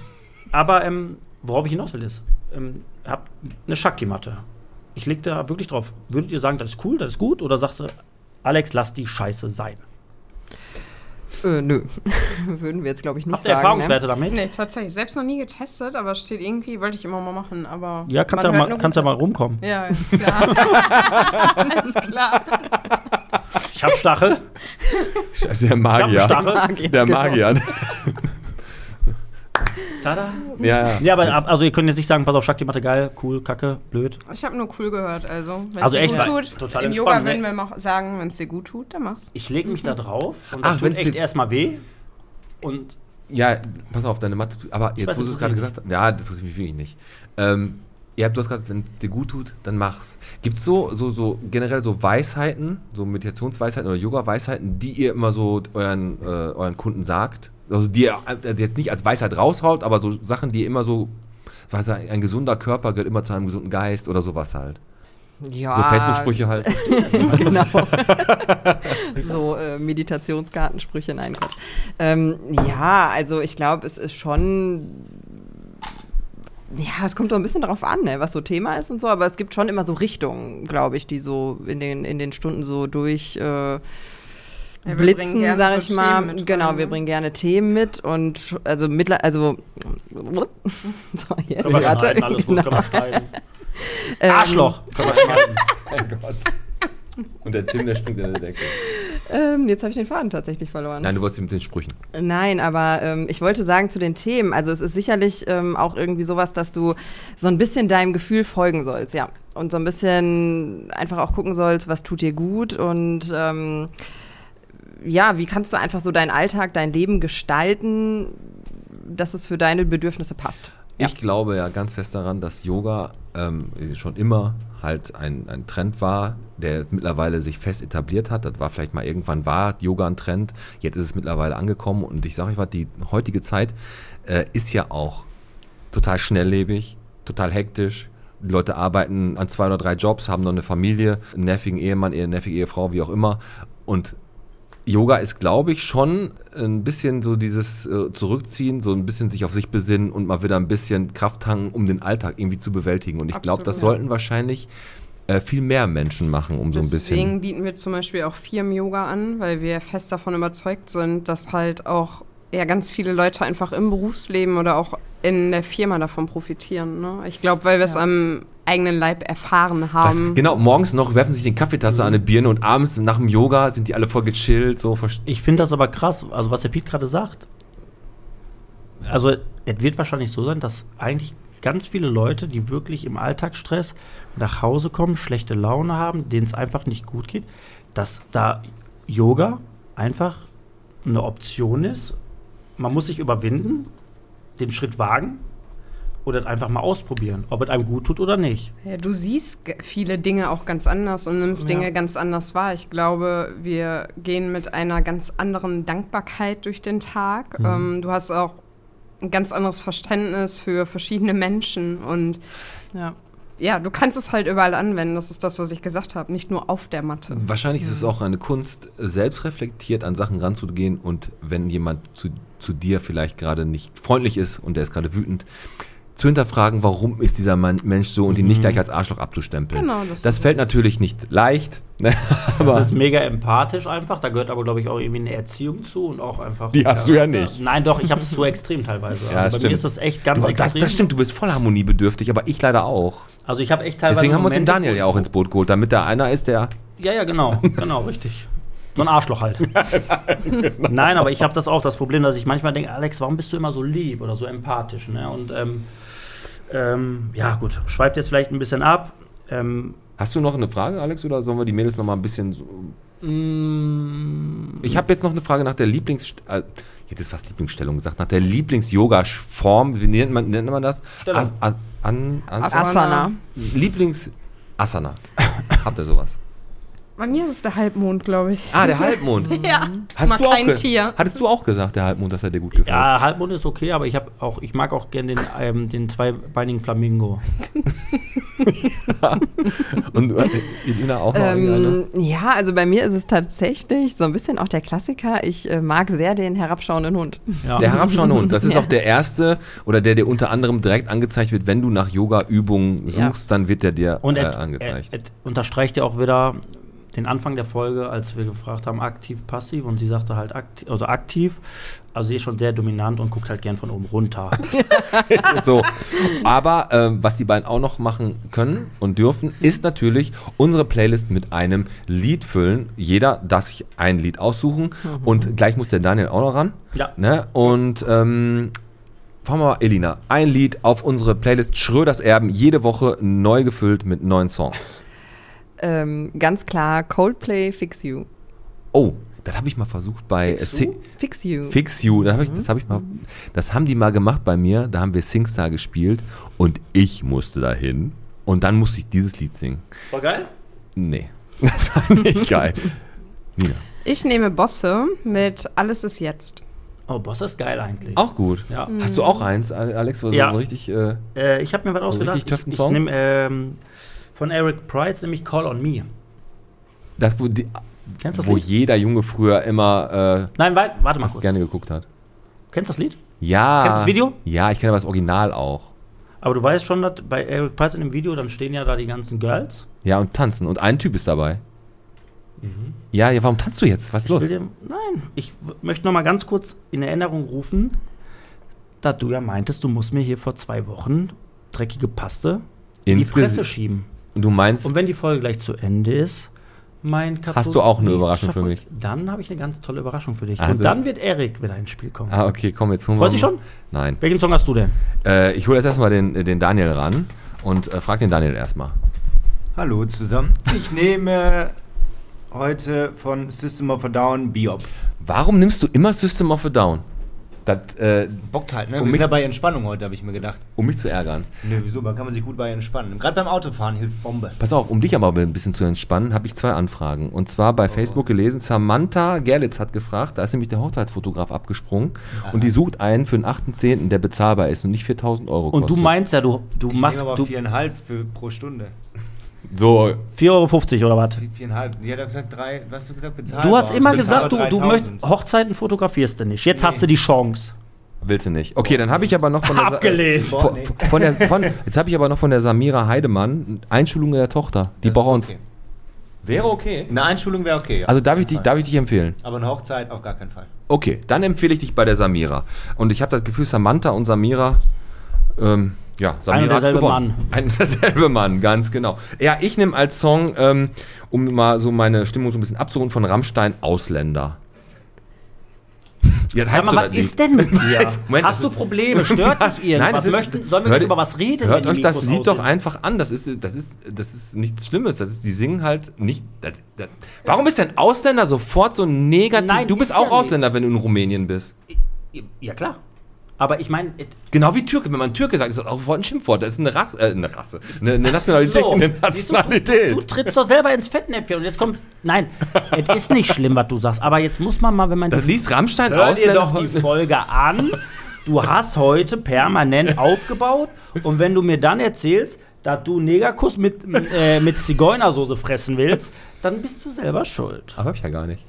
Speaker 2: Aber ähm, worauf ich hinaus will ist, ähm, hab eine Shakti-Matte. Ich lege da wirklich drauf. Würdet ihr sagen, das ist cool, das ist gut? Oder sagt ihr, Alex, lass die Scheiße sein?
Speaker 5: Äh, nö. Würden wir jetzt, glaube ich, nicht
Speaker 2: Habt ihr
Speaker 5: sagen. ne?
Speaker 2: Erfahrungswerte damit?
Speaker 4: Nee, tatsächlich. Selbst noch nie getestet, aber steht irgendwie, wollte ich immer mal machen, aber.
Speaker 2: Ja, kannst ja,
Speaker 4: man hört
Speaker 2: mal,
Speaker 4: nur
Speaker 2: kannst ja mal
Speaker 4: Gutes.
Speaker 2: rumkommen.
Speaker 4: Ja, klar. Alles klar.
Speaker 2: Ich hab Stachel.
Speaker 1: Der
Speaker 2: Ich hab einen
Speaker 1: Magier.
Speaker 2: Stachel.
Speaker 5: Magier.
Speaker 1: Der Magier.
Speaker 2: Tada.
Speaker 1: ja, ja.
Speaker 2: Ja, aber ab- also ihr könnt jetzt nicht sagen, pass auf, Shakti-Matte geil, cool, kacke, blöd.
Speaker 4: Ich habe nur cool gehört, also. Wenn
Speaker 2: Also
Speaker 4: dir
Speaker 2: echt,
Speaker 4: gut
Speaker 2: weil-
Speaker 4: tut,
Speaker 2: total
Speaker 4: Im
Speaker 2: entspannt,
Speaker 4: Yoga
Speaker 2: ne?
Speaker 4: würden wir mach- sagen, wenn es dir gut tut, dann mach's.
Speaker 2: Ich lege mich da drauf und
Speaker 1: Ach,
Speaker 2: das tut
Speaker 1: wenn's
Speaker 2: echt
Speaker 1: dir-
Speaker 2: erstmal weh. Und
Speaker 1: ja, pass auf, deine Mathe. Aber
Speaker 2: weiß,
Speaker 1: jetzt, wo du
Speaker 2: das eh
Speaker 1: es gerade
Speaker 2: interessiert
Speaker 1: gesagt hast. Ja, das interessiert mich wirklich nicht. Ähm, ihr habt, du hast gerade, wenn es dir gut tut, dann mach's. Gibt es so, so, so generell so Weisheiten, so Meditationsweisheiten oder Yoga-Weisheiten, die ihr immer so euren, äh, euren Kunden sagt? Also die ihr äh, jetzt nicht als Weisheit raushaut, aber so Sachen, die ihr immer so. Was ein ein gesunder Körper gehört immer zu einem gesunden Geist oder sowas halt.
Speaker 5: Ja.
Speaker 2: Ah.
Speaker 1: So Facebook-Sprüche halt.
Speaker 5: genau. so äh, Meditationskartensprüche, nein, Quatsch. Ähm, ja, also ich glaube, es ist schon. Ja, es kommt so ein bisschen darauf an, ne, was so Thema ist und so, aber es gibt schon immer so Richtungen, glaube ich, die so in den, in den Stunden so durch. Äh,
Speaker 4: wir bringen
Speaker 5: blitzen,
Speaker 4: gerne
Speaker 5: sag
Speaker 4: so
Speaker 5: ich mal.
Speaker 4: Themen mit
Speaker 5: genau,
Speaker 4: rein,
Speaker 5: wir
Speaker 4: ne?
Speaker 5: bringen gerne Themen mit und sch- also mittler also so, jetzt
Speaker 2: Können wir
Speaker 5: gerade-
Speaker 2: schneiden, alles gut,
Speaker 5: genau.
Speaker 2: können wir schneiden.
Speaker 5: Ähm,
Speaker 2: Arschloch! Können wir schneiden.
Speaker 1: Und der Tim, der springt in der Decke.
Speaker 5: Ähm, jetzt habe ich den Faden tatsächlich verloren.
Speaker 1: Nein, du wolltest mit den Sprüchen.
Speaker 5: Nein, aber ähm, ich wollte sagen zu den Themen, also es ist sicherlich ähm, auch irgendwie sowas, dass du so ein bisschen deinem Gefühl folgen sollst, ja. Und so ein bisschen einfach auch gucken sollst, was tut dir gut und ähm, ja, wie kannst du einfach so deinen Alltag, dein Leben gestalten, dass es für deine Bedürfnisse passt.
Speaker 1: Ich glaube ja ganz fest daran, dass Yoga ähm, schon immer halt ein, ein Trend war, der mittlerweile sich fest etabliert hat. Das war vielleicht mal irgendwann war Yoga ein Trend. Jetzt ist es mittlerweile angekommen und ich sage euch was, die heutige Zeit äh, ist ja auch total schnelllebig, total hektisch. Die Leute arbeiten an zwei oder drei Jobs, haben noch eine Familie, einen nervigen Ehemann, eine nervige Ehefrau, wie auch immer. Und Yoga ist, glaube ich, schon ein bisschen so dieses äh, Zurückziehen, so ein bisschen sich auf sich besinnen und mal wieder ein bisschen Kraft tanken, um den Alltag irgendwie zu bewältigen. Und ich glaube, das
Speaker 4: Absolut.
Speaker 1: sollten wahrscheinlich äh, viel mehr Menschen machen, um so ein
Speaker 4: Deswegen
Speaker 1: bisschen.
Speaker 4: bieten wir zum Beispiel auch Firmen-Yoga an, weil wir fest davon überzeugt sind, dass halt auch ja, ganz viele Leute einfach im Berufsleben oder auch in der Firma davon profitieren. Ne? Ich glaube, weil wir es am eigenen Leib erfahren
Speaker 1: Das,
Speaker 4: haben.
Speaker 1: genau, morgens noch werfen sich den Kaffeetasse an eine Birne und abends nach dem Yoga sind die alle voll gechillt, so verst-
Speaker 2: Ich finde das aber krass, also was der Piet gerade sagt. Also es wird wahrscheinlich so sein, dass eigentlich ganz viele Leute, die wirklich im Alltagsstress nach Hause kommen, schlechte Laune haben, denen es einfach nicht gut geht, dass da Yoga einfach eine Option ist. Man muss sich überwinden, den Schritt wagen oder es einfach mal ausprobieren, ob es einem gut tut oder nicht.
Speaker 4: Ja, du siehst g- viele Dinge auch ganz anders und nimmst Dinge ganz anders wahr. Ich glaube, wir gehen mit einer ganz anderen Dankbarkeit durch den
Speaker 1: Mhm.
Speaker 4: Tag. Ähm, du hast auch ein ganz anderes Verständnis für verschiedene Menschen und
Speaker 5: Ja.
Speaker 4: ja, du kannst es halt überall anwenden. Das ist das, was ich gesagt habe. Nicht nur auf der Matte.
Speaker 1: Wahrscheinlich ist es auch eine Kunst, selbstreflektiert an Sachen ranzugehen und wenn jemand zu, zu dir vielleicht gerade nicht freundlich ist und der ist gerade wütend, zu hinterfragen, warum ist dieser Mann, Mensch so und ihn
Speaker 2: Mhm.
Speaker 1: nicht gleich als Arschloch abzustempeln.
Speaker 4: Genau, das
Speaker 1: das
Speaker 4: ist es.
Speaker 1: fällt natürlich nicht leicht, ne,
Speaker 2: Das
Speaker 1: aber
Speaker 2: ist mega empathisch einfach. Da gehört aber, glaube ich, auch irgendwie eine Erziehung zu und auch einfach.
Speaker 1: Die hast du ja nicht.
Speaker 2: Nein, doch, ich habe es zu extrem teilweise.
Speaker 1: Ja,
Speaker 2: Also bei
Speaker 1: stimmt.
Speaker 2: mir ist das echt ganz
Speaker 1: du, das,
Speaker 2: extrem.
Speaker 1: das stimmt, du bist voll harmoniebedürftig, aber ich leider auch.
Speaker 2: Also ich habe echt teilweise.
Speaker 1: Deswegen haben wir uns den
Speaker 2: Momente,
Speaker 1: Daniel ja auch ins Boot geholt, damit da einer ist, der
Speaker 2: Ja, ja, genau. Genau, richtig. So ein Arschloch halt.
Speaker 1: genau.
Speaker 2: Nein, aber ich habe das auch, das Problem, dass ich manchmal denke, Alex, warum bist du immer so lieb oder so empathisch? Ne? Und ähm, ähm, ja, gut, schweift jetzt vielleicht ein bisschen ab. Ähm,
Speaker 1: Hast du noch eine Frage, Alex, oder sollen wir die Mädels noch mal ein bisschen so
Speaker 2: mm,
Speaker 1: Ich habe jetzt noch eine Frage nach der Lieblings... Äh, ich hätte jetzt fast Lieblingsstellung gesagt. Nach der Lieblings-Yoga-Form, wie nennt man, nennt man das?
Speaker 2: Stellung.
Speaker 1: As, as, an, as,
Speaker 4: Asana.
Speaker 5: Asana.
Speaker 1: Lieblings-Asana. Habt ihr sowas?
Speaker 4: Bei mir ist es der Halbmond, glaube ich.
Speaker 1: Ah, der Halbmond.
Speaker 4: Ja,
Speaker 1: Hast
Speaker 4: mag
Speaker 1: du auch
Speaker 4: kein
Speaker 1: ge-
Speaker 4: Tier.
Speaker 1: Hattest du auch gesagt, der Halbmond, dass er dir gut gefällt?
Speaker 2: ja, Halbmond ist okay, aber ich, hab auch, ich mag auch gerne den, ähm, den zweibeinigen Flamingo.
Speaker 1: Und äh, Elina auch noch ne? irgendeine?
Speaker 5: Ähm, ja, also bei mir ist es tatsächlich so ein bisschen auch der Klassiker. Ich äh, mag sehr den herabschauenden Hund.
Speaker 2: Ja.
Speaker 1: Der herabschauende Hund, das ist auch der erste oder der dir unter anderem direkt angezeigt wird, wenn du nach Yoga-Übungen
Speaker 5: Ja.
Speaker 1: suchst, dann wird der dir
Speaker 2: Und
Speaker 1: äh,
Speaker 2: et,
Speaker 1: angezeigt.
Speaker 2: Et, et unterstreicht ja auch wieder den Anfang der Folge, als wir gefragt haben, aktiv, passiv. Und sie sagte halt aktiv, also aktiv. Also sie ist schon sehr dominant und guckt halt gern von oben runter.
Speaker 1: So, aber ähm, was die beiden auch noch machen können und dürfen, ist natürlich unsere Playlist mit einem Lied füllen. Jeder darf sich ein Lied aussuchen und gleich muss der Daniel auch noch ran.
Speaker 2: Ja.
Speaker 1: Ne? Und ähm, fangen wir mal, Elina, ein Lied auf unsere Playlist Schröders Erben, jede Woche neu gefüllt mit neuen Songs.
Speaker 5: Ähm, ganz klar, Coldplay, Fix You.
Speaker 1: Oh, das habe ich mal versucht bei äh, Si-
Speaker 5: Fix You.
Speaker 1: Fix You, da hab ich,
Speaker 2: Mhm.
Speaker 1: das habe ich mal, das haben die mal gemacht bei mir. Da haben wir Singstar gespielt und ich musste dahin und dann musste ich dieses Lied singen.
Speaker 2: War geil?
Speaker 1: Nee, das war nicht geil. Nina.
Speaker 4: Ich nehme Bosse mit Alles ist jetzt.
Speaker 2: Oh, Boss ist geil eigentlich.
Speaker 1: Auch gut.
Speaker 2: Ja.
Speaker 1: Hast du auch eins, Al- Alex? Was
Speaker 2: Ja.
Speaker 1: so richtig. Äh,
Speaker 2: Äh, ich habe mir was ausgedacht.
Speaker 1: richtig töften
Speaker 2: ich ich
Speaker 1: Song?
Speaker 2: nehme ähm, von Eric Price, nämlich Call on Me.
Speaker 1: das, wo, die,
Speaker 2: Kennst du das
Speaker 1: wo
Speaker 2: Lied?
Speaker 1: jeder Junge früher immer äh,
Speaker 2: Nein, wei- warte mal
Speaker 1: das
Speaker 2: kurz.
Speaker 1: gerne geguckt hat.
Speaker 2: Kennst du das Lied?
Speaker 1: Ja.
Speaker 2: Kennst du das Video?
Speaker 1: Ja, ich kenne aber das Original auch.
Speaker 2: Aber du weißt schon, dass bei Eric Price in dem Video, dann stehen ja da die ganzen Girls.
Speaker 1: Ja, und tanzen. Und ein Typ ist dabei. Ja, ja, warum tanzt du jetzt? Was ist los?
Speaker 2: Mhm. Ich will dir, nein, ich w- möchte noch mal ganz kurz in Erinnerung rufen, da du ja meintest, du musst mir hier vor zwei Wochen dreckige Paste in die
Speaker 1: Ins Gesi-
Speaker 2: Fresse schieben.
Speaker 1: Und du meinst,
Speaker 2: Und wenn die Folge gleich zu Ende ist, Mein
Speaker 1: Hast du auch eine
Speaker 2: Nee,
Speaker 1: Überraschung für mich?
Speaker 2: Dann habe ich eine ganz tolle Überraschung für dich.
Speaker 1: Ah,
Speaker 2: Und
Speaker 1: das-
Speaker 2: dann wird Erik wieder ins Spiel kommen.
Speaker 1: Ah, okay, komm, jetzt holen wir.
Speaker 2: Freust dich
Speaker 1: mal-
Speaker 2: schon?
Speaker 1: Nein.
Speaker 2: Welchen Song hast du denn?
Speaker 1: Äh, ich hole jetzt erstmal den, den Daniel ran und äh, frag den Daniel erstmal.
Speaker 8: Hallo zusammen. Ich nehme heute von System of a Down Biop.
Speaker 1: Warum nimmst du immer System of a Down? Das, äh,
Speaker 8: Bockt halt, ne?
Speaker 1: Um
Speaker 8: Wir
Speaker 1: mich-
Speaker 8: sind ja bei Entspannung heute, habe ich mir gedacht.
Speaker 1: um mich zu ärgern.
Speaker 8: Ne, wieso? Da kann man sich gut bei entspannen. Gerade beim Autofahren hilft Bombe.
Speaker 1: Pass auf, um dich aber ein bisschen zu entspannen, habe ich zwei Anfragen. Und zwar bei Facebook gelesen, Samantha Gerlitz hat gefragt, da ist nämlich der Hochzeitsfotograf abgesprungen und die sucht einen für den 8.10., der bezahlbar ist und nicht 4.000 Euro
Speaker 2: Und du
Speaker 1: kostet.
Speaker 2: meinst ja, du, du
Speaker 8: Ich
Speaker 2: machst
Speaker 8: nehme aber
Speaker 2: du-
Speaker 8: viereinhalb für, pro Stunde.
Speaker 1: So,
Speaker 2: 4,50 Euro oder was?
Speaker 8: Vier- Viereinhalb. Die hat doch gesagt, drei. Was hast du gesagt? Bezahlt.
Speaker 2: Du hast immer gesagt, du, du möchtest
Speaker 8: 3000.
Speaker 2: Hochzeiten fotografierst du nicht. Jetzt hast du die Chance.
Speaker 1: willst du nicht. Okay, dann habe ich aber noch von der... Sa-
Speaker 2: Abgelehnt.
Speaker 8: Boah,
Speaker 1: Von,
Speaker 8: nee.
Speaker 1: von der, von, jetzt habe ich aber noch von der Samira Heidemann Einschulung der Tochter. Die
Speaker 8: Das ist
Speaker 1: brauchen.
Speaker 8: okay.
Speaker 1: Wäre okay.
Speaker 8: Eine Einschulung wäre okay. ja.
Speaker 1: Also darf ich, dich, darf ich dich empfehlen?
Speaker 8: Aber eine Hochzeit auf gar keinen Fall.
Speaker 1: Okay, dann empfehle ich dich bei der Samira. Und ich habe das Gefühl, Samantha und Samira. Ähm, ja, Samira
Speaker 2: Ein und derselbe
Speaker 1: hat gewonnen.
Speaker 2: Mann.
Speaker 1: Ein und derselbe Mann, ganz genau. Ja, ich nehme als Song, ähm, um mal so meine Stimmung so ein bisschen abzuholen, von Rammstein Ausländer. Ja, das
Speaker 2: Sag
Speaker 1: heißt
Speaker 2: mal,
Speaker 1: so
Speaker 2: was
Speaker 1: das Lied.
Speaker 2: ist denn mit dir?
Speaker 1: Moment, das
Speaker 2: hast du
Speaker 1: ist-
Speaker 2: Probleme? Stört dich irgendwas?
Speaker 1: Nein, das ist,
Speaker 2: Möchten, sollen wir
Speaker 1: hört-
Speaker 2: nicht über was reden?
Speaker 1: Hört
Speaker 2: wenn die
Speaker 1: euch das
Speaker 2: Mikros
Speaker 1: Lied doch
Speaker 2: aus sind?
Speaker 1: einfach an. Das ist, das ist, das ist nichts Schlimmes. Das ist, die singen halt nicht. Das, das, warum ist denn Ausländer sofort so negativ?
Speaker 2: Nein,
Speaker 1: du bist
Speaker 2: ist ja
Speaker 1: auch
Speaker 2: nicht.
Speaker 1: Ausländer, wenn du in Rumänien bist.
Speaker 2: Ja, klar. Aber ich meine, et-
Speaker 1: Genau wie Türke. Wenn man Türke sagt, ist das auch sofort ein Schimpfwort. Das ist eine Rasse, äh, eine Rasse, eine, eine Nationalität.
Speaker 2: So,
Speaker 1: eine
Speaker 2: siehst du, du,
Speaker 1: Nationalität.
Speaker 2: du trittst doch selber ins Fettnäpfchen und jetzt kommt. Nein, es ist nicht schlimm, was du sagst. Aber jetzt muss man mal, wenn man.
Speaker 1: dann liest Rammstein
Speaker 2: Hör dir
Speaker 1: Ausländer.
Speaker 2: doch die Folge an. Du hast heute permanent aufgebaut und wenn du mir dann erzählst, dass du Negerkuss mit, äh, mit Zigeunersoße fressen willst, dann bist du selber schuld.
Speaker 1: aber hab ich ja gar nicht.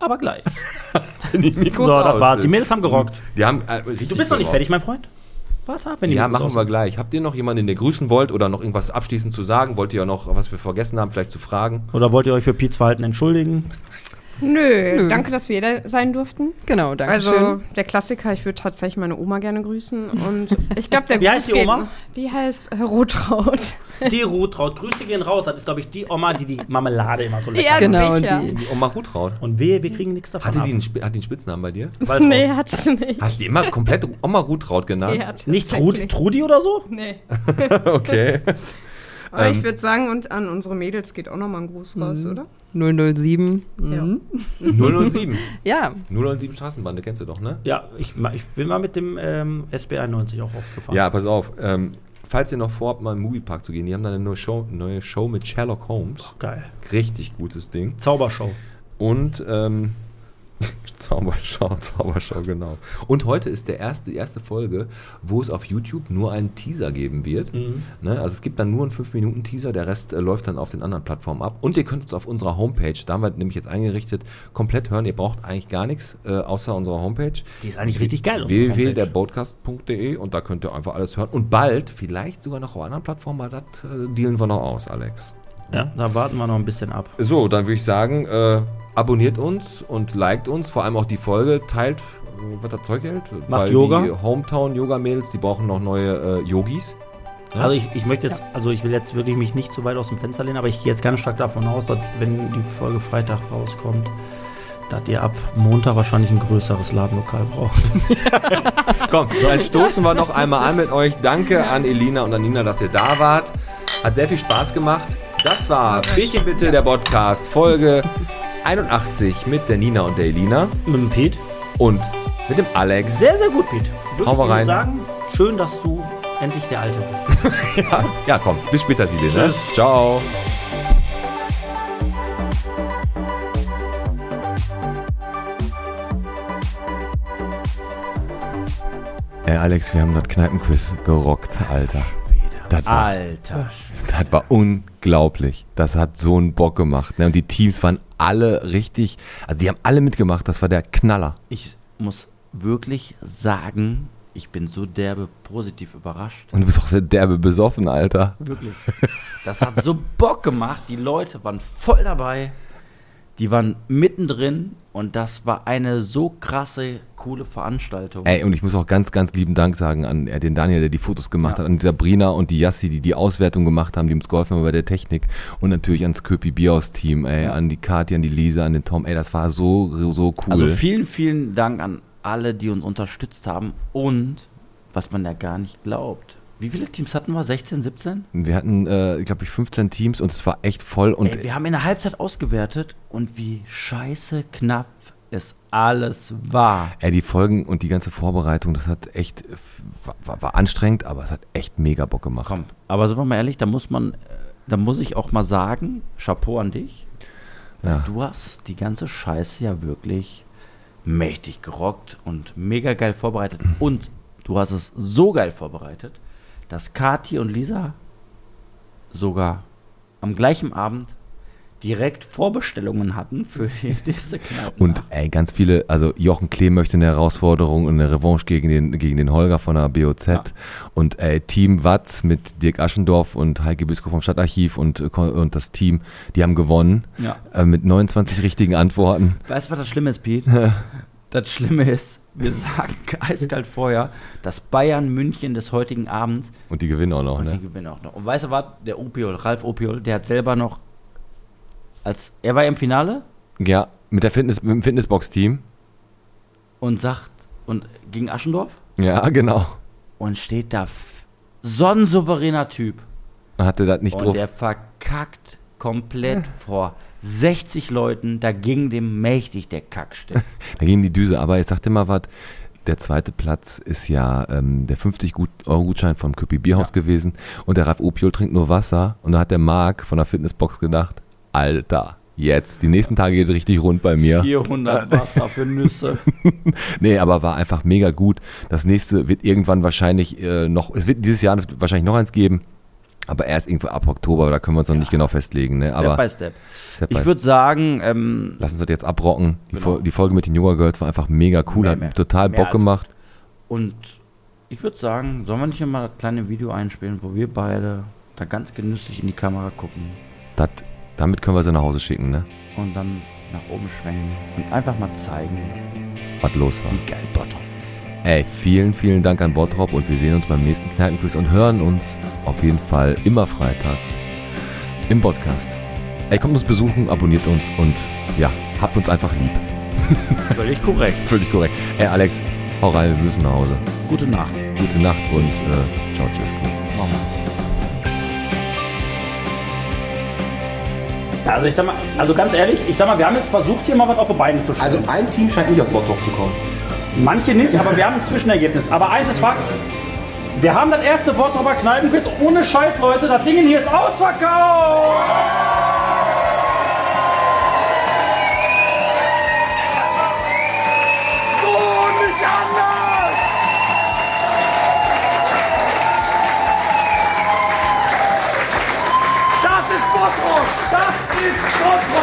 Speaker 2: Aber gleich.
Speaker 1: Wenn die Mikros
Speaker 2: So, das
Speaker 1: aus
Speaker 2: war's. Die
Speaker 1: sind.
Speaker 2: Mädels haben gerockt.
Speaker 1: Die haben, äh, richtig
Speaker 2: Du bist noch nicht
Speaker 1: gerockt.
Speaker 2: fertig, mein Freund. Warte ab, wenn die
Speaker 1: Ja,
Speaker 2: Mikros
Speaker 1: machen wir
Speaker 2: aus-
Speaker 1: gleich. Habt ihr noch jemanden, den ihr grüßen wollt oder noch irgendwas abschließend zu sagen? Wollt ihr ja noch, was wir vergessen haben, vielleicht zu fragen?
Speaker 2: Oder wollt ihr euch für Piets Verhalten entschuldigen?
Speaker 4: Nö,
Speaker 5: Nö.
Speaker 4: danke, dass wir da sein durften.
Speaker 5: Genau, danke
Speaker 4: Also
Speaker 5: schön.
Speaker 4: der Klassiker, ich würde tatsächlich meine Oma gerne grüßen. Und ich glaube, der
Speaker 2: Wie heißt
Speaker 4: Gruß
Speaker 2: die
Speaker 4: geht-
Speaker 2: Oma?
Speaker 4: Die heißt äh, Rotraut.
Speaker 2: Die Rutraut, Grüße gehen raus. Das ist, glaube ich, die Oma, die die Marmelade immer so lecker
Speaker 4: Ja,
Speaker 2: macht.
Speaker 5: Genau,
Speaker 4: sicher.
Speaker 5: die.
Speaker 1: Die Oma Hutraut.
Speaker 2: Und wehe, wir kriegen nichts davon.
Speaker 1: Hatte die
Speaker 2: ab.
Speaker 1: einen, Sp- hat die einen Spitznamen bei dir?
Speaker 2: Waldraut.
Speaker 4: Nee, hat sie nicht.
Speaker 1: Hast du die immer komplett Oma Hutraut genannt?
Speaker 4: Ja,
Speaker 2: Nicht Ähm. Trudi,
Speaker 4: tatsächlich.
Speaker 2: Trudi oder so?
Speaker 4: Nee.
Speaker 1: Okay.
Speaker 4: Aber
Speaker 1: Ähm.
Speaker 4: ich würde sagen, und an unsere Mädels geht auch nochmal ein Gruß
Speaker 5: Mhm.
Speaker 4: raus, oder?
Speaker 5: 007. Mhm.
Speaker 1: 007.
Speaker 5: Ja.
Speaker 1: 007 Straßenbande kennst du doch, ne?
Speaker 2: Ja, ich, ma- ich bin mal mit dem ähm, SB91 auch aufgefahren.
Speaker 1: Ja, pass auf. Ähm, falls ihr noch vorhabt, mal in den Moviepark zu gehen, die haben da eine neue Show, neue Show mit Sherlock Holmes.
Speaker 2: Geil.
Speaker 1: Richtig gutes Ding.
Speaker 2: Zaubershow.
Speaker 1: Und ähm, Zauberschau, Zauberschau, genau. Und heute ist der erste, die erste Folge, wo es auf YouTube nur einen Teaser geben wird.
Speaker 2: Mhm.
Speaker 1: Ne? Also es gibt dann nur einen 5-Minuten-Teaser, der Rest äh, läuft dann auf den anderen Plattformen ab. Und ihr könnt uns auf unserer Homepage, da haben wir nämlich jetzt eingerichtet, komplett hören. Ihr braucht eigentlich gar nichts äh, außer unserer Homepage.
Speaker 2: Die ist eigentlich richtig geil. unsere Homepage.
Speaker 1: www.derbodcast.de und da könnt ihr einfach alles hören. Und bald, vielleicht sogar noch auf anderen Plattformen, aber das äh, dealen wir noch aus, Alex.
Speaker 2: Ja, da warten wir noch ein bisschen ab.
Speaker 1: So, dann würde ich sagen, äh, abonniert uns und liked uns, vor allem auch die Folge, teilt, äh, was das Zeug hält. weil Die
Speaker 2: Yoga.
Speaker 1: Hometown-Yoga-Mädels, die brauchen noch neue äh, Yogis. Ja.
Speaker 2: Also ich, ich möchte jetzt, also ich will jetzt wirklich mich nicht zu weit aus dem Fenster lehnen, aber ich gehe jetzt ganz stark davon aus, dass wenn die Folge Freitag rauskommt, dass ihr ab Montag wahrscheinlich ein größeres Ladenlokal braucht.
Speaker 1: Komm, dann stoßen wir noch einmal an mit euch. Danke an Elina und an Nina, dass ihr da wart. Hat sehr viel Spaß gemacht. Das war Bierchen bitte, der Podcast, Folge 81 mit der Nina und der Elina
Speaker 2: Mit dem Pete.
Speaker 1: und mit dem Alex.
Speaker 2: Sehr, sehr gut, Pete. Wirklich,
Speaker 1: Hau mal
Speaker 2: ich muss
Speaker 1: rein.
Speaker 2: sagen, schön, dass du endlich der Alte bist.
Speaker 1: Ja, komm, bis später, Sibyl. Ne?
Speaker 2: Tschüss.
Speaker 1: Ciao. Ey, Alex, wir haben das Kneipenquiz gerockt, Alter. Das
Speaker 8: Ah.
Speaker 1: war,
Speaker 8: Alter.
Speaker 1: das war unglaublich. Das hat so einen Bock gemacht. Ne? Und die Teams waren alle richtig, also die haben alle mitgemacht. Das war der Knaller.
Speaker 9: Ich muss wirklich sagen, ich bin so derbe positiv überrascht.
Speaker 1: Und du bist auch sehr derbe besoffen, Alter.
Speaker 9: Wirklich. Das hat so Bock gemacht. Die Leute waren voll dabei. Die waren mittendrin und das war eine so krasse, coole Veranstaltung.
Speaker 1: Ey, und ich muss auch ganz, ganz lieben Dank sagen an äh, den Daniel, der die Fotos gemacht
Speaker 9: Ja.
Speaker 1: hat, an Sabrina und die Yassi, die die Auswertung gemacht haben, die uns geholfen haben bei der Technik und natürlich ans Köpi Bierhaus Team, ey, an die Kathi, an die Lisa, an den Tom, ey, das war so, so cool.
Speaker 9: Also vielen, vielen Dank an alle, die uns unterstützt haben und was man ja gar nicht glaubt. Wie viele Teams hatten wir? 16, 17?
Speaker 1: wir hatten, äh, glaube ich, 15 Teams und es war echt voll und
Speaker 9: Ey, wir haben in der Halbzeit ausgewertet und wie scheiße knapp es alles war.
Speaker 1: Ey, die Folgen und die ganze Vorbereitung, das hat echt, äh, war- war, war anstrengend, aber es hat echt mega Bock gemacht.
Speaker 9: Komm, aber sind wir mal ehrlich, da muss man, äh, da muss ich auch mal sagen, Chapeau an dich.
Speaker 1: Ja.
Speaker 9: Du hast die ganze Scheiße ja wirklich mächtig gerockt und mega geil vorbereitet. Und du hast es so geil vorbereitet, dass Kathi und Lisa sogar am gleichen Abend direkt Vorbestellungen hatten für die nächste Kneipe.
Speaker 1: Und ey, ganz viele, also Jochen Klee möchte eine Herausforderung und eine Revanche gegen den, gegen den Holger von der BOZ. Und ey, Team Watz mit Dirk Aschendorf und Heike Bisko vom Stadtarchiv und, äh, Ko- und das Team, die haben gewonnen.
Speaker 9: Ja.
Speaker 1: Äh, mit 29 richtigen Antworten.
Speaker 9: Weißt du, was das Schlimme ist, Pete? das Schlimme ist, wir sagen eiskalt vorher, das Bayern München des heutigen Abends
Speaker 1: Und die gewinnen auch noch,
Speaker 9: und die
Speaker 1: ne?
Speaker 9: gewinnen auch noch. Und weißt du was? Der Opiol, Ralf Opiol, der hat selber noch, als er war im Finale
Speaker 1: Ja, mit, der Fitness, mit dem Fitnessbox-Team.
Speaker 9: und sagt, und gegen Aschendorf
Speaker 1: Ja, genau.
Speaker 9: und steht da f- sonnensouveräner Typ.
Speaker 1: Hatte das nicht
Speaker 9: Und
Speaker 1: drauf.
Speaker 9: der verkackt komplett vor 60 Leuten, da ging dem mächtig der Kackstift.
Speaker 1: Da ging die Düse. Aber jetzt sag dir mal was. Der zweite Platz ist ja ähm, der 50-Euro-Gutschein vom Köpi Bierhaus gewesen. Und der Ralf Opiol trinkt nur Wasser. Und da hat der Marc von der Fitnessbox gedacht: Alter, jetzt, die nächsten Tage geht richtig rund bei mir.
Speaker 9: 400 Wasser für Nüsse.
Speaker 1: nee, aber war einfach mega gut. Das nächste wird irgendwann wahrscheinlich äh, noch, es wird dieses Jahr wahrscheinlich noch eins geben. Aber erst irgendwo ab Oktober, da können wir uns noch nicht genau festlegen. Ne?
Speaker 9: Step by
Speaker 1: Aber
Speaker 9: Step.
Speaker 1: Step by
Speaker 9: Ich würde sagen, ähm,
Speaker 1: lass uns das jetzt abrocken. Die, Fol- die Folge mit den Yoga Girls war einfach mega cool,
Speaker 9: Mehr,
Speaker 1: hat
Speaker 9: mehr.
Speaker 1: total
Speaker 9: Mehr
Speaker 1: Bock
Speaker 9: als-
Speaker 1: gemacht.
Speaker 9: und ich würde sagen, sollen wir nicht mal das kleine Video einspielen, wo wir beide da ganz genüsslich in die Kamera gucken
Speaker 1: Das, damit können wir sie nach Hause schicken, ne?
Speaker 9: und dann nach oben schwenken und einfach mal zeigen,
Speaker 1: Was los war.
Speaker 9: wie geil Bottrop ist.
Speaker 1: Ey, vielen, vielen Dank an Bottrop und wir sehen uns beim nächsten Kneipenquiz und hören uns auf jeden Fall immer freitags im Podcast. Ey, kommt uns besuchen, abonniert uns und ja, habt uns einfach lieb.
Speaker 9: Völlig korrekt.
Speaker 1: Völlig korrekt. Ey, Alex, hau rein, wir müssen nach Hause.
Speaker 9: Gute Nacht.
Speaker 1: Gute Nacht und äh, ciao, tschüss.
Speaker 9: Machen
Speaker 2: Also ich sag mal, also ganz ehrlich, ich sag mal, wir haben jetzt versucht, hier mal was auf die Beine zu stellen.
Speaker 10: Also ein Team scheint nicht auf Bottrop zu kommen.
Speaker 2: Manche nicht, aber wir haben ein Zwischenergebnis. Aber eins ist Fakt. Wir haben das erste Wort drüber Kneipenquiz. Ohne Scheiß, Leute, das Ding hier ist ausverkauft! So nicht anders! Das ist Bottrop! Das ist Bottrop!